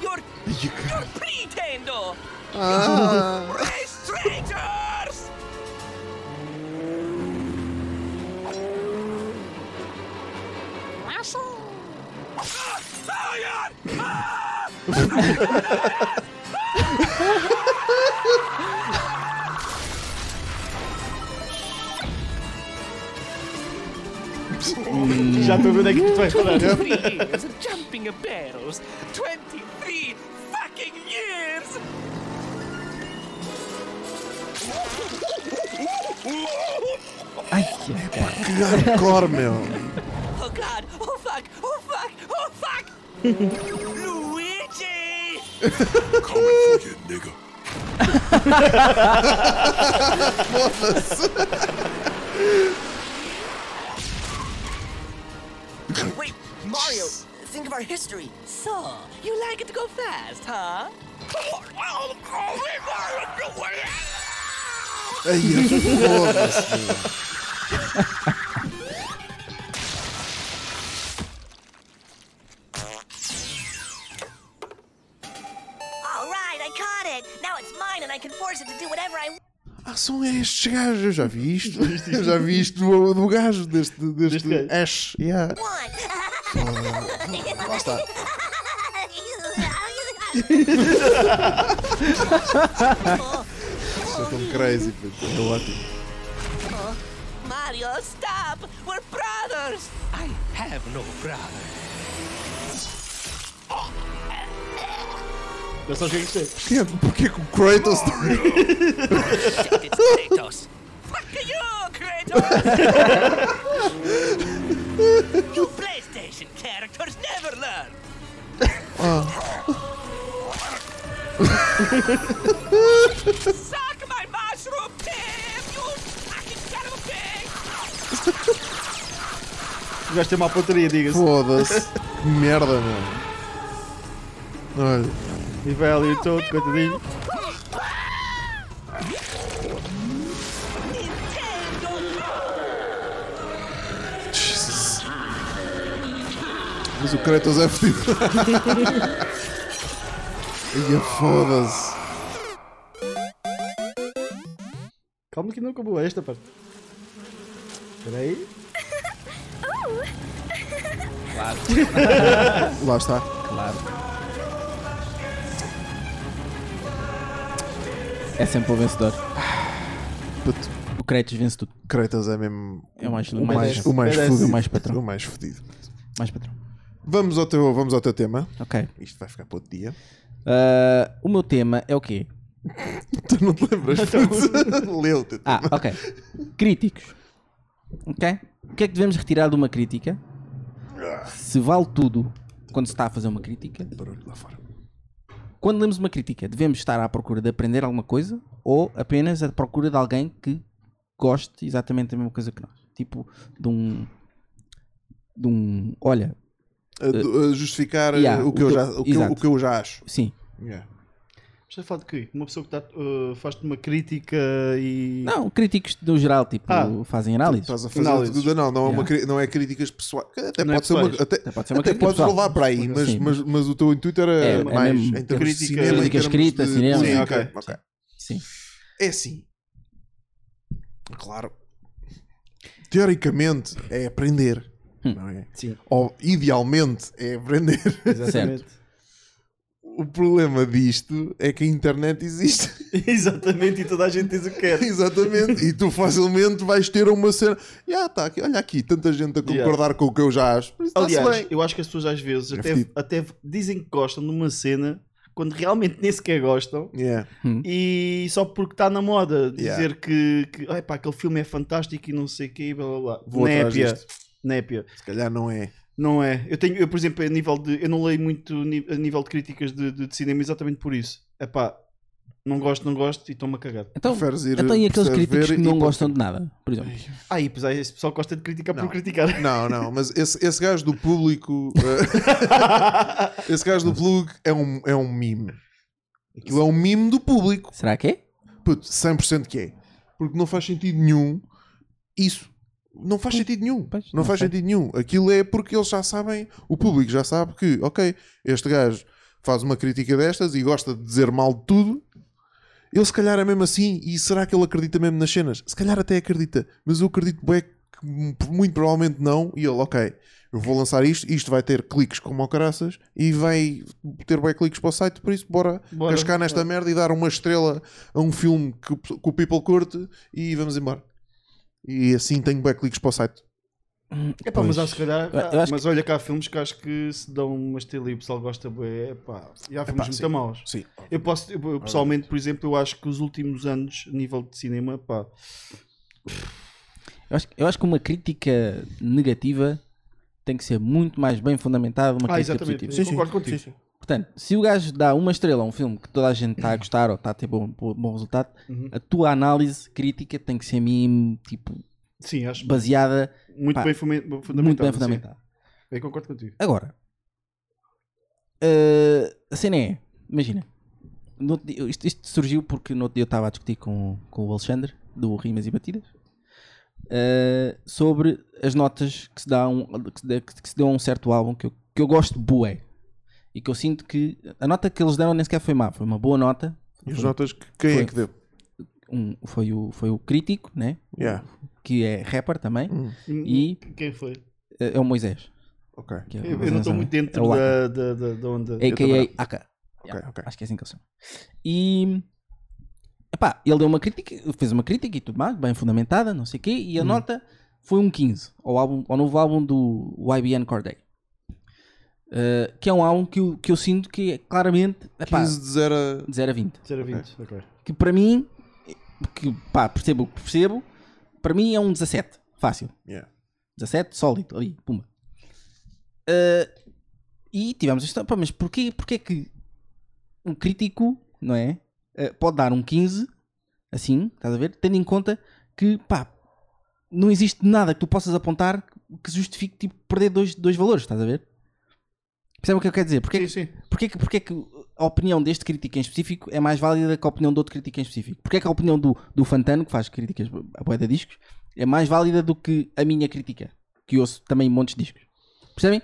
Speaker 11: You're you're Pretendo.
Speaker 2: Ah.
Speaker 11: Race strangers.
Speaker 3: Já estou a ver onde é que tu vais parar.
Speaker 11: 23 years of jumping of barrels. 23 fucking years.
Speaker 2: Ai, que cara.
Speaker 1: Que hardcore, meu.
Speaker 11: Oh god! Oh fuck! Oh fuck! Oh fuck! Luigi!
Speaker 6: Coming for you, nigga.
Speaker 11: Wait, Mario, think of our history. So, you like it to go fast, huh?
Speaker 1: Ai, é. foda-se. meu.
Speaker 10: All right, I caught it. Now it's mine, and I can force it to do whatever I want.
Speaker 1: Ah, são estes gajos. Eu já vi isto. Eu já vi isto do, do gajo, deste, deste,
Speaker 3: Deste gajo.
Speaker 1: Ash. Yeah. Lá está. Isso é tão crazy, pô. É ótimo.
Speaker 11: Mario, stop! We're brothers!
Speaker 5: I have no brother.
Speaker 3: Não sabes o que é que isto é?
Speaker 1: Porquê, porquê que o Kratos.
Speaker 5: It's Kratos.
Speaker 11: Fuck you, Kratos! you PlayStation characters never learn! Suck my mushroom pig, you fucking son of a pig!
Speaker 3: O gajo tem uma pontaria, diga-se.
Speaker 1: Foda-se. Que merda, meu. Olha.
Speaker 3: E vai ali o todo, coitadinho.
Speaker 1: Jesus. Mas o Kratos é fedido. Ia foda-se.
Speaker 3: Calma que não acabou esta parte. Espera aí.
Speaker 1: Lá está.
Speaker 2: Claro. É sempre o vencedor.
Speaker 1: Puto,
Speaker 2: O Kratos vence tudo.
Speaker 1: Kratos é mesmo
Speaker 2: É o mais-
Speaker 1: o
Speaker 2: o mais- é
Speaker 1: mais, o mais
Speaker 3: merece.
Speaker 1: fodido.
Speaker 2: O mais patrão.
Speaker 1: O mais fodido.
Speaker 2: Mais patrão.
Speaker 1: Vamos ao, teu, vamos ao teu tema.
Speaker 2: Ok.
Speaker 1: Isto vai ficar para outro dia.
Speaker 2: Ah, o meu tema é o quê?
Speaker 1: Tu não te lembras? puto? Lê o teu
Speaker 2: Ah,
Speaker 1: tema.
Speaker 2: ok. Críticos. Ok? O que é que devemos retirar de uma crítica? Se vale tudo quando se está a fazer uma crítica.
Speaker 1: Barulho lá fora.
Speaker 2: Quando lemos uma crítica, devemos estar à procura de aprender alguma coisa ou apenas à procura de alguém que goste exatamente da mesma coisa que nós? Tipo, de um. De um. Olha,
Speaker 1: A du- a justificar
Speaker 2: eh, Yeah,
Speaker 1: eh, o, que eu
Speaker 2: o que-
Speaker 1: já, o, que eu,
Speaker 2: exato.
Speaker 1: o que eu já acho.
Speaker 2: sim.
Speaker 1: Yeah.
Speaker 3: Estás a falar é de quê? Uma pessoa que tá, uh, faz-te uma crítica e.
Speaker 2: Não, críticos no geral, tipo,
Speaker 3: Ah,
Speaker 2: fazem
Speaker 1: Tu
Speaker 2: análises.
Speaker 1: Estás a fazer
Speaker 3: Análises.
Speaker 1: tudo- não, não, é uma,
Speaker 2: Yeah.
Speaker 1: cri- não é críticas pessoais. que Até
Speaker 3: Não é
Speaker 1: pode ser uma.
Speaker 3: pessoais.
Speaker 1: Até,
Speaker 2: Até pode ser uma
Speaker 1: até
Speaker 2: crítica
Speaker 1: podes
Speaker 2: pessoal.
Speaker 1: rolar para aí, mas,
Speaker 2: Sim.
Speaker 1: mas, mas o teu intuito era
Speaker 2: É, é
Speaker 1: mais
Speaker 2: mesmo
Speaker 1: em termos de
Speaker 3: crítica-
Speaker 1: cinema, em
Speaker 2: crítica
Speaker 1: termos
Speaker 2: escrita,
Speaker 1: de
Speaker 2: cinema.
Speaker 1: música.
Speaker 3: Sim, ok.
Speaker 1: Ok.
Speaker 2: Sim.
Speaker 1: É assim. Claro. Teoricamente é aprender.
Speaker 2: Hum.
Speaker 1: Não é?
Speaker 3: Sim.
Speaker 1: Ou idealmente é aprender.
Speaker 3: Exatamente.
Speaker 1: O problema disto é que a internet existe.
Speaker 3: Exatamente, e toda a gente diz o que quer.
Speaker 1: Exatamente. E tu facilmente vais ter uma cena. Ya, tá aqui, olha aqui, tanta gente a concordar com o que eu já acho. Por isso está-se
Speaker 3: Aliás,
Speaker 1: bem.
Speaker 3: eu acho que as pessoas às vezes
Speaker 1: É
Speaker 3: até,
Speaker 1: fedido.
Speaker 3: até dizem que gostam de uma cena quando quando realmente nem sequer gostam
Speaker 1: Yeah.
Speaker 3: e só porque está na moda dizer
Speaker 1: Hum. Yeah.
Speaker 3: que, que "Ai, pá, aquele filme é fantástico e não sei o que e blá blá blá.
Speaker 1: Vou atrás
Speaker 3: Népia.
Speaker 1: disto.
Speaker 3: Népia.
Speaker 1: Se calhar não é.
Speaker 3: Não é. Eu tenho, eu, por exemplo, a nível de. Eu não leio muito ni- a nível de críticas de, de- de cinema exatamente por isso. É pá, não gosto, não gosto e estou-me a cagar.
Speaker 2: Então, então e aqueles críticos que não gostam de nada, por exemplo.
Speaker 3: Ai, pois é, esse pessoal gosta de criticar
Speaker 1: Não.
Speaker 3: por criticar.
Speaker 1: Não, não, mas esse, esse gajo do público. eh, esse gajo do público é um, é um mime. Aquilo é um mime do público.
Speaker 2: Será que é?
Speaker 1: Puto, 100% que é. Porque não faz sentido nenhum isso. Não faz sentido nenhum. não,
Speaker 2: não
Speaker 1: faz
Speaker 2: sei.
Speaker 1: sentido nenhum. Aquilo é porque eles já sabem, o público já sabe que, ok, este gajo faz uma crítica destas e gosta de dizer mal de tudo. Ele se calhar é mesmo assim e será que ele acredita mesmo nas cenas? Se calhar até acredita, mas eu acredito bem que hum, muito provavelmente não. E ele, ok, eu vou lançar isto, isto vai ter cliques como ao caraças e vai ter bem cliques para o site, por isso bora,
Speaker 3: Bora,
Speaker 1: cascar nesta
Speaker 3: bora.
Speaker 1: merda e dar uma estrela a um filme que, o pe- que o people curte e vamos embora. E assim tenho bem cliques para o site.
Speaker 3: É pá,
Speaker 1: Pois.
Speaker 3: mas há se calhar.
Speaker 2: Eu- eu acho
Speaker 3: mas olha que há filmes que acho que se dão uma estrela e o pessoal gosta bué. É pá, e há
Speaker 1: Epá,
Speaker 3: filmes muito
Speaker 1: sim.
Speaker 3: maus.
Speaker 1: Sim.
Speaker 3: Eu posso, eu, eu pessoalmente, por exemplo, eu acho que os últimos anos, a nível de cinema, pá,
Speaker 2: Eu acho, eu acho que uma crítica negativa tem que ser muito mais bem fundamentada que uma
Speaker 3: Ah,
Speaker 2: crítica
Speaker 3: exatamente.
Speaker 2: positiva.
Speaker 3: Sim, sim. Concordo contigo. Sim, sim.
Speaker 2: Portanto, se o gajo dá uma estrela a um filme que toda a gente está a gostar ou está a ter bom, bom bom resultado,
Speaker 3: Uhum.
Speaker 2: a tua análise crítica tem que ser mínimo, tipo,
Speaker 3: sim, acho
Speaker 2: baseada
Speaker 3: muito
Speaker 2: pá,
Speaker 3: bem fume- fundamentada.
Speaker 2: Muito bem
Speaker 3: sim.
Speaker 2: fundamentada.
Speaker 3: Eu concordo contigo.
Speaker 2: Agora, eh, a cena é, imagina, no outro dia- isto, isto surgiu porque no outro dia eu estava a discutir com, com o Alexandre, do Rimas e Batidas, eh, sobre as notas que se, dá a um, que, se dá- que se deu a um certo álbum que eu, que eu gosto bué. E que eu sinto que a nota que eles deram nem sequer foi má, foi uma boa nota.
Speaker 1: E as
Speaker 2: Foi-
Speaker 1: notas que quem
Speaker 2: foi-
Speaker 1: é que deu?
Speaker 2: um- foi, o, foi o crítico, né?
Speaker 1: Yeah.
Speaker 2: que é rapper também,
Speaker 1: Hum.
Speaker 2: e
Speaker 3: Quem foi?
Speaker 2: eh, é o Moisés.
Speaker 1: Ok.
Speaker 2: Que
Speaker 3: Eu-
Speaker 2: o
Speaker 3: eu não
Speaker 2: Moisés,
Speaker 3: estou
Speaker 2: né?
Speaker 3: muito dentro
Speaker 2: É o
Speaker 3: da-
Speaker 2: Aka.
Speaker 3: da- da- da onda. Eu também
Speaker 2: AKA
Speaker 3: não.
Speaker 2: Aka.
Speaker 1: Ok, ok.
Speaker 2: Acho que é assim que eles são. E. Epá, ele deu uma crítica, fez uma crítica e tudo mais, bem fundamentada, não sei o quê, e
Speaker 3: Hum.
Speaker 2: a nota foi um 15 ao, álbum, ao novo álbum do YBN Corday. Eh, que é um álbum que eu, que eu sinto que é claramente epá,
Speaker 1: 15 de 0 a.
Speaker 2: de 0 a 20
Speaker 3: 0 a 20, ok.
Speaker 2: que para mim, que pá, percebo o que percebo, para mim é um 17, fácil.
Speaker 1: Yeah.
Speaker 2: 17, sólido, ali, pumba. Ah, e tivemos isto, pá, mas porquê, porquê que um crítico, não é? Ah, pode dar um 15, assim, estás a ver? Tendo em conta que, pá, não existe nada que tu possas apontar que justifique, tipo, perder dois, dois valores, estás a ver? Percebe o que eu quero dizer? Porquê, que-
Speaker 3: sim.
Speaker 2: Porquê, que- porquê que a opinião deste crítico em específico é mais válida que a opinião de outro crítico em específico? Porquê que a opinião do, do Fantano, que faz críticas a boeda de discos, é mais válida do que a minha crítica, que ouço também montes de discos? Percebem?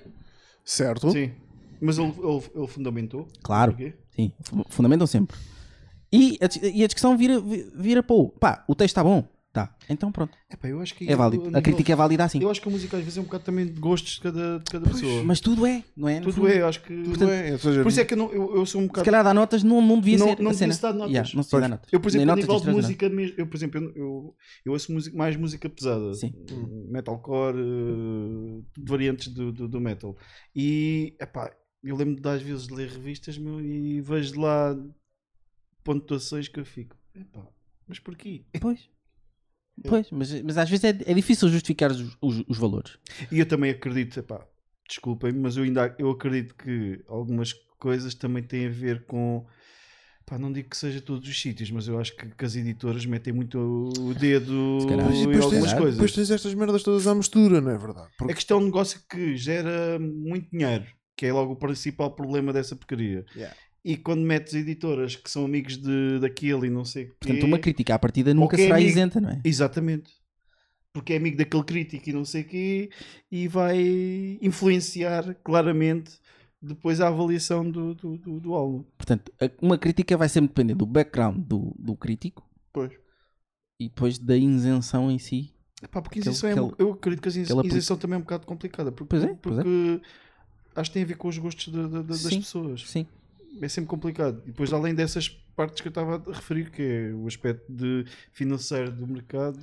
Speaker 1: Certo?
Speaker 3: Sim. Mas ele, ele- ele fundamentou.
Speaker 2: Claro.
Speaker 3: Porquê?
Speaker 2: Sim, fu- fundamentam sempre. E a, dis- e a discussão vira, vi- vira para o pá, o texto está bom, tá, então pronto,
Speaker 3: Epá, eu acho que
Speaker 2: é válido. A crítica é válida assim.
Speaker 3: Eu acho que a música às vezes é um bocado também de gostos de cada, de cada pessoa.
Speaker 2: Mas tudo é, não é? No
Speaker 3: tudo
Speaker 2: fundo,
Speaker 3: é, eu acho que.
Speaker 1: Tudo bem, ou seja,
Speaker 3: Por isso é que eu, não- eu, eu sou um
Speaker 2: Se
Speaker 3: bocado.
Speaker 2: calhar dá notas, não, não devia
Speaker 3: não,
Speaker 2: ser.
Speaker 3: não
Speaker 2: a cena.
Speaker 3: devia dar notas.
Speaker 2: Yeah, não se devia dar notas.
Speaker 3: Eu, por exemplo,
Speaker 2: Nem
Speaker 3: a
Speaker 2: notas,
Speaker 3: nível de
Speaker 2: nem estrelas,
Speaker 3: música mesmo, eu, por exemplo, eu, eu, eu ouço música, mais música pesada, Hum,
Speaker 2: Sim.
Speaker 3: metalcore, eh, variantes do, do, do metal. E epá, eu lembro de às vezes de ler revistas meu, e vejo lá pontuações que eu fico. Epá, mas porquê?
Speaker 2: não. Pois. Pois, mas, mas às vezes é, é difícil justificar os, os- os valores.
Speaker 3: E eu também acredito, epá, desculpem, mas eu ainda eu acredito que algumas coisas também têm a ver com. Pá, não digo que seja todos os sítios, mas eu acho que, que as editoras metem muito o dedo
Speaker 2: Se
Speaker 3: em
Speaker 2: calhar.
Speaker 1: Mas depois
Speaker 3: algumas
Speaker 1: tens,
Speaker 3: coisas.
Speaker 1: depois tens estas merdas todas à mistura, não é verdade?
Speaker 3: A
Speaker 1: Porque
Speaker 3: questão é um negócio que gera muito dinheiro, que é logo o principal problema dessa porcaria.
Speaker 1: Yeah.
Speaker 3: E quando metes editoras que são amigos de, daquilo e não sei o quê.
Speaker 2: Portanto, uma crítica à partida nunca
Speaker 3: Ok,
Speaker 2: será
Speaker 3: amigo.
Speaker 2: isenta, não é?
Speaker 3: Exatamente. Porque é amigo daquele crítico e não sei o quê, e vai influenciar claramente depois a avaliação do, do, do, do álbum.
Speaker 2: Portanto, a- uma crítica vai sempre depender do background do, do crítico
Speaker 1: Pois.
Speaker 2: e depois da isenção em si.
Speaker 3: Epá, porque a
Speaker 2: Aquele-
Speaker 3: isenção é, um-
Speaker 2: aquele-
Speaker 3: eu acredito que a
Speaker 2: aquela
Speaker 3: isenção,
Speaker 2: poli-
Speaker 3: isenção também é um bocado complicada. Porque,
Speaker 2: Pois é, pois é.
Speaker 3: porque acho que tem a ver com os gostos da- da- da- das
Speaker 2: Sim.
Speaker 3: pessoas.
Speaker 2: Sim.
Speaker 3: é sempre complicado. E depois, além dessas partes que eu estava a referir, que é o aspecto de financeiro do mercado,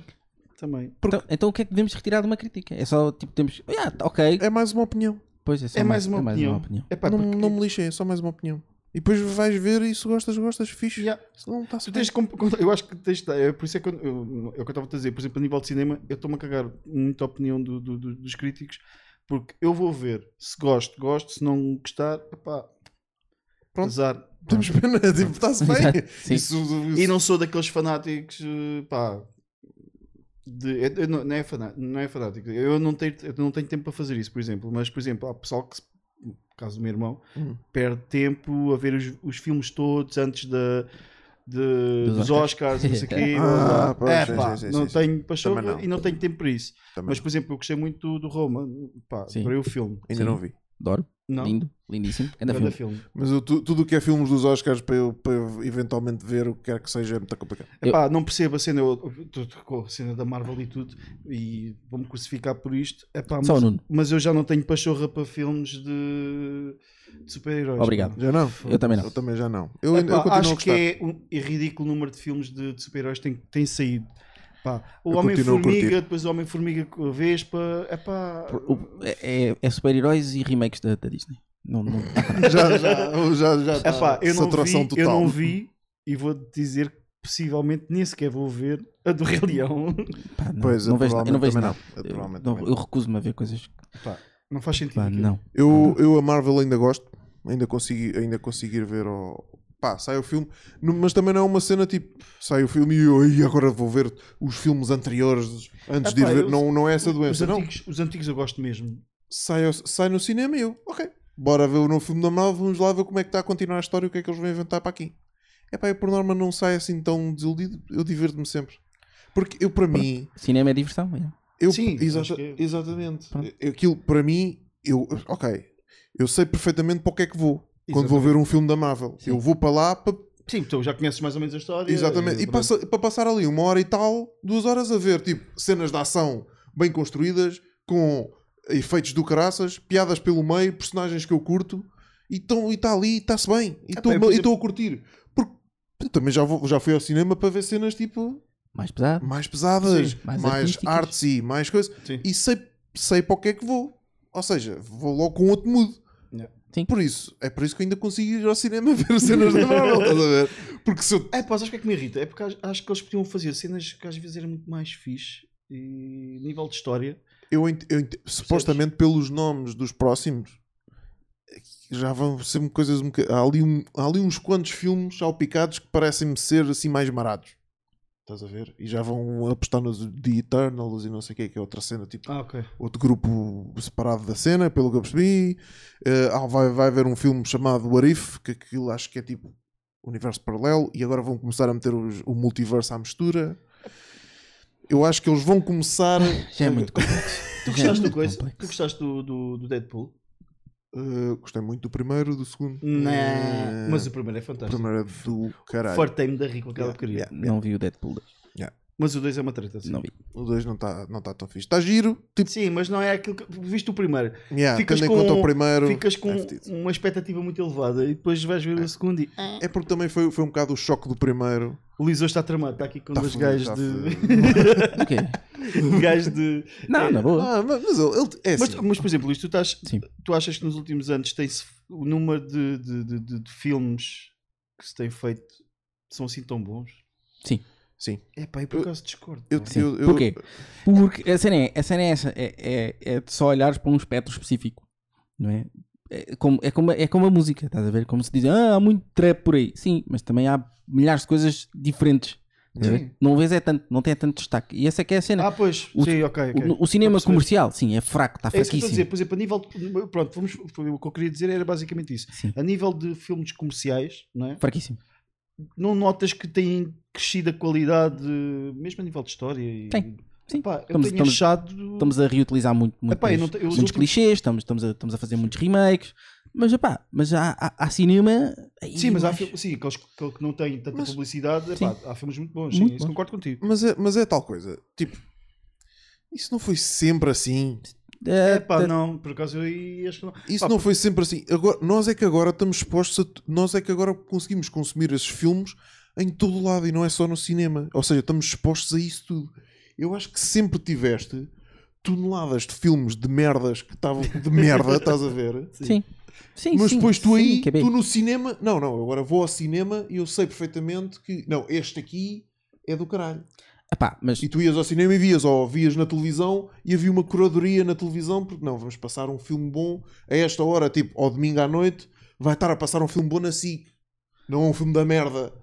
Speaker 3: também.
Speaker 2: Então, então o que é que devemos retirar de uma crítica? É só tipo, temos. "Ah, ok.
Speaker 1: é mais uma opinião.
Speaker 2: Pois é, só
Speaker 3: é mais uma opinião.
Speaker 2: opinião.
Speaker 3: Epá,
Speaker 1: não,
Speaker 3: porque-
Speaker 1: não me lixem, é só mais uma opinião. E depois vais ver e se gostas, gostas, fixe. Se não, tá
Speaker 3: Tu tens de comp- com- eu acho que tens de, é por isso é que eu, eu- é o que eu estava a te dizer, por exemplo, a nível de cinema, eu estou-me a cagar muito a opinião do- do- do- dos críticos, porque eu vou ver se gosto, gosto, se não gostar, epá,
Speaker 1: Pronto.
Speaker 3: azar.
Speaker 1: Temos pena, tipo, está-se bem.
Speaker 3: Exato,
Speaker 1: Isso- isso-
Speaker 3: E não sou daqueles fanáticos, eh, pá. de- eu- eu não, não é fanático, não é fanático. Eu não, tenho, eu não tenho tempo para fazer isso, por exemplo. Mas, por exemplo, há pessoal que, se- no caso do meu irmão,
Speaker 1: Hum.
Speaker 3: perde tempo a ver os, os filmes todos antes da. de-
Speaker 1: Dos
Speaker 3: dos Oscars, não sei o quê,
Speaker 1: Ah,
Speaker 3: blá, blá.
Speaker 1: pois,
Speaker 3: É,
Speaker 1: sim,
Speaker 3: pá,
Speaker 1: sim, sim,
Speaker 3: não
Speaker 1: sim.
Speaker 3: tenho paixão
Speaker 1: Também não.
Speaker 3: e não tenho tempo para isso.
Speaker 1: Também
Speaker 3: Mas,
Speaker 1: não.
Speaker 3: por exemplo, eu gostei muito do, do Roma, pá,
Speaker 1: Sim.
Speaker 3: adorei o filme.
Speaker 1: Ainda não vi.
Speaker 2: Adoro.
Speaker 3: Não.
Speaker 2: Lindo, lindíssimo. Ainda
Speaker 3: Ganda
Speaker 2: filme.
Speaker 3: filme.
Speaker 1: Mas eu, tu- tudo o que é filmes dos Oscars para eu, para eu eventualmente ver o que quer que seja é muito complicado.
Speaker 3: Epá, não percebo a cena, eu, tu- tu- com a cena da Marvel e tudo, e vou-me crucificar por isto. Epá, mas,
Speaker 2: Só o Nuno.
Speaker 3: mas eu já não tenho pachorra para filmes de, de super-heróis.
Speaker 2: Obrigado.
Speaker 1: Já não?
Speaker 2: Eu também não.
Speaker 1: Eu também já não. Eu, ainda- eu
Speaker 3: Epá,
Speaker 1: continuo a
Speaker 3: acho
Speaker 1: gostar.
Speaker 3: que é um é ridículo o número de filmes de, de super-heróis que tem, tem saído. Pá, o
Speaker 1: Eu continuo a curtir.
Speaker 3: Homem-Formiga, depois o Homem-Formiga com a Vespa. Epá,
Speaker 2: O- É, é- é super-heróis e remakes da, da Disney. Não, não...
Speaker 1: Já- já- já- já está
Speaker 3: Epá, eu não
Speaker 1: saturação
Speaker 3: vi, Eu
Speaker 1: total.
Speaker 3: não vi e vou dizer que possivelmente nem sequer vou ver a do Rei Leão.
Speaker 2: Pá, não,
Speaker 1: Pois, eu
Speaker 2: não vejo, eu não
Speaker 1: provavelmente
Speaker 2: vejo
Speaker 1: também
Speaker 2: nada.
Speaker 1: não. Eu
Speaker 2: Eu,
Speaker 1: provavelmente
Speaker 2: não-
Speaker 1: também
Speaker 2: eu recuso-me a ver coisas. que-
Speaker 3: Pá, não faz sentido.
Speaker 2: Pá,
Speaker 3: aquilo.
Speaker 2: não.
Speaker 3: Uhum.
Speaker 1: Eu, eu a Marvel ainda gosto, ainda consegui, ainda consegui ir ver o. Pá, sai o filme, no- mas também não é uma cena tipo sai o filme e eu "Ai, agora vou ver os filmes anteriores antes de ir
Speaker 3: Epá,
Speaker 1: ver.
Speaker 3: eu-
Speaker 1: não, não é essa
Speaker 3: os-
Speaker 1: doença,
Speaker 3: os
Speaker 1: não.
Speaker 3: Antigos, os antigos eu gosto mesmo.
Speaker 1: Sai, ao- sai no cinema e eu, ok, bora ver o novo filme da Marvel, vamos lá ver como é que está a continuar a história e o que é que eles vão inventar para aqui. É pá, eu por norma não saio assim tão desiludido, eu divirto-me sempre. Porque eu, para mim,
Speaker 2: Cinema é diversão. é.
Speaker 1: eu,
Speaker 3: Sim,
Speaker 1: exata-
Speaker 3: acho que- é.
Speaker 1: Exatamente. Aquilo, para mim, eu, ok, eu sei perfeitamente para o que é que vou quando vou ver um filme da Marvel. Eu vou para lá para.
Speaker 3: Sim, tu já conheces mais ou menos a história. é
Speaker 1: Exatamente. E
Speaker 3: pronto.
Speaker 1: passa- para passar ali uma hora e tal, duas horas a ver, tipo, cenas de ação bem construídas, com efeitos do caraças, piadas pelo meio, personagens que eu curto, e está e tá ali, está-se bem, e
Speaker 3: Ah,
Speaker 1: estou
Speaker 3: pá, eu, por
Speaker 1: e estou a curtir. Porque eu também já, vou- já fui ao cinema para ver cenas tipo
Speaker 2: Mais pesado.
Speaker 1: mais pesadas,
Speaker 2: Sim, mais
Speaker 1: mais,
Speaker 2: artísticas.
Speaker 1: artes e mais coisas.
Speaker 3: Sim.
Speaker 1: E sei, sei para o que é que vou. Ou seja, vou logo com outro mood.
Speaker 3: Yeah.
Speaker 2: Sim.
Speaker 1: Por isso, é por isso que eu ainda consigo ir ao cinema ver cenas da Marvel, estás a ver? Porque se eu.
Speaker 3: É, pá, sabes o que é que me irrita? É porque acho- acho que eles podiam fazer cenas que às vezes eram muito mais fixe e nível de história.
Speaker 1: eu, ent- eu ent- supostamente, pelos nomes dos próximos, já vão ser coisas. Um boca- há, ali um- há ali uns quantos filmes salpicados que parecem-me ser assim mais marados. Estás a ver? E já vão apostar nos The Eternals e não sei o que, que é outra cena tipo.
Speaker 3: Ah, ok.
Speaker 1: outro grupo separado da cena, pelo que eu percebi. Eh, ah, vai, vai haver um filme chamado What If, que aquilo acho que é tipo universo paralelo, e agora vão começar a meter os- o multiverso à mistura. Eu acho que eles vão começar.
Speaker 2: Já é muito complexo.
Speaker 3: Tu
Speaker 2: Já é
Speaker 3: gostaste, do,
Speaker 2: muito
Speaker 3: coisa?
Speaker 2: complexo.
Speaker 3: Tu gostaste do, do, do Deadpool?
Speaker 1: Eh, gostei muito do primeiro, do segundo.
Speaker 3: Não.
Speaker 1: Eh,
Speaker 3: Mas o primeiro é fantástico.
Speaker 1: o primeiro é do caralho.
Speaker 3: Fartei-me da rir com aquela
Speaker 1: Yeah,
Speaker 3: porcaria.
Speaker 1: yeah.
Speaker 2: Não vi o Deadpool dois.
Speaker 3: Mas o 2 é uma treta. Assim.
Speaker 2: Não vi.
Speaker 1: O dois não está não tá tão fixe. Está giro. Tipo,
Speaker 3: Sim, mas não é aquilo que. Viste o primeiro.
Speaker 1: Yeah, tendo em conta o primeiro,
Speaker 3: Ficas com
Speaker 1: é fedido.
Speaker 3: uma expectativa muito elevada e depois vais ver o segundo e. "Ah,
Speaker 1: é porque também foi, foi um bocado o choque do primeiro.
Speaker 3: O Luís hoje está tramado, está aqui com
Speaker 1: Tá
Speaker 3: dois
Speaker 1: fudido,
Speaker 3: Um gajos
Speaker 1: tá
Speaker 3: de.
Speaker 2: O quê? É,
Speaker 3: gajos de.
Speaker 2: Não, na boa.
Speaker 1: Ah, mas, mas ele, ele- é
Speaker 3: Mas,
Speaker 1: assim.
Speaker 3: mas, por exemplo, Luís, tu, estás,
Speaker 2: Sim.
Speaker 3: tu achas que nos últimos anos tem-se o número de, de- de- de- de filmes que se têm feito são assim tão bons?
Speaker 2: Sim.
Speaker 1: Sim.
Speaker 3: É pá, eu por acaso discordo. é?
Speaker 1: Eu,
Speaker 3: pá.
Speaker 2: Sim.
Speaker 1: eu, eu-
Speaker 2: Porquê? Porque a cena é, a cena é essa, é, é, é de só olhares para um espectro específico, não é? É como, é, como, é como a música, estás a ver? Como se diz, ah, há muito trap por aí. Sim, mas também há milhares de coisas diferentes. estás a ver? Não vês é tanto, não tem tanto destaque. E essa é que é a cena.
Speaker 3: Ah, pois.
Speaker 2: O- ah,
Speaker 3: sim, ok. ok.
Speaker 2: o,
Speaker 3: Estou
Speaker 2: o cinema
Speaker 3: a perceber.
Speaker 2: comercial, sim, é fraco, está
Speaker 3: É isso que eu estou a
Speaker 2: fraquíssimo.
Speaker 3: dizer. Por exemplo, a nível. de- Pronto, vamos, foi o que eu queria dizer era basicamente isso.
Speaker 2: Sim.
Speaker 3: A nível de filmes comerciais, não é?
Speaker 2: fraquíssimo.
Speaker 3: Não notas que têm crescido a qualidade, mesmo a nível de história. E...
Speaker 2: Tem. Sim.
Speaker 3: Pá, eu
Speaker 2: Estamos-
Speaker 3: tenho
Speaker 2: estamos-
Speaker 3: achado.
Speaker 2: Estamos a reutilizar muito, muito
Speaker 3: Epá, eu não
Speaker 2: muitos,
Speaker 3: te- eu os
Speaker 2: muitos
Speaker 3: últimos-
Speaker 2: clichês, estamos, estamos, a, estamos a fazer muitos remakes. Mas, epá, mas há, há, há cinema. aí
Speaker 3: Sim, mas há
Speaker 2: mais-
Speaker 3: filmes sim, aqueles que que não têm tanta
Speaker 1: Mas-
Speaker 3: publicidade, epá, há filmes muito bons, sim,
Speaker 2: Muito
Speaker 3: isso
Speaker 2: bons.
Speaker 3: concordo contigo.
Speaker 1: Mas é, mas é tal coisa, tipo, isso não foi sempre assim.
Speaker 2: Ah,
Speaker 3: É pá,
Speaker 2: tá-
Speaker 3: não, por acaso eu aí acho que não.
Speaker 1: Isso
Speaker 3: Pá,
Speaker 1: não foi sempre assim. Agora, nós é que agora estamos expostos a. t- Nós é que agora conseguimos consumir esses filmes em todo lado e não é só no cinema. Ou seja, estamos expostos a isso tudo. Eu acho que sempre tiveste toneladas de filmes de merdas que estavam de merda, estás a ver?
Speaker 2: Sim. Sim,
Speaker 1: Mas
Speaker 2: sim,
Speaker 1: depois tu
Speaker 2: sim,
Speaker 1: aí,
Speaker 2: que é bem.
Speaker 1: tu no cinema, não, não, eu agora vou ao cinema e eu sei perfeitamente que, não, este aqui é do caralho. E tu ias ao cinema e vias, ou vias na televisão e havia uma curadoria na televisão, porque não, vamos passar um filme bom a esta hora, tipo, ao domingo à noite, vai estar a passar um filme bom na SIC. Não é um filme da merda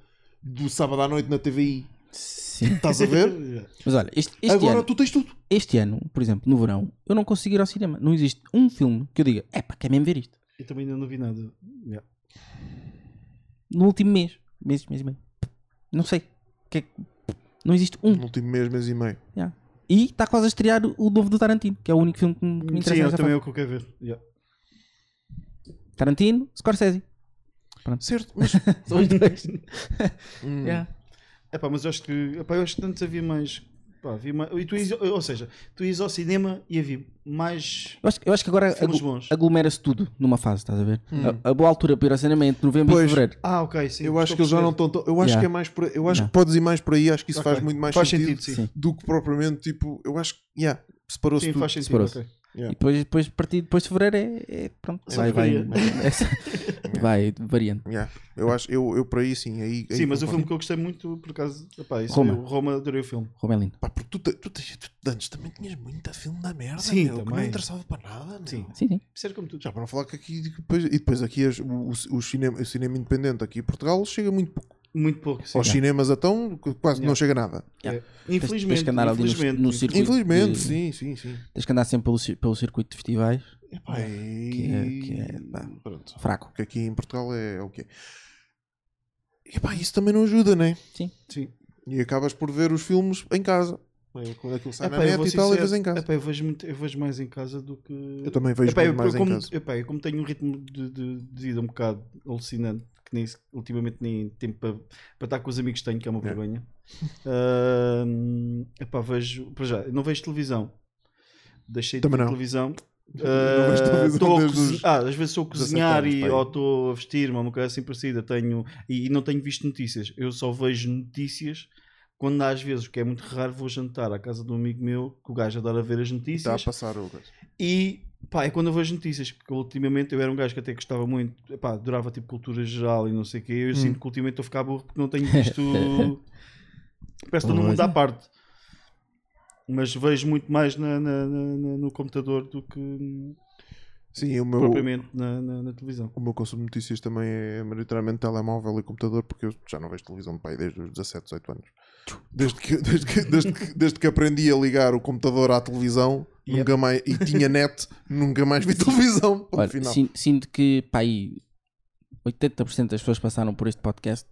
Speaker 1: do sábado à noite na TVI.
Speaker 2: Sim.
Speaker 1: Estás
Speaker 3: é
Speaker 1: a ver?
Speaker 2: Mas olha, este, este
Speaker 1: Agora
Speaker 2: ano,
Speaker 1: tu tens tudo.
Speaker 2: Este ano, por exemplo, no verão, eu não consigo ir ao cinema. Não existe um filme que eu diga, é pá, quer mesmo ver isto.
Speaker 3: Eu também ainda não vi nada. Yeah.
Speaker 2: No último mês, mês, mês e meio. Não sei. Que é que- Não existe um. No
Speaker 1: último mês, mês e meio.
Speaker 2: Yeah. E está quase a estrear o novo do Tarantino, que é o único filme que me que me interessa.
Speaker 3: Sim, eu
Speaker 2: nesta
Speaker 3: também é o
Speaker 2: fase.
Speaker 3: que eu quero ver. Yeah.
Speaker 2: Tarantino, Scorsese. Pronto.
Speaker 1: Certo, mas...
Speaker 2: São os dois.
Speaker 3: Hum.
Speaker 2: Yeah.
Speaker 3: Epá, É, mas eu acho que epá, eu acho que antes havia mais. Pá, havia mais e tu ias, ou seja, tu ias ao cinema e havia mais.
Speaker 2: Eu acho, eu acho que agora
Speaker 3: Filmes
Speaker 2: aglu-
Speaker 3: bons.
Speaker 2: aglomera-se tudo numa fase, estás a ver?
Speaker 3: Hum.
Speaker 2: A, a boa altura para ir ao cinema é entre novembro
Speaker 1: Pois.
Speaker 2: e fevereiro.
Speaker 3: Ah, ok, sim.
Speaker 1: eu acho
Speaker 3: estou
Speaker 1: que eles já
Speaker 3: a
Speaker 1: não
Speaker 3: perceber.
Speaker 1: estão tão- Eu acho
Speaker 2: Yeah.
Speaker 1: que é mais por aí- Eu acho
Speaker 2: Não.
Speaker 1: que podes ir mais por aí, acho que isso
Speaker 3: Ok.
Speaker 1: faz muito mais
Speaker 3: Faz
Speaker 1: sentido,
Speaker 3: sentido, sim. Sim.
Speaker 1: do que propriamente tipo. Eu acho que yeah, separou-se
Speaker 3: Sim,
Speaker 1: tudo.
Speaker 3: faz sentido,
Speaker 2: Separou-se.
Speaker 3: ok.
Speaker 1: Yeah.
Speaker 2: E depois, depois, a partir depois de fevereiro é, é pronto.
Speaker 3: Essa
Speaker 2: Vai, vai,
Speaker 3: porcaria.
Speaker 2: essa- vai variando.
Speaker 1: Yeah. Eu acho, eu, eu para aí sim. Aí, aí
Speaker 3: Sim, mas o
Speaker 1: concordo.
Speaker 3: filme que eu gostei muito, por acaso, epá, isso
Speaker 2: Roma.
Speaker 3: Roma. Roma, adorei o filme.
Speaker 2: Roma é lindo.
Speaker 1: Pá, porque tu, te- tu, tens- tu antes também tinhas muita filme da merda, meu,
Speaker 3: Sim,
Speaker 1: que não
Speaker 3: também.
Speaker 1: interessava para nada. Meu.
Speaker 3: Sim.
Speaker 2: Sim, sim.
Speaker 3: Sério como tu.
Speaker 1: Já para não falar que aqui depois, e depois aqui as- o, o- o cinema, o cinema independente aqui em Portugal chega muito pouco.
Speaker 3: Muito pouco, sim. É.
Speaker 1: Aos cinemas então qu- quase não chega nada.
Speaker 2: Yeah.
Speaker 3: Infelizmente,
Speaker 2: Tens- tens que andar ali no-
Speaker 3: infelizmente.
Speaker 2: no circuito
Speaker 1: Infelizmente,
Speaker 2: de-
Speaker 1: sim, sim, sim.
Speaker 2: Tens que andar sempre pelo, cir- pelo circuito de festivais.
Speaker 1: Epá, e-
Speaker 2: Que é, que é pá,
Speaker 1: Pronto.
Speaker 2: fraco.
Speaker 1: Que aqui em Portugal é o quê? Epá, isso também não ajuda, né?
Speaker 2: Sim.
Speaker 3: Sim.
Speaker 1: E acabas por ver os filmes em casa. Bem, Quando aquilo sai na
Speaker 3: eu
Speaker 1: net
Speaker 3: vou
Speaker 1: e tal, e
Speaker 3: sincero,
Speaker 1: vês em casa.
Speaker 3: epá, eu, vejo muito- eu vejo mais em casa do que.
Speaker 1: Eu também vejo
Speaker 3: Epá,
Speaker 1: muito
Speaker 3: eu,
Speaker 1: mais em
Speaker 3: como,
Speaker 1: casa.
Speaker 3: epá, eu como tenho um ritmo de, de- de vida um bocado alucinante, que nem, ultimamente nem tempo para, para estar com os amigos tenho, que é uma vergonha. Ahm, epá, vejo. Para já, não vejo televisão. Deixei de
Speaker 1: Também
Speaker 3: ver
Speaker 1: não.
Speaker 3: televisão.
Speaker 1: Não vejo televisão
Speaker 3: Ah, estou a
Speaker 1: desde
Speaker 3: cozi-
Speaker 1: os
Speaker 3: ah, às vezes sou a
Speaker 1: 17
Speaker 3: cozinhar
Speaker 1: anos,
Speaker 3: e,
Speaker 1: pá, aí.
Speaker 3: ou estou a vestir-me, uma coisa assim parecida. Tenho, e, e não tenho visto notícias. Eu só vejo notícias quando às vezes, o que é muito raro, vou jantar à casa de um amigo meu que o gajo adora ver as
Speaker 1: Está tá a
Speaker 3: notícias.
Speaker 1: passar o gajo.
Speaker 3: E pá, é quando eu vejo notícias, porque ultimamente eu era um gajo que até gostava muito, pá, durava tipo cultura geral e não sei o quê. Eu
Speaker 1: Hum.
Speaker 3: sinto que ultimamente estou a ficar burro porque não tenho visto. Parece que estou num mundo
Speaker 2: Pois
Speaker 3: à
Speaker 2: é.
Speaker 3: parte. Mas vejo muito mais na- na- na- na- no computador do que
Speaker 1: Sim, o meu,
Speaker 3: propriamente na, na- na televisão.
Speaker 1: o meu consumo de notícias também é maioritariamente telemóvel e computador, porque eu já não vejo televisão de pai desde os 17, 18 anos. Desde que, desde que, desde que, desde que aprendi a ligar o computador à televisão
Speaker 3: Yep.
Speaker 1: nunca mais, e tinha net, nunca mais vi televisão. Ponto
Speaker 2: Olha,
Speaker 1: final.
Speaker 2: sin- sinto que pá, aí 80% das pessoas que passaram por este podcast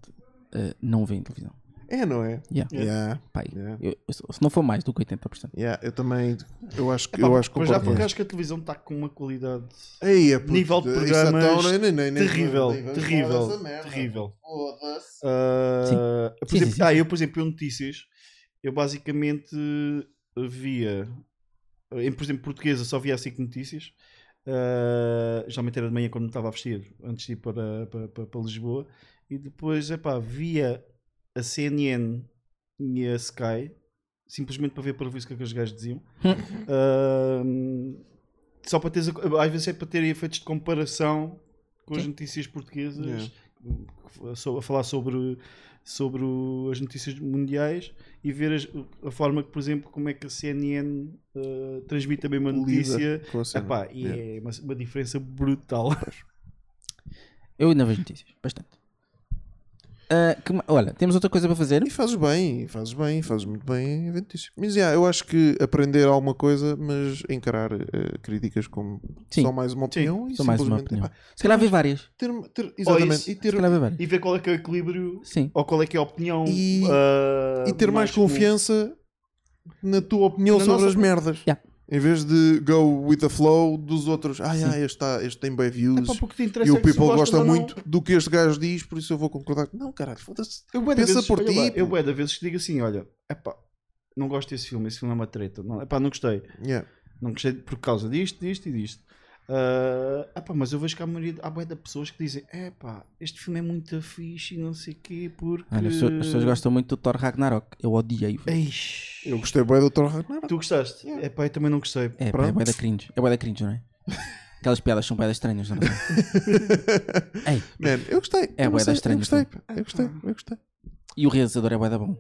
Speaker 2: eh, não veem televisão.
Speaker 1: É, não é?
Speaker 2: Yeah.
Speaker 1: Yeah.
Speaker 2: Pá, aí,
Speaker 1: Yeah.
Speaker 2: eu- eu- se não for mais do que 80%.
Speaker 1: Yeah, eu também. Eu acho que.
Speaker 3: Epá,
Speaker 1: eu acho que
Speaker 3: mas já
Speaker 1: concordo.
Speaker 3: porque acho que a televisão está com uma qualidade.
Speaker 1: Ei, é puto,
Speaker 3: nível de
Speaker 1: isso
Speaker 3: programas
Speaker 1: então, nem- nem- nem-
Speaker 3: terrível,
Speaker 1: nem vamos falar
Speaker 3: terrível,
Speaker 1: dessa merda.
Speaker 3: terrível.
Speaker 1: Foda-se.
Speaker 3: Ah,
Speaker 2: Sim.
Speaker 3: por
Speaker 2: Sim,
Speaker 3: exemplo,
Speaker 2: sim, sim.
Speaker 3: Ah, eu, por exemplo, eu notícias, eu basicamente via, em, por exemplo, portuguesa, só via assim que notícias. Ah, geralmente era de manhã quando me estava a vestir, antes de ir para, para, para, para Lisboa. E depois, epá, via a CNN e a Sky, simplesmente para ver para ver o que é que os gajos diziam. Ahm, só para teres, a- às vezes é para ter efeitos de comparação com as
Speaker 2: Sim.
Speaker 3: notícias portuguesas so- a falar sobre, sobre o- as notícias mundiais e ver as- a forma que, por exemplo, como é que a CNN eh, transmite a mesma
Speaker 1: Lida
Speaker 3: notícia.
Speaker 1: com a cena.
Speaker 3: Epá, e
Speaker 1: Yeah.
Speaker 3: é uma, uma diferença brutal.
Speaker 2: Eu ainda vejo notícias, bastante. Ah, que ma- olha, temos outra coisa para fazer.
Speaker 1: E fazes bem, e fazes bem, e fazes muito bem, é eventíssimo. Mas yeah, eu acho que aprender alguma coisa, mas encarar eh, críticas como
Speaker 2: Sim.
Speaker 1: só mais uma opinião e
Speaker 2: Só mais uma
Speaker 1: simplesmente é
Speaker 2: opinião.
Speaker 1: epá,
Speaker 2: Se calhar vi várias.
Speaker 1: ter, ter-
Speaker 3: Ou
Speaker 1: exatamente,
Speaker 3: isso,
Speaker 1: e ter,
Speaker 2: Se calhar vi várias.
Speaker 3: E ver qual é que é o equilíbrio
Speaker 2: Sim.
Speaker 3: ou qual é que é a opinião
Speaker 1: E-
Speaker 3: eh,
Speaker 1: e ter mais
Speaker 3: comum.
Speaker 1: confiança na tua opinião
Speaker 3: Na
Speaker 1: sobre
Speaker 3: nossa-
Speaker 1: as merdas.
Speaker 2: Yeah.
Speaker 1: Em vez de go with the flow dos outros, ah, yeah, este, tá- este tem bem views
Speaker 3: Epá, porque te
Speaker 1: e
Speaker 3: interessa
Speaker 1: o
Speaker 3: é que se
Speaker 1: people
Speaker 3: gostas
Speaker 1: gosta
Speaker 3: ou não.
Speaker 1: muito do que este gajo diz, por isso eu vou concordar. Não, caralho, foda-se.
Speaker 3: Eu bué da
Speaker 1: Pensa
Speaker 3: vezes-
Speaker 1: por
Speaker 3: olha
Speaker 1: ti.
Speaker 3: lá, Eu
Speaker 1: pô.
Speaker 3: bué da vezes que digo assim, olha, epá, não gosto desse filme, esse filme é uma treta. Não, epá, não gostei.
Speaker 1: Yeah.
Speaker 3: Não gostei por causa disto, disto e disto. Ah, epá, mas eu vejo que há, maioria, há bué de pessoas que dizem, epá, este filme é muito fixe e não sei o quê, porque...
Speaker 2: Olha, as, pessoas, as
Speaker 1: Eh.
Speaker 2: pessoas gostam muito do Thor Ragnarok. Eu odiei.
Speaker 3: Eish.
Speaker 1: Eu gostei bem do Thor Ragnarok.
Speaker 3: Tu gostaste? Epá, eu também não gostei.
Speaker 2: É, pá,
Speaker 1: Pronto.
Speaker 2: é bué da cringe. É bué da cringe, não é? Aquelas piadas são piadas estranhas, não é? Ei,
Speaker 1: Man, eu gostei.
Speaker 2: É
Speaker 1: eu não
Speaker 2: boeda
Speaker 1: sei,
Speaker 2: estranha.
Speaker 1: Eu gostei, pá, eu gostei, eu gostei.
Speaker 2: E o realizador é boeda bom.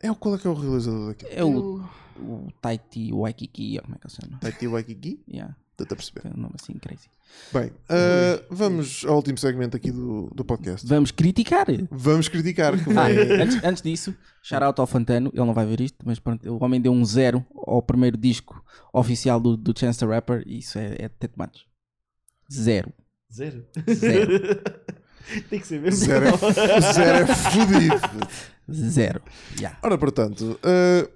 Speaker 1: É, o- qual é que é o realizador daqui?
Speaker 2: É o, o Taiti Waikiki, ou como é que ele se chama?
Speaker 1: Taiti Waikiki?
Speaker 2: Yeah.
Speaker 1: Estou a perceber.
Speaker 2: É um nome assim crazy.
Speaker 1: Bem, ah, vamos ao último segmento aqui do, do podcast.
Speaker 2: Vamos criticar.
Speaker 1: Vamos criticar. que
Speaker 2: Ah,
Speaker 1: vai-
Speaker 2: antes, antes disso, shout out ao Fantano, ele não vai ver isto, mas pronto, o homem deu um zero ao primeiro disco oficial do, do Chance the Rapper, e isso é, é tete matos. Zero.
Speaker 3: Zero.
Speaker 2: Zero.
Speaker 3: Tem que ser mesmo.
Speaker 1: Zero é, f- zero é fudido.
Speaker 2: Zero. Yeah.
Speaker 1: Ora, portanto, ah,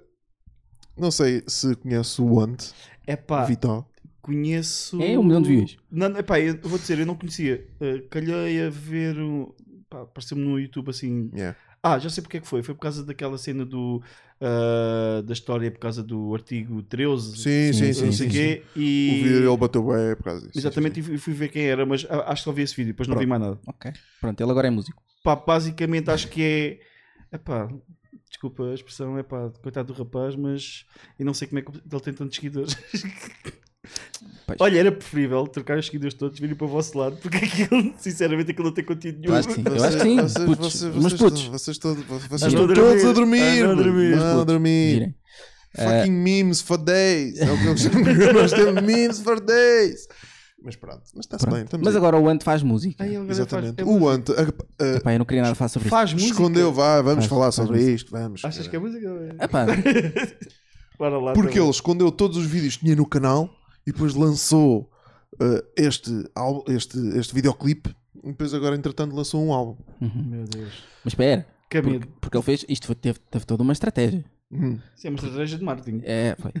Speaker 1: não sei se conhece o Ant.
Speaker 3: É pá.
Speaker 1: Vital.
Speaker 3: Conheço.
Speaker 2: É, um milhão de views.
Speaker 3: Não, não, epá, eu vou dizer, eu não conhecia. Uh, calhei a ver. Um, pá, apareceu-me no YouTube assim.
Speaker 1: Yeah.
Speaker 3: Ah, já sei porque é que foi. Foi por causa daquela cena do. uh, da história, por causa do artigo 13.
Speaker 1: Sim, sim, sim.
Speaker 3: não
Speaker 1: sim,
Speaker 3: sei
Speaker 1: sim.
Speaker 3: quê, E...
Speaker 1: O vídeo ele bateu bem por causa disso.
Speaker 3: Exatamente, e fui- fui ver quem era, mas ah, acho que só vi esse vídeo, depois não vi
Speaker 1: Pronto.
Speaker 3: mais nada.
Speaker 2: Ok. Pronto, ele agora é músico.
Speaker 3: Pá, basicamente acho que é. Epá, desculpa a expressão, é pá, coitado do rapaz, mas eu não sei como é que ele tem tantos seguidores.
Speaker 2: Pois.
Speaker 3: Olha, era preferível trocar os seguidores todos, virem para o vosso lado, porque aquilo, sinceramente, aquilo não tem conteúdo nenhum.
Speaker 2: Eu acho que sim. Eu
Speaker 1: Vocês-
Speaker 2: acho que sim.
Speaker 1: vocês-
Speaker 2: Putos.
Speaker 1: vocês-
Speaker 2: Mas
Speaker 1: vocês-
Speaker 2: putos.
Speaker 1: Vocês, todos, vocês
Speaker 3: Andam
Speaker 1: estão
Speaker 3: a
Speaker 1: todos
Speaker 3: dormir.
Speaker 1: a dormir.
Speaker 3: Andam a dormir,
Speaker 1: mano. Andam a
Speaker 2: putos.
Speaker 1: dormir.
Speaker 2: Virem.
Speaker 1: Fucking memes for days. É o que eu chamo. Nós temos memes for days. Mas pronto, mas está-se
Speaker 2: Pronto.
Speaker 1: bem. Estamos
Speaker 2: Mas
Speaker 1: aí.
Speaker 2: agora o Ant faz música.
Speaker 3: Ai, ele agora
Speaker 1: Exatamente.
Speaker 3: faz- é
Speaker 1: o Ant.
Speaker 3: música.
Speaker 1: a- a-
Speaker 2: Epá, eu não queria nada falar sobre isso.
Speaker 3: Faz música.
Speaker 1: Escondeu, vá, vamos
Speaker 2: Faz-
Speaker 1: falar
Speaker 2: faz
Speaker 1: sobre
Speaker 2: música.
Speaker 1: isto. Vamos.
Speaker 3: Achas que é música?
Speaker 2: Epá,
Speaker 3: Bora lá. então.
Speaker 1: Porque
Speaker 3: também.
Speaker 1: ele escondeu todos os vídeos que tinha no canal e depois lançou uh, este, álbum- este, este videoclipe. E depois, agora, entretanto, lançou um álbum.
Speaker 3: Meu Deus.
Speaker 2: mas espera.
Speaker 3: Que
Speaker 2: Porque,
Speaker 3: medo.
Speaker 2: porque ele fez. Isto foi- teve, teve toda uma estratégia.
Speaker 1: Hum.
Speaker 3: Isso é uma estratégia de marketing.
Speaker 2: É, foi.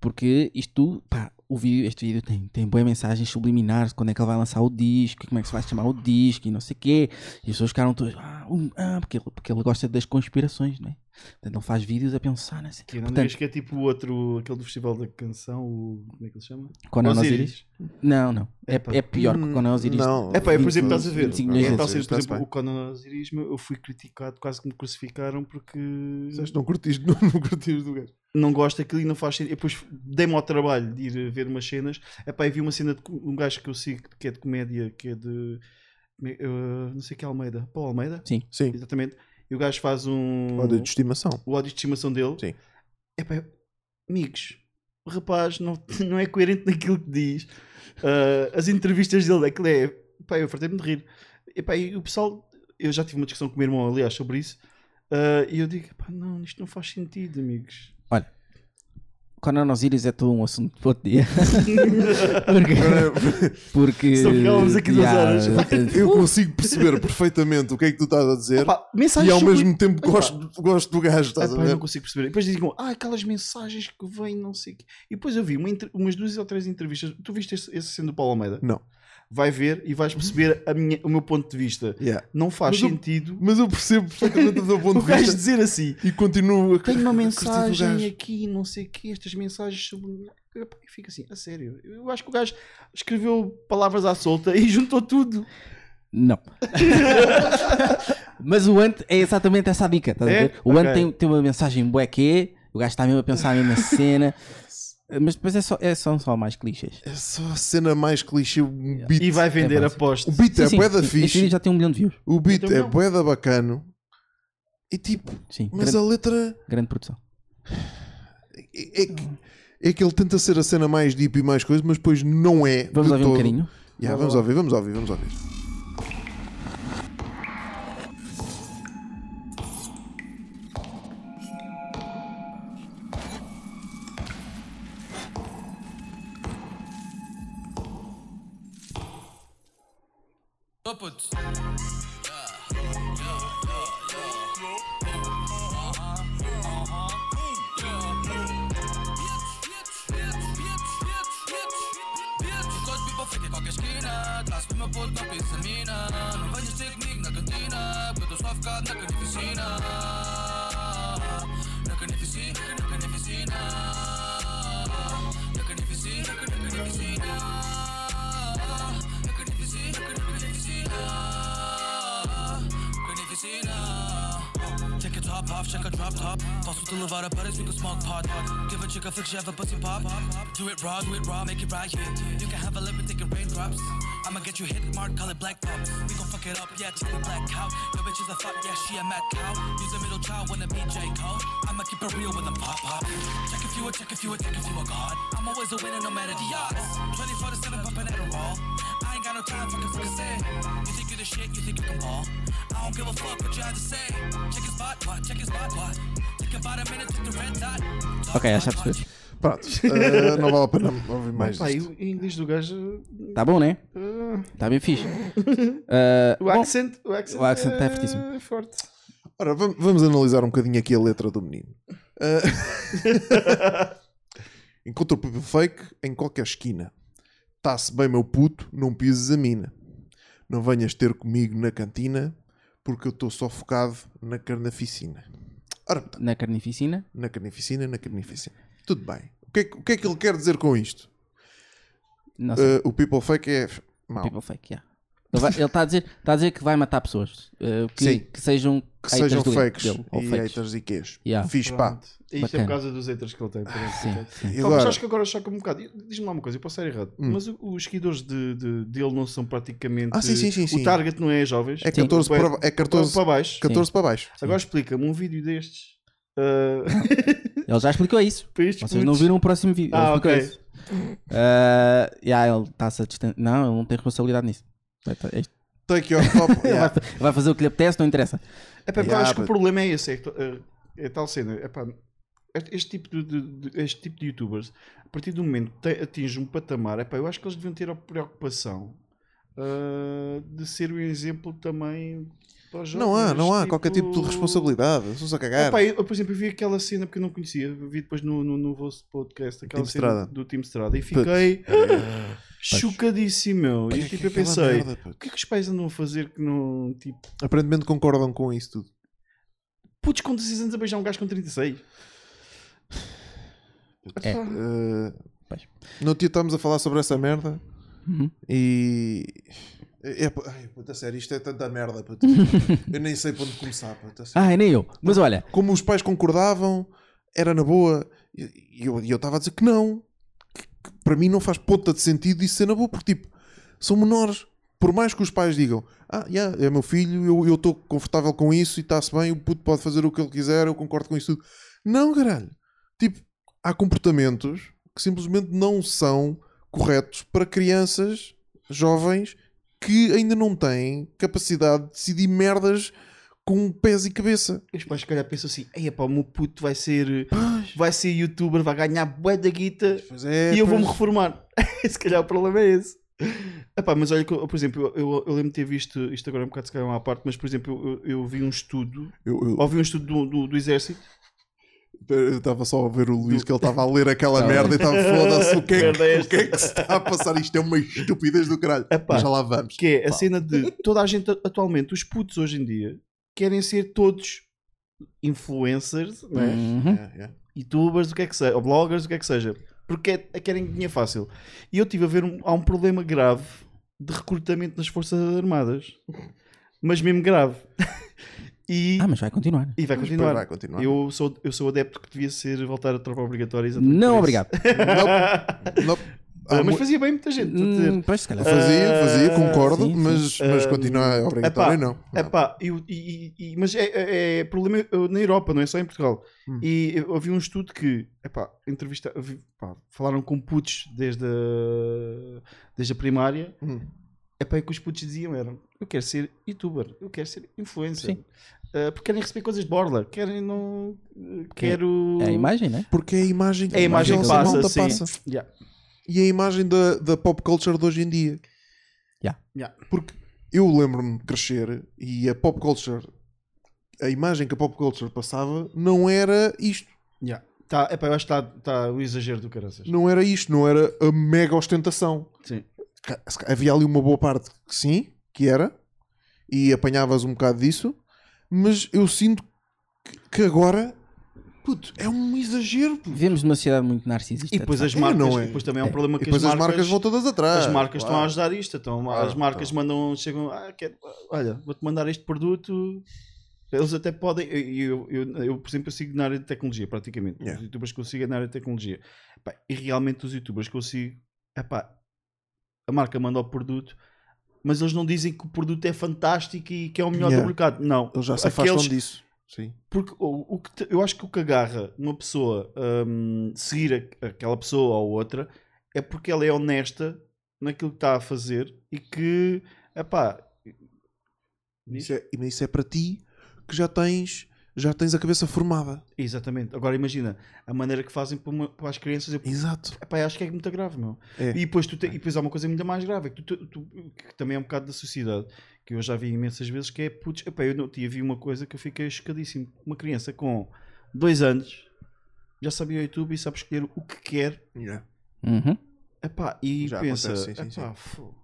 Speaker 2: Porque isto, pá, o vídeo, este vídeo tem, tem boas mensagens subliminares de quando é que ele vai lançar o disco, como é que se vai chamar o disco e não sei o quê. E as pessoas ficaram todas, ah, um, ah, porque, ele, porque ele gosta das conspirações, não é? Portanto, ele faz vídeos a pensar nessa.
Speaker 3: Que não
Speaker 2: Portanto,
Speaker 3: digas que é tipo o outro, aquele do Festival da Canção, o, como é que ele se chama?
Speaker 2: Conan
Speaker 3: Osiris.
Speaker 2: Osiris? Não, não. É,
Speaker 3: Epá.
Speaker 2: é pior que o Conan Osiris.
Speaker 1: Hum, Não.
Speaker 3: É pá, eu, por
Speaker 2: Vinte-
Speaker 3: exemplo, estás a ver.
Speaker 2: 25
Speaker 3: é
Speaker 2: milhões de
Speaker 3: tal
Speaker 1: vezes.
Speaker 3: cena, por
Speaker 1: Estás
Speaker 3: exemplo,
Speaker 1: bem.
Speaker 3: o Conan Osiris, meu, eu fui criticado, quase que me crucificaram porque
Speaker 1: Disseste, Não curtiste, não, não curtiste do gajo.
Speaker 3: não gosto daquilo e não faz sentido. Eu Depois dei-me ao trabalho de ir ver umas cenas. Epá, e vi uma cena de co- um gajo que eu sigo que é de comédia, que é de. me- eh, não sei que é Almeida. Paulo Almeida?
Speaker 2: Sim.
Speaker 1: Sim.
Speaker 3: Exatamente. E o gajo faz um.
Speaker 1: Olha, de estimação.
Speaker 3: O ódio de estimação dele.
Speaker 1: Sim.
Speaker 3: Epá, amigos, o rapaz não, não é coerente naquilo que diz. Ah, as entrevistas dele, aquilo é. Epá, eu fartei-me de rir. Epá, e o pessoal. Eu já tive uma discussão com o meu irmão, aliás, sobre isso. Ah, e eu digo, epá, não, isto não faz sentido, amigos.
Speaker 2: Conan Osiris é todo um assunto para outro dia. porque. porque
Speaker 3: Senão ficávamos aqui duas horas.
Speaker 1: Eu consigo perceber perfeitamente o que é que tu estás a dizer
Speaker 3: Epá,
Speaker 1: e
Speaker 3: mensagens
Speaker 1: ao
Speaker 3: sobre-
Speaker 1: mesmo tempo
Speaker 3: Epá.
Speaker 1: gosto, gosto do gajo, estás
Speaker 3: Epá,
Speaker 1: a
Speaker 3: eu
Speaker 1: ver?
Speaker 3: não consigo perceber. E depois dizem, ah, aquelas mensagens que vêm, não sei o quê. E depois eu vi uma entre- umas duas ou três entrevistas. Tu viste esse, esse sendo do Paulo Almeida?
Speaker 1: Não.
Speaker 3: Vai ver e vais perceber a minha- o meu ponto de vista.
Speaker 1: Yeah.
Speaker 3: Não faz
Speaker 1: Mas eu-
Speaker 3: sentido
Speaker 1: Mas eu percebo perfeitamente o teu ponto
Speaker 3: o
Speaker 1: de
Speaker 3: gajo
Speaker 1: vista
Speaker 3: dizer assim.
Speaker 1: e continuo a
Speaker 3: Tenho
Speaker 1: curtir
Speaker 3: uma
Speaker 1: do
Speaker 3: mensagem
Speaker 1: gajo.
Speaker 3: aqui, não sei o quê, estas mensagens sobre. Fica assim, a sério. Eu acho que o gajo escreveu palavras à solta e juntou tudo.
Speaker 2: Não. Mas o Ant é exatamente essa a dica, estás
Speaker 3: É?
Speaker 2: a ver? O Ant
Speaker 3: Ok.
Speaker 2: tem, tem uma mensagem bué que é, o gajo está mesmo a pensar mesmo na cena, mas depois é só, é, são só mais clichês.
Speaker 1: É só a cena mais clichê. O beat,
Speaker 3: E vai vender,
Speaker 2: É, pá, sim.
Speaker 3: aposto.
Speaker 1: o beat é bué da
Speaker 2: sim, Este vídeo
Speaker 1: fixe,
Speaker 2: já tem um milhão de views.
Speaker 1: o beat
Speaker 3: Então
Speaker 1: é
Speaker 3: não.
Speaker 1: bué da bacano e tipo,
Speaker 2: Sim,
Speaker 1: mas
Speaker 2: grande,
Speaker 1: a letra
Speaker 2: grande produção.
Speaker 1: é, é que, é que ele tenta ser a cena mais deep e mais coisa, mas depois não é.
Speaker 2: Vamos
Speaker 1: de
Speaker 2: ouvir um
Speaker 1: todo.
Speaker 2: bocadinho?
Speaker 1: Yeah, vamos ouvir, vamos ouvir, vamos ouvir.
Speaker 12: uh,
Speaker 6: Check it
Speaker 12: top off, check a drop top. Toss with the Levada butters, we can smoke pot. Give a chick a flick, she have a pussy pop. Do it raw, do it raw, make it right. You can have a lip and take it raindrops. I'ma get you hit, mark, call it black pop. We gon' fuck it up, yeah, till the black cow. Your bitch is a fuck, yeah, she a mad cow. Use a middle child, wanna be J. Cole. I'ma keep it real with a pop pop. Check if you a, check if you a, check if you a god. I'm always a winner, no matter the odds. 24 to 7, poppin' at a roll. I ain't got no time for consistency. You think you the shit, you think you can ball. I don't give a fuck what you had to say. Check his spot, what? Check his spot, what? Take about a minute to the red dot.
Speaker 2: Ok, já percebi.
Speaker 1: Pronto, eh, não vale a pena ouvir mais
Speaker 3: Pá, e
Speaker 1: disto.
Speaker 3: o inglês do gajo. eh,
Speaker 2: Tá bom, né?
Speaker 3: eh,
Speaker 2: Tá bem fixe.
Speaker 1: É
Speaker 2: Ah,
Speaker 3: o,
Speaker 2: bom,
Speaker 3: accent, o accent.
Speaker 2: o accent tá fortíssimo.
Speaker 3: é forte.
Speaker 1: Ora, vam- vamos analisar um bocadinho aqui a letra do menino. Ah, Eh, Encontro people fake em qualquer esquina. Tá-se bem, meu puto, não pises a mina. Não venhas ter comigo na cantina, porque eu estou só focado na carnificina.
Speaker 2: Na carnificina?
Speaker 1: Na carnificina, na carnificina. Tudo bem. O que é, que- o que é que ele quer dizer com isto?
Speaker 2: Não sei.
Speaker 1: Eh, o people fake é f- mau.
Speaker 2: People fake, yeah. Ele vai- Ele está a, dizer, tá a dizer que vai matar pessoas eh, que,
Speaker 1: Sim.
Speaker 2: que sejam,
Speaker 1: Que
Speaker 2: haters
Speaker 1: sejam
Speaker 2: do-
Speaker 1: fakes
Speaker 2: dele, ou
Speaker 1: e
Speaker 2: fakes.
Speaker 1: haters e quês.
Speaker 2: Yeah.
Speaker 1: Fiz pá.
Speaker 3: Pronto. Isto é por causa dos haters que ele tem. Ah,
Speaker 2: sim, sim.
Speaker 1: E
Speaker 3: Agora...
Speaker 1: agora?
Speaker 3: Acho que agora choca-me um bocado. Diz-me lá uma coisa, eu posso estar errado.
Speaker 1: Hum.
Speaker 3: Mas o- os seguidores de, de- dele não são praticamente.
Speaker 1: Ah, sim, sim, sim,
Speaker 3: O
Speaker 1: sim.
Speaker 3: target não é jovens.
Speaker 1: É 14
Speaker 3: O-
Speaker 1: para- é 14
Speaker 3: para baixo.
Speaker 1: 14 para baixo.
Speaker 3: Agora explica-me um vídeo destes. ah,
Speaker 2: Ele já explicou isso.
Speaker 3: Para estes
Speaker 2: Vocês não
Speaker 3: putos.
Speaker 2: viram o próximo vídeo.
Speaker 3: Ah,
Speaker 2: ele explicou
Speaker 3: ok.
Speaker 2: isso. Ah, yeah, ele está-se a distan... Não, ele não tem responsabilidade nisso. Vai tá- é isto.
Speaker 1: Take your top.
Speaker 2: Ele
Speaker 1: Yeah.
Speaker 2: vai, vai fazer o que lhe apetece, não interessa.
Speaker 3: É pá, pá,
Speaker 1: Yeah,
Speaker 3: acho que o
Speaker 1: but-
Speaker 3: problema é esse, é, que, eh, é tal cena. É pá, este tipo de, de- de- este tipo de youtubers, a partir do momento que te- atinge um patamar, é pá, eu acho que eles deviam ter a preocupação ah, de ser um exemplo também para os
Speaker 1: Não há,
Speaker 3: jovens,
Speaker 1: não há qualquer tipo de responsabilidade. São só
Speaker 3: É
Speaker 1: cagar.
Speaker 3: pá, eu, por exemplo, eu vi aquela cena porque eu não conhecia, eu vi depois no, no, no vosso podcast aquela
Speaker 1: Team
Speaker 3: cena
Speaker 1: Estrada.
Speaker 3: do Team Estrada e
Speaker 1: Putz.
Speaker 3: fiquei
Speaker 1: Ah,
Speaker 3: chocadíssimo. meu.
Speaker 1: Pá,
Speaker 3: E
Speaker 1: que-
Speaker 3: tipo,
Speaker 1: que
Speaker 3: eu
Speaker 1: aquela
Speaker 3: pensei,
Speaker 1: merda, putz.
Speaker 3: o que é que os pais andam a fazer que não. Tipo,
Speaker 1: Aparentemente concordam com isso tudo.
Speaker 3: putos com 16 anos a beijar um gajo com 36.
Speaker 2: É.
Speaker 1: Eh,
Speaker 2: Pois.
Speaker 1: no dia estamos a falar sobre essa merda
Speaker 2: Uhum.
Speaker 1: e. É, pá, ai, puta, sério, isto é tanta merda. puta. eu nem sei por onde começar. Puta, sério.
Speaker 2: Ah, nem eu. Mas olha,
Speaker 1: Como os pais concordavam, era na boa. E e eu e eu estava a dizer que não. Que- que para mim não faz ponta de sentido isso ser na boa, porque tipo, são menores. Por mais que os pais digam, ah, yeah, é meu filho, eu- eu estou confortável com isso e está-se bem, o puto pode fazer o que ele quiser, eu concordo com isso tudo. Não, caralho. Tipo, há comportamentos que simplesmente não são corretos para crianças jovens que ainda não têm capacidade de decidir merdas com pés e cabeça.
Speaker 3: E Os pais, se calhar, pensam assim: ei, pá, o meu puto vai ser, vai ser youtuber, vai ganhar bué da guita
Speaker 1: Pois é,
Speaker 3: e eu vou-me
Speaker 1: pois.
Speaker 3: reformar. se calhar o problema é esse. Epá, mas olha, que eu- por exemplo, eu, eu, eu lembro de ter visto isto agora é um bocado, se calhar, uma à parte, mas por exemplo, eu, eu- eu vi um estudo,
Speaker 1: Eu- eu-
Speaker 3: ouvi um estudo do, do, do Exército.
Speaker 1: Eu estava só a ver o Luís que ele estava a ler aquela
Speaker 2: Tá
Speaker 1: merda e
Speaker 2: bem.
Speaker 1: estava foda-se. O que, é que,
Speaker 3: Merda é
Speaker 1: o que é que se está a passar? Isto é uma estupidez do caralho.
Speaker 3: Epá,
Speaker 1: Mas já lá vamos.
Speaker 3: que é a cena de toda a gente atualmente, os putos hoje em dia, querem ser todos influencers, não é?
Speaker 2: uhum.
Speaker 3: youtubers, o que é que seja, ou bloggers, o que é que seja, porque é- querem dinheiro fácil. E eu tive a ver, um, há um problema grave de recrutamento nas Forças Armadas, mas mesmo grave. e,
Speaker 2: ah, mas vai continuar.
Speaker 3: e vai,
Speaker 1: Mas
Speaker 3: continuar.
Speaker 1: vai continuar. é?
Speaker 3: Eu sou, eu sou adepto que devia ser voltar a tropa obrigatória. exatamente por
Speaker 2: Não,
Speaker 3: isso.
Speaker 2: obrigado.
Speaker 1: Nope. Nope. Há
Speaker 3: Ah, mas
Speaker 1: mu-
Speaker 3: fazia bem muita gente. estou a dizer.
Speaker 2: Hum, pois, se calhar.
Speaker 1: Fazia,
Speaker 3: Ah,
Speaker 1: fazia, concordo,
Speaker 2: sim, sim.
Speaker 1: mas, mas continua obrigatório,
Speaker 3: Epá,
Speaker 1: não. não.
Speaker 3: Epá, e o- e- e- e- mas é, é- é problema eh, na Europa, não é só em Portugal.
Speaker 1: Hum.
Speaker 3: E eu ouvi um estudo que, epá, entrevista, vi- pá, falaram com putos desde a, desde a primária.
Speaker 1: Hum.
Speaker 3: Epá, e o que os putos diziam era: eu quero ser youtuber, eu quero ser influencer.
Speaker 2: Sim.
Speaker 3: Eh, porque querem receber coisas de borla, querem não. eh, Quero.
Speaker 2: É a imagem, né?
Speaker 1: Porque é a imagem que
Speaker 3: É a imagem que
Speaker 1: nossa
Speaker 3: passa,
Speaker 1: malta
Speaker 3: sim.
Speaker 1: passa.
Speaker 3: Yeah.
Speaker 1: E é a imagem da, da pop culture de hoje em dia.
Speaker 2: Yeah.
Speaker 3: Yeah.
Speaker 1: Porque eu lembro-me de crescer e a pop culture, a imagem que a pop culture passava, não era isto.
Speaker 3: Yeah. Tá, epá, eu acho que está tá o exagero do caraças.
Speaker 1: Não era isto, não era a mega ostentação.
Speaker 3: Sim.
Speaker 1: Ca- se ca- Havia ali uma boa parte que sim, que era, e apanhavas um bocado disso, mas eu sinto que, que agora puto, é um exagero. puto.
Speaker 2: Vivemos numa sociedade muito narcisista.
Speaker 3: E depois
Speaker 2: de
Speaker 3: as
Speaker 1: É,
Speaker 3: marcas,
Speaker 1: não é?
Speaker 3: depois também é um
Speaker 2: É.
Speaker 3: problema
Speaker 1: E
Speaker 3: que
Speaker 1: depois
Speaker 3: as
Speaker 1: as marcas vão todas atrás.
Speaker 3: As marcas
Speaker 1: claro.
Speaker 3: estão a ajudar isto, então
Speaker 1: Claro,
Speaker 3: as marcas mandam, chegam, ah, quero- olha, vou-te mandar este produto, Eles até podem. Eu, eu, eu, eu, por exemplo, eu sigo na área de tecnologia, praticamente.
Speaker 1: Yeah.
Speaker 3: Os youtubers que eu sigo é na área de tecnologia. Pá, e realmente, os youtubers que eu sigo, epá, a marca manda o produto, mas eles não dizem que o produto é fantástico e que é o melhor
Speaker 1: Yeah.
Speaker 3: do mercado. Não.
Speaker 1: Eles já se afastam
Speaker 3: Aqueles-
Speaker 1: disso. Sim.
Speaker 3: porque o, o que te- eu acho que o que agarra uma pessoa hum, seguir a- aquela pessoa ou outra é porque ela é honesta naquilo que está a fazer e que, epá,
Speaker 1: Isso é, mas isso é para ti que já tens, já tens a cabeça formada.
Speaker 3: Exatamente. Agora imagina a maneira que fazem para, uma- para as crianças. Eu,
Speaker 1: Exato.
Speaker 3: Epá, eu acho que é muito grave, meu.
Speaker 1: É.
Speaker 3: E, depois tu te- e depois há uma coisa ainda mais grave, é que, tu- tu- tu- que também é um bocado da sociedade, que eu já vi imensas vezes, que é putz, epá, eu não tinha vi uma coisa que eu fiquei chocadíssimo. Uma criança com dois anos já sabia o YouTube e sabe escolher o que quer.
Speaker 1: Yeah.
Speaker 2: Uhum.
Speaker 3: Epá, e
Speaker 1: Já
Speaker 3: pensa,
Speaker 1: acontece, sim, sim,
Speaker 3: epá, fo-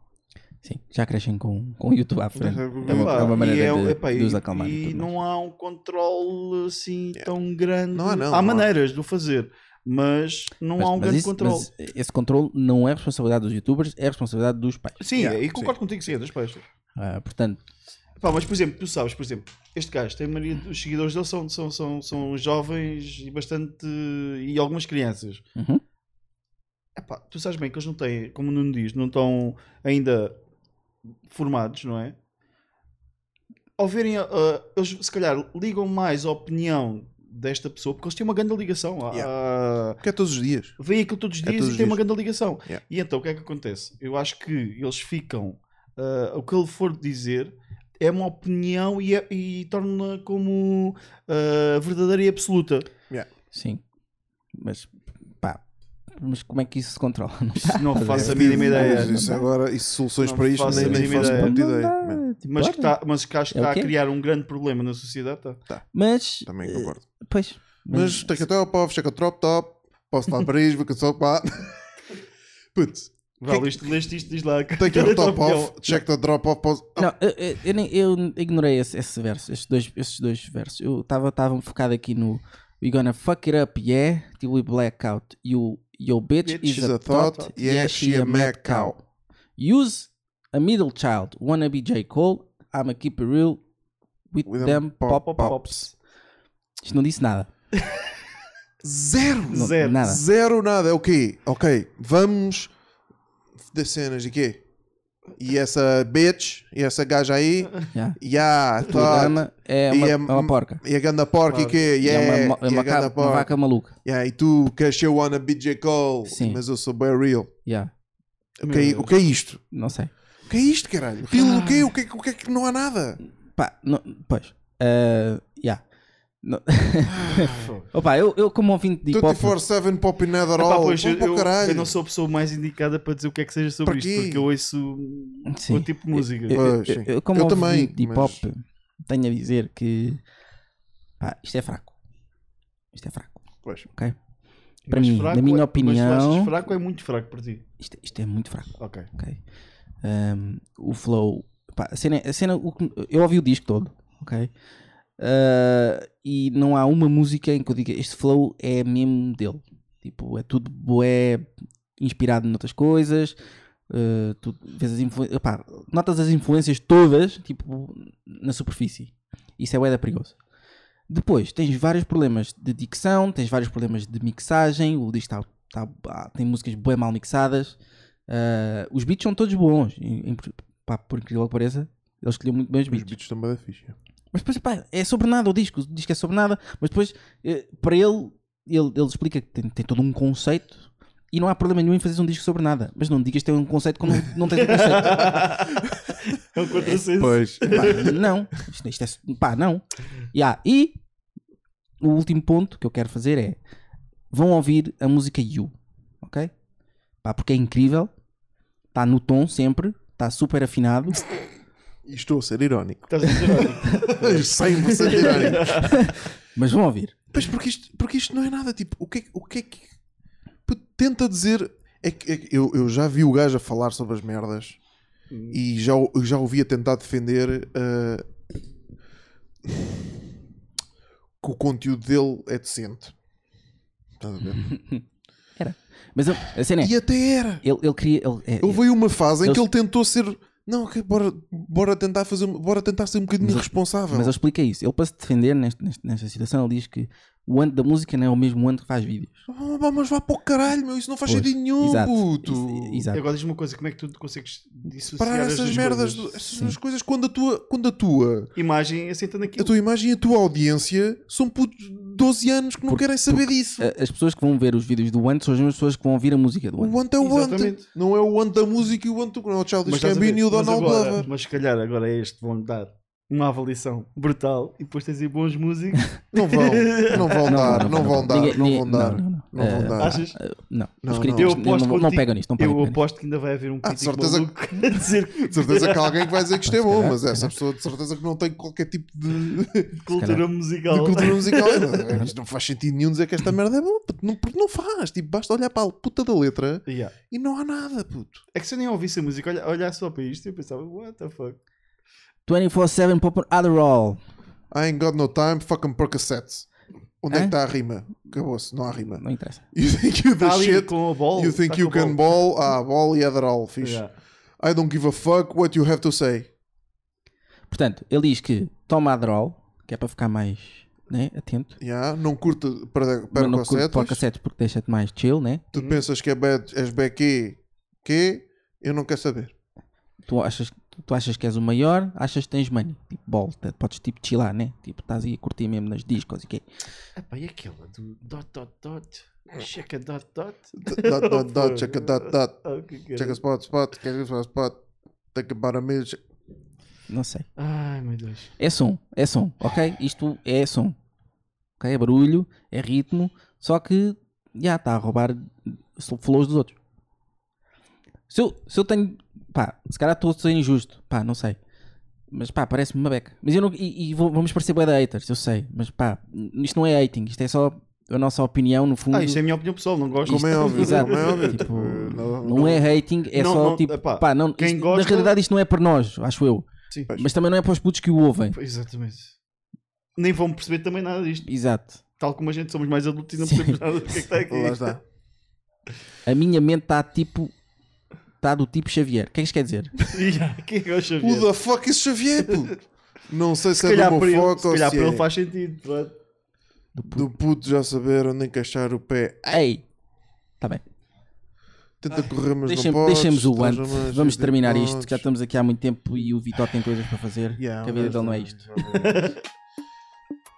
Speaker 2: Sim, já crescem com, com o YouTube à frente. É uma,
Speaker 3: Epá,
Speaker 2: é uma
Speaker 3: e
Speaker 2: maneira
Speaker 3: é-
Speaker 2: de,
Speaker 3: epá,
Speaker 2: de os
Speaker 3: e-
Speaker 2: acalmar. e
Speaker 3: E
Speaker 2: tudo mais.
Speaker 3: não há um controle assim tão grande.
Speaker 1: É. Não há, não,
Speaker 3: há
Speaker 1: não há.
Speaker 3: maneiras de o fazer, mas não há um grande
Speaker 2: isso-
Speaker 3: controle.
Speaker 2: mas esse controle não é responsabilidade dos youtubers, é responsabilidade dos pais.
Speaker 3: Sim, e concordo contigo, sim, é das pessoas.
Speaker 2: Ah, portanto,
Speaker 3: Pá, mas por exemplo, tu sabes, por exemplo, este gajo tem maioria dos seguidores dele são, são, são, são jovens e bastante. e algumas crianças.
Speaker 2: Uhum.
Speaker 3: Epá, tu sabes bem que eles não têm, como o Nuno diz, não estão ainda formados, não é? Ao verem, ah, ah, eles se calhar ligam mais à opinião desta pessoa, porque eles têm uma grande ligação. à- à-
Speaker 1: Porque é todos os dias.
Speaker 3: Vêm aquilo todos os
Speaker 1: É
Speaker 3: dias
Speaker 1: todos
Speaker 3: e
Speaker 1: os
Speaker 3: têm uma
Speaker 1: dias.
Speaker 3: grande ligação.
Speaker 1: Yeah.
Speaker 3: E então o que é que acontece? Eu acho que eles ficam. ah, o que ele for dizer é uma opinião e, é- e torna como ah, verdadeira e absoluta.
Speaker 2: sim. Mas pá, mas como é que isso se controla? Não,
Speaker 3: Não
Speaker 2: dá.
Speaker 3: faço a mínima ideia.
Speaker 1: É Mas isso agora, isso, soluções
Speaker 3: Não
Speaker 1: para isto
Speaker 3: faço a
Speaker 1: nem, nem
Speaker 3: mínima
Speaker 1: faço
Speaker 3: ideia.
Speaker 1: muita
Speaker 2: Não
Speaker 1: ideia.
Speaker 2: dá,
Speaker 1: man.
Speaker 2: tipo,
Speaker 3: Mas
Speaker 2: olha.
Speaker 3: que, tá, mas que acho que
Speaker 2: É o
Speaker 3: está a
Speaker 2: quê?
Speaker 3: criar um grande problema na sociedade. Tá.
Speaker 2: Mas,
Speaker 3: É.
Speaker 1: Também concordo.
Speaker 2: pois,
Speaker 1: Mas take it up, off, check a drop top, posso lá a Paris, vou que só pá. Putz,
Speaker 3: Vá,
Speaker 1: Que-
Speaker 3: leste, leste isto, diz lá.
Speaker 1: take
Speaker 3: Qual é
Speaker 1: your
Speaker 3: a tua
Speaker 1: top off,
Speaker 3: opinião?
Speaker 1: check the drop off. pause.
Speaker 2: Não, eu, eu- eu nem- eu ignorei esse, esse verso, esses dois, esses dois versos. Eu estava tava focado aqui no We gonna fuck it up, yeah, till we black out. You, your bitch,
Speaker 1: Bitch
Speaker 2: is, a thought, yeah, she a mad cow. Use a middle child, wanna be J. Cole, I'ma keep it real with,
Speaker 1: With them
Speaker 2: them pop,
Speaker 1: pop-
Speaker 2: pops. Isto não disse nada.
Speaker 1: Ah, Zero!
Speaker 2: Não-
Speaker 3: Zero.
Speaker 2: Nada.
Speaker 1: Zero nada, é o quê? Ok, vamos das cenas e quê? E essa bitch, e essa gaja aí,
Speaker 2: Yeah.
Speaker 1: yeah,
Speaker 2: O drama
Speaker 1: thought,
Speaker 2: é
Speaker 1: e
Speaker 2: uma,
Speaker 1: a-
Speaker 2: é uma porca.
Speaker 1: e a ganda porca e quê?
Speaker 2: É uma
Speaker 1: Yeah,
Speaker 2: mo- é
Speaker 1: e
Speaker 2: uma
Speaker 1: a ganda
Speaker 2: ca- uma
Speaker 1: porca.
Speaker 2: vaca maluca.
Speaker 1: Yeah, e tu, que eu wanna be J. Cole,
Speaker 2: Sim.
Speaker 1: mas eu sou bem real.
Speaker 2: Yeah.
Speaker 1: O que, é- o que é isto?
Speaker 2: Não sei.
Speaker 1: O que é isto, caralho? Pílula, o quê? O que, é que- o que é que não há nada?
Speaker 2: Pá, não- pois. Ah, yeah. Não- Opa, eu, eu como
Speaker 1: Tipo,
Speaker 2: ouvinte de hip hop.
Speaker 1: 24-7 Popping Nether
Speaker 3: Epá,
Speaker 1: All.
Speaker 3: pois,
Speaker 1: Vão
Speaker 3: eu,
Speaker 1: para o
Speaker 3: eu-
Speaker 1: caralho.
Speaker 3: eu não sou a pessoa mais indicada para dizer o que é que seja sobre
Speaker 1: Para
Speaker 3: isto,
Speaker 1: quê?
Speaker 3: porque eu ouço
Speaker 2: Sim.
Speaker 3: outro tipo de música.
Speaker 2: Eu, eu-
Speaker 1: Pois, sim.
Speaker 2: eu como
Speaker 1: Eu
Speaker 2: ouvinte
Speaker 1: também,
Speaker 2: de hip hop,
Speaker 1: mas-
Speaker 2: tenho a dizer que. Pá, isto é fraco. Isto é fraco,
Speaker 1: Pois.
Speaker 2: ok? Para
Speaker 3: Mas
Speaker 2: mim,
Speaker 3: fraco
Speaker 2: na minha
Speaker 3: é- Mas tu achas
Speaker 2: opinião,
Speaker 3: fraco é muito fraco para ti.
Speaker 2: isto, isto é muito fraco.
Speaker 3: Ok.
Speaker 2: ok? Um, o flow, pá, a cena, a cena o que- eu ouvi o disco todo, ok? Uh, e não há uma música em que eu diga este flow é mesmo dele, tipo, é tudo boé inspirado noutras coisas. uh, tu vês as influ- epá, notas as influências todas tipo, na superfície. Isso é bué da perigoso. Depois, tens vários problemas de dicção, tens vários problemas de mixagem. O disco tá- tá- ah, tem músicas bem mal mixadas. Ah, os beats são todos bons, em- em- pá, por incrível que pareça. Ele escolheu muito bem os
Speaker 1: Os
Speaker 2: beats.
Speaker 1: bichos também da ficha.
Speaker 2: Mas depois, pá, é sobre nada o disco. O disco é sobre nada. Mas depois, eh, para ele, ele, ele explica que tem, tem todo um conceito. E não há problema nenhum em fazer um disco sobre nada. Mas não digas que tem um conceito quando não- não tens um conceito.
Speaker 3: É um contrassenso.
Speaker 1: Pois.
Speaker 2: Pá, não. Isto, isto é. Pá, não. Ya, E o último ponto que eu quero fazer é: vão ouvir a música You, ok? Pá, porque é incrível, está no tom sempre, está super afinado.
Speaker 1: E estou a ser irónico.
Speaker 3: Estás a dizer,
Speaker 1: 100% irónico.
Speaker 2: Mas vão ouvir.
Speaker 1: Pois porque isto, porque isto não é nada. Tipo, o que é, que- o que, é que. Puto, Tenta dizer. É que, é que eu, eu já vi o gajo a falar sobre as merdas
Speaker 3: Hum.
Speaker 1: e já, o- eu já ouvi a tentar defender ah, que o conteúdo dele é decente. Estás a ver?
Speaker 2: Era. Mas a, a cena é:
Speaker 1: E até era.
Speaker 2: ele, ele queria. Ele, é,
Speaker 1: Houve aí uma fase em
Speaker 2: Eles-
Speaker 1: que ele tentou ser Não, ok, bora, bora, tentar fazer, bora tentar ser um bocadinho irresponsável.
Speaker 2: Mas ele explica isso. Ele, para se defender neste, neste- nesta situação, ele diz que o ano da música não é o mesmo ano que faz vídeos.
Speaker 1: Oh, pá, mas vá para o caralho, meu, isso não faz
Speaker 2: Pois,
Speaker 1: sentido nenhum,
Speaker 2: exato,
Speaker 1: puto.
Speaker 2: isso- exato.
Speaker 3: Agora diz-me uma coisa, como é que tu consegues dissociar
Speaker 1: Parar
Speaker 3: as
Speaker 1: essas
Speaker 3: duas
Speaker 1: merdas,
Speaker 3: coisas?
Speaker 1: do- essas duas coisas quando a tua, quando a tua
Speaker 3: Imagem aceitando
Speaker 1: a
Speaker 3: aquilo.
Speaker 1: tua imagem e a tua audiência são putos de 12 anos que não
Speaker 2: Porque-
Speaker 1: querem saber
Speaker 2: porque,
Speaker 1: disso.
Speaker 2: eh, As pessoas que vão ver os vídeos do ano são as mesmas pessoas que vão ouvir a música do ano.
Speaker 1: O ante é o ante.
Speaker 3: Exatamente.
Speaker 1: Não é o ante da música e o ante do. Não, é o Childish
Speaker 3: estás a ver,
Speaker 1: Gambino e o
Speaker 3: mas
Speaker 1: Donald
Speaker 3: agora-
Speaker 1: Glover.
Speaker 3: Mas se calhar agora é este vão dar uma avaliação brutal e depois tens aí bons músicos.
Speaker 1: Não vão, não vão dar, não vão dar,
Speaker 2: Ninguém-
Speaker 1: não
Speaker 2: ninguém-
Speaker 1: vão dar.
Speaker 2: não, não,
Speaker 1: Não vão
Speaker 2: Eh,
Speaker 1: dar.
Speaker 3: Achas?
Speaker 2: eh, não.
Speaker 1: Não,
Speaker 2: Os
Speaker 1: não.
Speaker 2: críticos não, não,
Speaker 3: contigo-
Speaker 2: pegam nisto. Não pegam
Speaker 3: Eu
Speaker 2: nisso.
Speaker 3: aposto que ainda vai haver um
Speaker 1: Ah,
Speaker 3: crítico
Speaker 1: de certeza
Speaker 3: maluco a dizer que
Speaker 1: De certeza que há alguém que vai dizer que isto é bom,
Speaker 2: calhar,
Speaker 1: mas
Speaker 2: se
Speaker 1: essa
Speaker 2: calhar.
Speaker 1: pessoa de certeza que não tem qualquer tipo de, de
Speaker 3: cultura musical.
Speaker 1: cultura musical. É, Isto não faz sentido nenhum dizer que esta merda é bom, puto, não- porque não faz. Tipo, basta olhar para a puta da letra
Speaker 3: Yeah.
Speaker 1: e não há nada, puto.
Speaker 3: É que se eu nem ouvisse a música, olha, olhar só para isto e eu pensava, what the fuck?
Speaker 2: 24-7 Popper Adderall.
Speaker 1: I ain't got no time, fucking Percocets. Onde é que
Speaker 2: Hã?
Speaker 1: está a rima? Acabou-se, não há rima.
Speaker 2: Não interessa.
Speaker 1: You think you the
Speaker 3: Tá ali
Speaker 1: shit?
Speaker 3: com a bola,
Speaker 1: you think
Speaker 3: tá
Speaker 1: you
Speaker 3: com a
Speaker 1: can ball? Ah, ball e Adderall, fixe.
Speaker 3: Yeah.
Speaker 1: I don't give a fuck what you have to say.
Speaker 2: Portanto, ele diz que toma Adderall, que é para ficar mais né, atento.
Speaker 1: Yeah, não curta para, para
Speaker 2: Mas não curte
Speaker 1: Percocets.
Speaker 2: Percocets porque deixa-te mais chill, né?
Speaker 1: Tu pensas que é bad, és bequê, que eu não quero saber.
Speaker 2: Tu achas, tu achas que és o maior, achas que tens money. Tipo, volta, podes tipo chillar, né? Tipo, estás aí a curtir mesmo nas discos e quê.
Speaker 3: Epá, e aquela do dot dot dot? Checa dot dot?
Speaker 1: Dot, dot, dot, check a dot, dot.
Speaker 3: Oh, que caralho.
Speaker 1: Check a spot, spot, check a spot, spot. Take about a meal. check-
Speaker 2: Não sei.
Speaker 3: Ai meu Deus.
Speaker 2: É som, é som, ok? Isto é som. Ok? É barulho, é ritmo, só que já está a roubar slow flows dos outros. Se eu, se eu tenho. Pá, se calhar estou a ser injusto, pá, não sei. Mas pá, parece-me uma beca. Mas eu não. E, e vou- vamos parecer bué de haters, eu sei. Mas pá, isto não é hating, isto é só a nossa opinião, no fundo.
Speaker 3: Ah, isto é a minha opinião pessoal, não gosto.
Speaker 1: Como é óbvio,
Speaker 2: Exato.
Speaker 1: como é óbvio.
Speaker 2: Tipo,
Speaker 1: não,
Speaker 2: Não é hating, é
Speaker 3: Não,
Speaker 2: só
Speaker 3: não,
Speaker 2: tipo.
Speaker 3: epá,
Speaker 2: pá, não,
Speaker 3: quem
Speaker 2: isto-
Speaker 3: gosta-
Speaker 2: Na realidade, isto não é para nós, acho eu.
Speaker 3: Sim.
Speaker 2: Mas também não é para os putos que o ouvem.
Speaker 3: Exatamente. Nem vão perceber também nada disto.
Speaker 2: Exato.
Speaker 3: Tal como a gente somos mais adultos e não percebemos nada do que é que está aqui.
Speaker 1: Lá está.
Speaker 2: A minha mente está tipo. Está do tipo Xavier. O que é que isto quer dizer?
Speaker 3: Yeah, Quem é que é o Xavier?
Speaker 1: Who the fuck is Xavier, puto? Não sei se,
Speaker 3: Se
Speaker 1: é
Speaker 3: calhar
Speaker 1: do
Speaker 3: para
Speaker 1: meu
Speaker 3: ele,
Speaker 1: foco
Speaker 3: se
Speaker 1: ou
Speaker 3: calhar
Speaker 1: se
Speaker 3: para
Speaker 1: é
Speaker 3: ele faz sentido. pronto.
Speaker 1: do puto já saber onde encaixar o pé.
Speaker 2: Ei! Está bem.
Speaker 1: Tenta correr, mas
Speaker 2: Deixa-
Speaker 1: não podes.
Speaker 2: deixemos Ah, o
Speaker 1: estás
Speaker 2: ano.
Speaker 1: a mais-
Speaker 2: Vamos terminar
Speaker 1: não
Speaker 2: isto. que Já
Speaker 1: podes.
Speaker 2: estamos aqui há muito tempo e o Vitor tem coisas para fazer.
Speaker 1: Yeah,
Speaker 2: que a vida
Speaker 1: mas
Speaker 2: dele não é
Speaker 1: não-
Speaker 2: isto.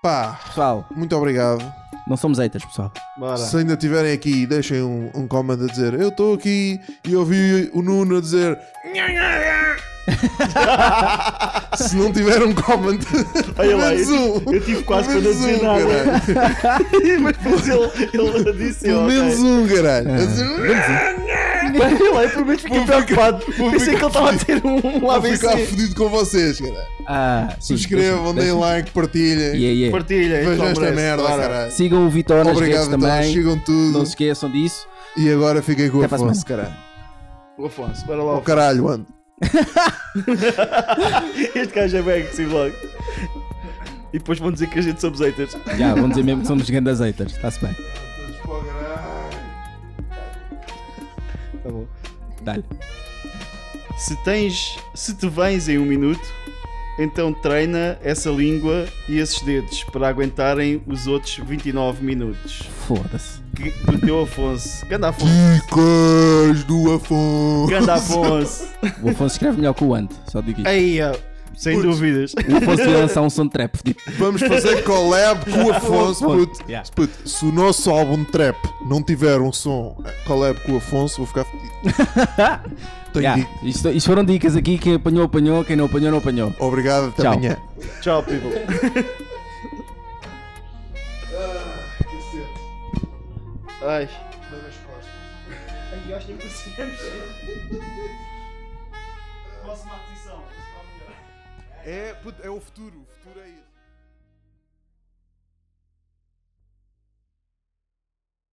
Speaker 1: Pá,
Speaker 2: Pessoal,
Speaker 1: muito obrigado.
Speaker 2: não somos haters, pessoal.
Speaker 3: Bora.
Speaker 1: Se ainda estiverem aqui, deixem um, um comment a dizer eu estou aqui e ouvi o Nuno a dizer "Nha, nha, nha." Se não tiver um comment,
Speaker 3: Olha
Speaker 1: pelo
Speaker 3: lá,
Speaker 1: menos
Speaker 3: eu,
Speaker 1: um.
Speaker 3: tive- eu tive quase para
Speaker 1: Pelo
Speaker 3: não
Speaker 1: menos
Speaker 3: dizer
Speaker 1: um,
Speaker 3: nada.
Speaker 1: caralho.
Speaker 3: Mas depois ele, ele disse:
Speaker 1: Pelo
Speaker 3: ó,
Speaker 1: menos um, caralho.
Speaker 2: Ah.
Speaker 1: A dizer,
Speaker 2: um.
Speaker 3: ok. Olha lá, eu pelo menos fiquei preocupado. Pensei que ele estava a ter um
Speaker 1: Vou ficar
Speaker 3: ABC.
Speaker 1: fodido com vocês, caralho.
Speaker 2: Ah, sim,
Speaker 1: Subscrevam,
Speaker 2: deixa- deixa-
Speaker 1: deem like, partilhem.
Speaker 2: Yeah, yeah.
Speaker 3: Partilha,
Speaker 1: Vejam
Speaker 3: então,
Speaker 1: esta
Speaker 3: merece.
Speaker 1: merda,
Speaker 3: Bora.
Speaker 1: caralho.
Speaker 2: Sigam o Vitor nas redes
Speaker 1: Obrigado, então.
Speaker 2: também.
Speaker 1: Chegam tudo.
Speaker 2: Não se esqueçam disso.
Speaker 1: E agora fiquem com o
Speaker 2: Até para a
Speaker 1: Afonso,
Speaker 2: semana.
Speaker 1: caralho.
Speaker 3: O Afonso, bora lá.
Speaker 1: Oh, caralho, mano.
Speaker 3: Este gajo é bem agressivo logo. E depois vão dizer que a gente somos haters.
Speaker 2: Já, vão dizer mesmo que somos grandes haters. Está-se bem.
Speaker 3: Tá bom.
Speaker 2: Dá-lhe.
Speaker 3: Se tens. Se te vens em um minuto, então treina essa língua e esses dedos para aguentarem os outros 29 minutos.
Speaker 2: Foda-se.
Speaker 3: Que- Do teu Afonso. Ganda Afonso.
Speaker 1: Dicas do Afonso.
Speaker 3: Ganda Afonso.
Speaker 2: O Afonso escreve melhor que o Ante. Só digo isto.
Speaker 3: Aí, ó, sem
Speaker 1: Putz.
Speaker 3: dúvidas.
Speaker 2: O Afonso ia lançar um som de trap. Tipo,
Speaker 1: Vamos fazer collab com o Afonso,
Speaker 2: Afonso.
Speaker 1: puto.
Speaker 2: Yeah.
Speaker 1: Puto, Se o nosso álbum de trap não tiver um som collab com o Afonso, vou ficar fodido. Tenho
Speaker 2: yeah.
Speaker 1: dito.
Speaker 2: isto, isto foram dicas aqui. Quem apanhou, apanhou. Quem não apanhou, não apanhou.
Speaker 1: Obrigado, até
Speaker 2: Tchau.
Speaker 1: amanhã.
Speaker 3: Tchau, people.
Speaker 1: Ah,
Speaker 3: Ai. Ai, acho que conseguimos. Próxima aquisição.
Speaker 1: É, puto, é o futuro. O futuro é isso.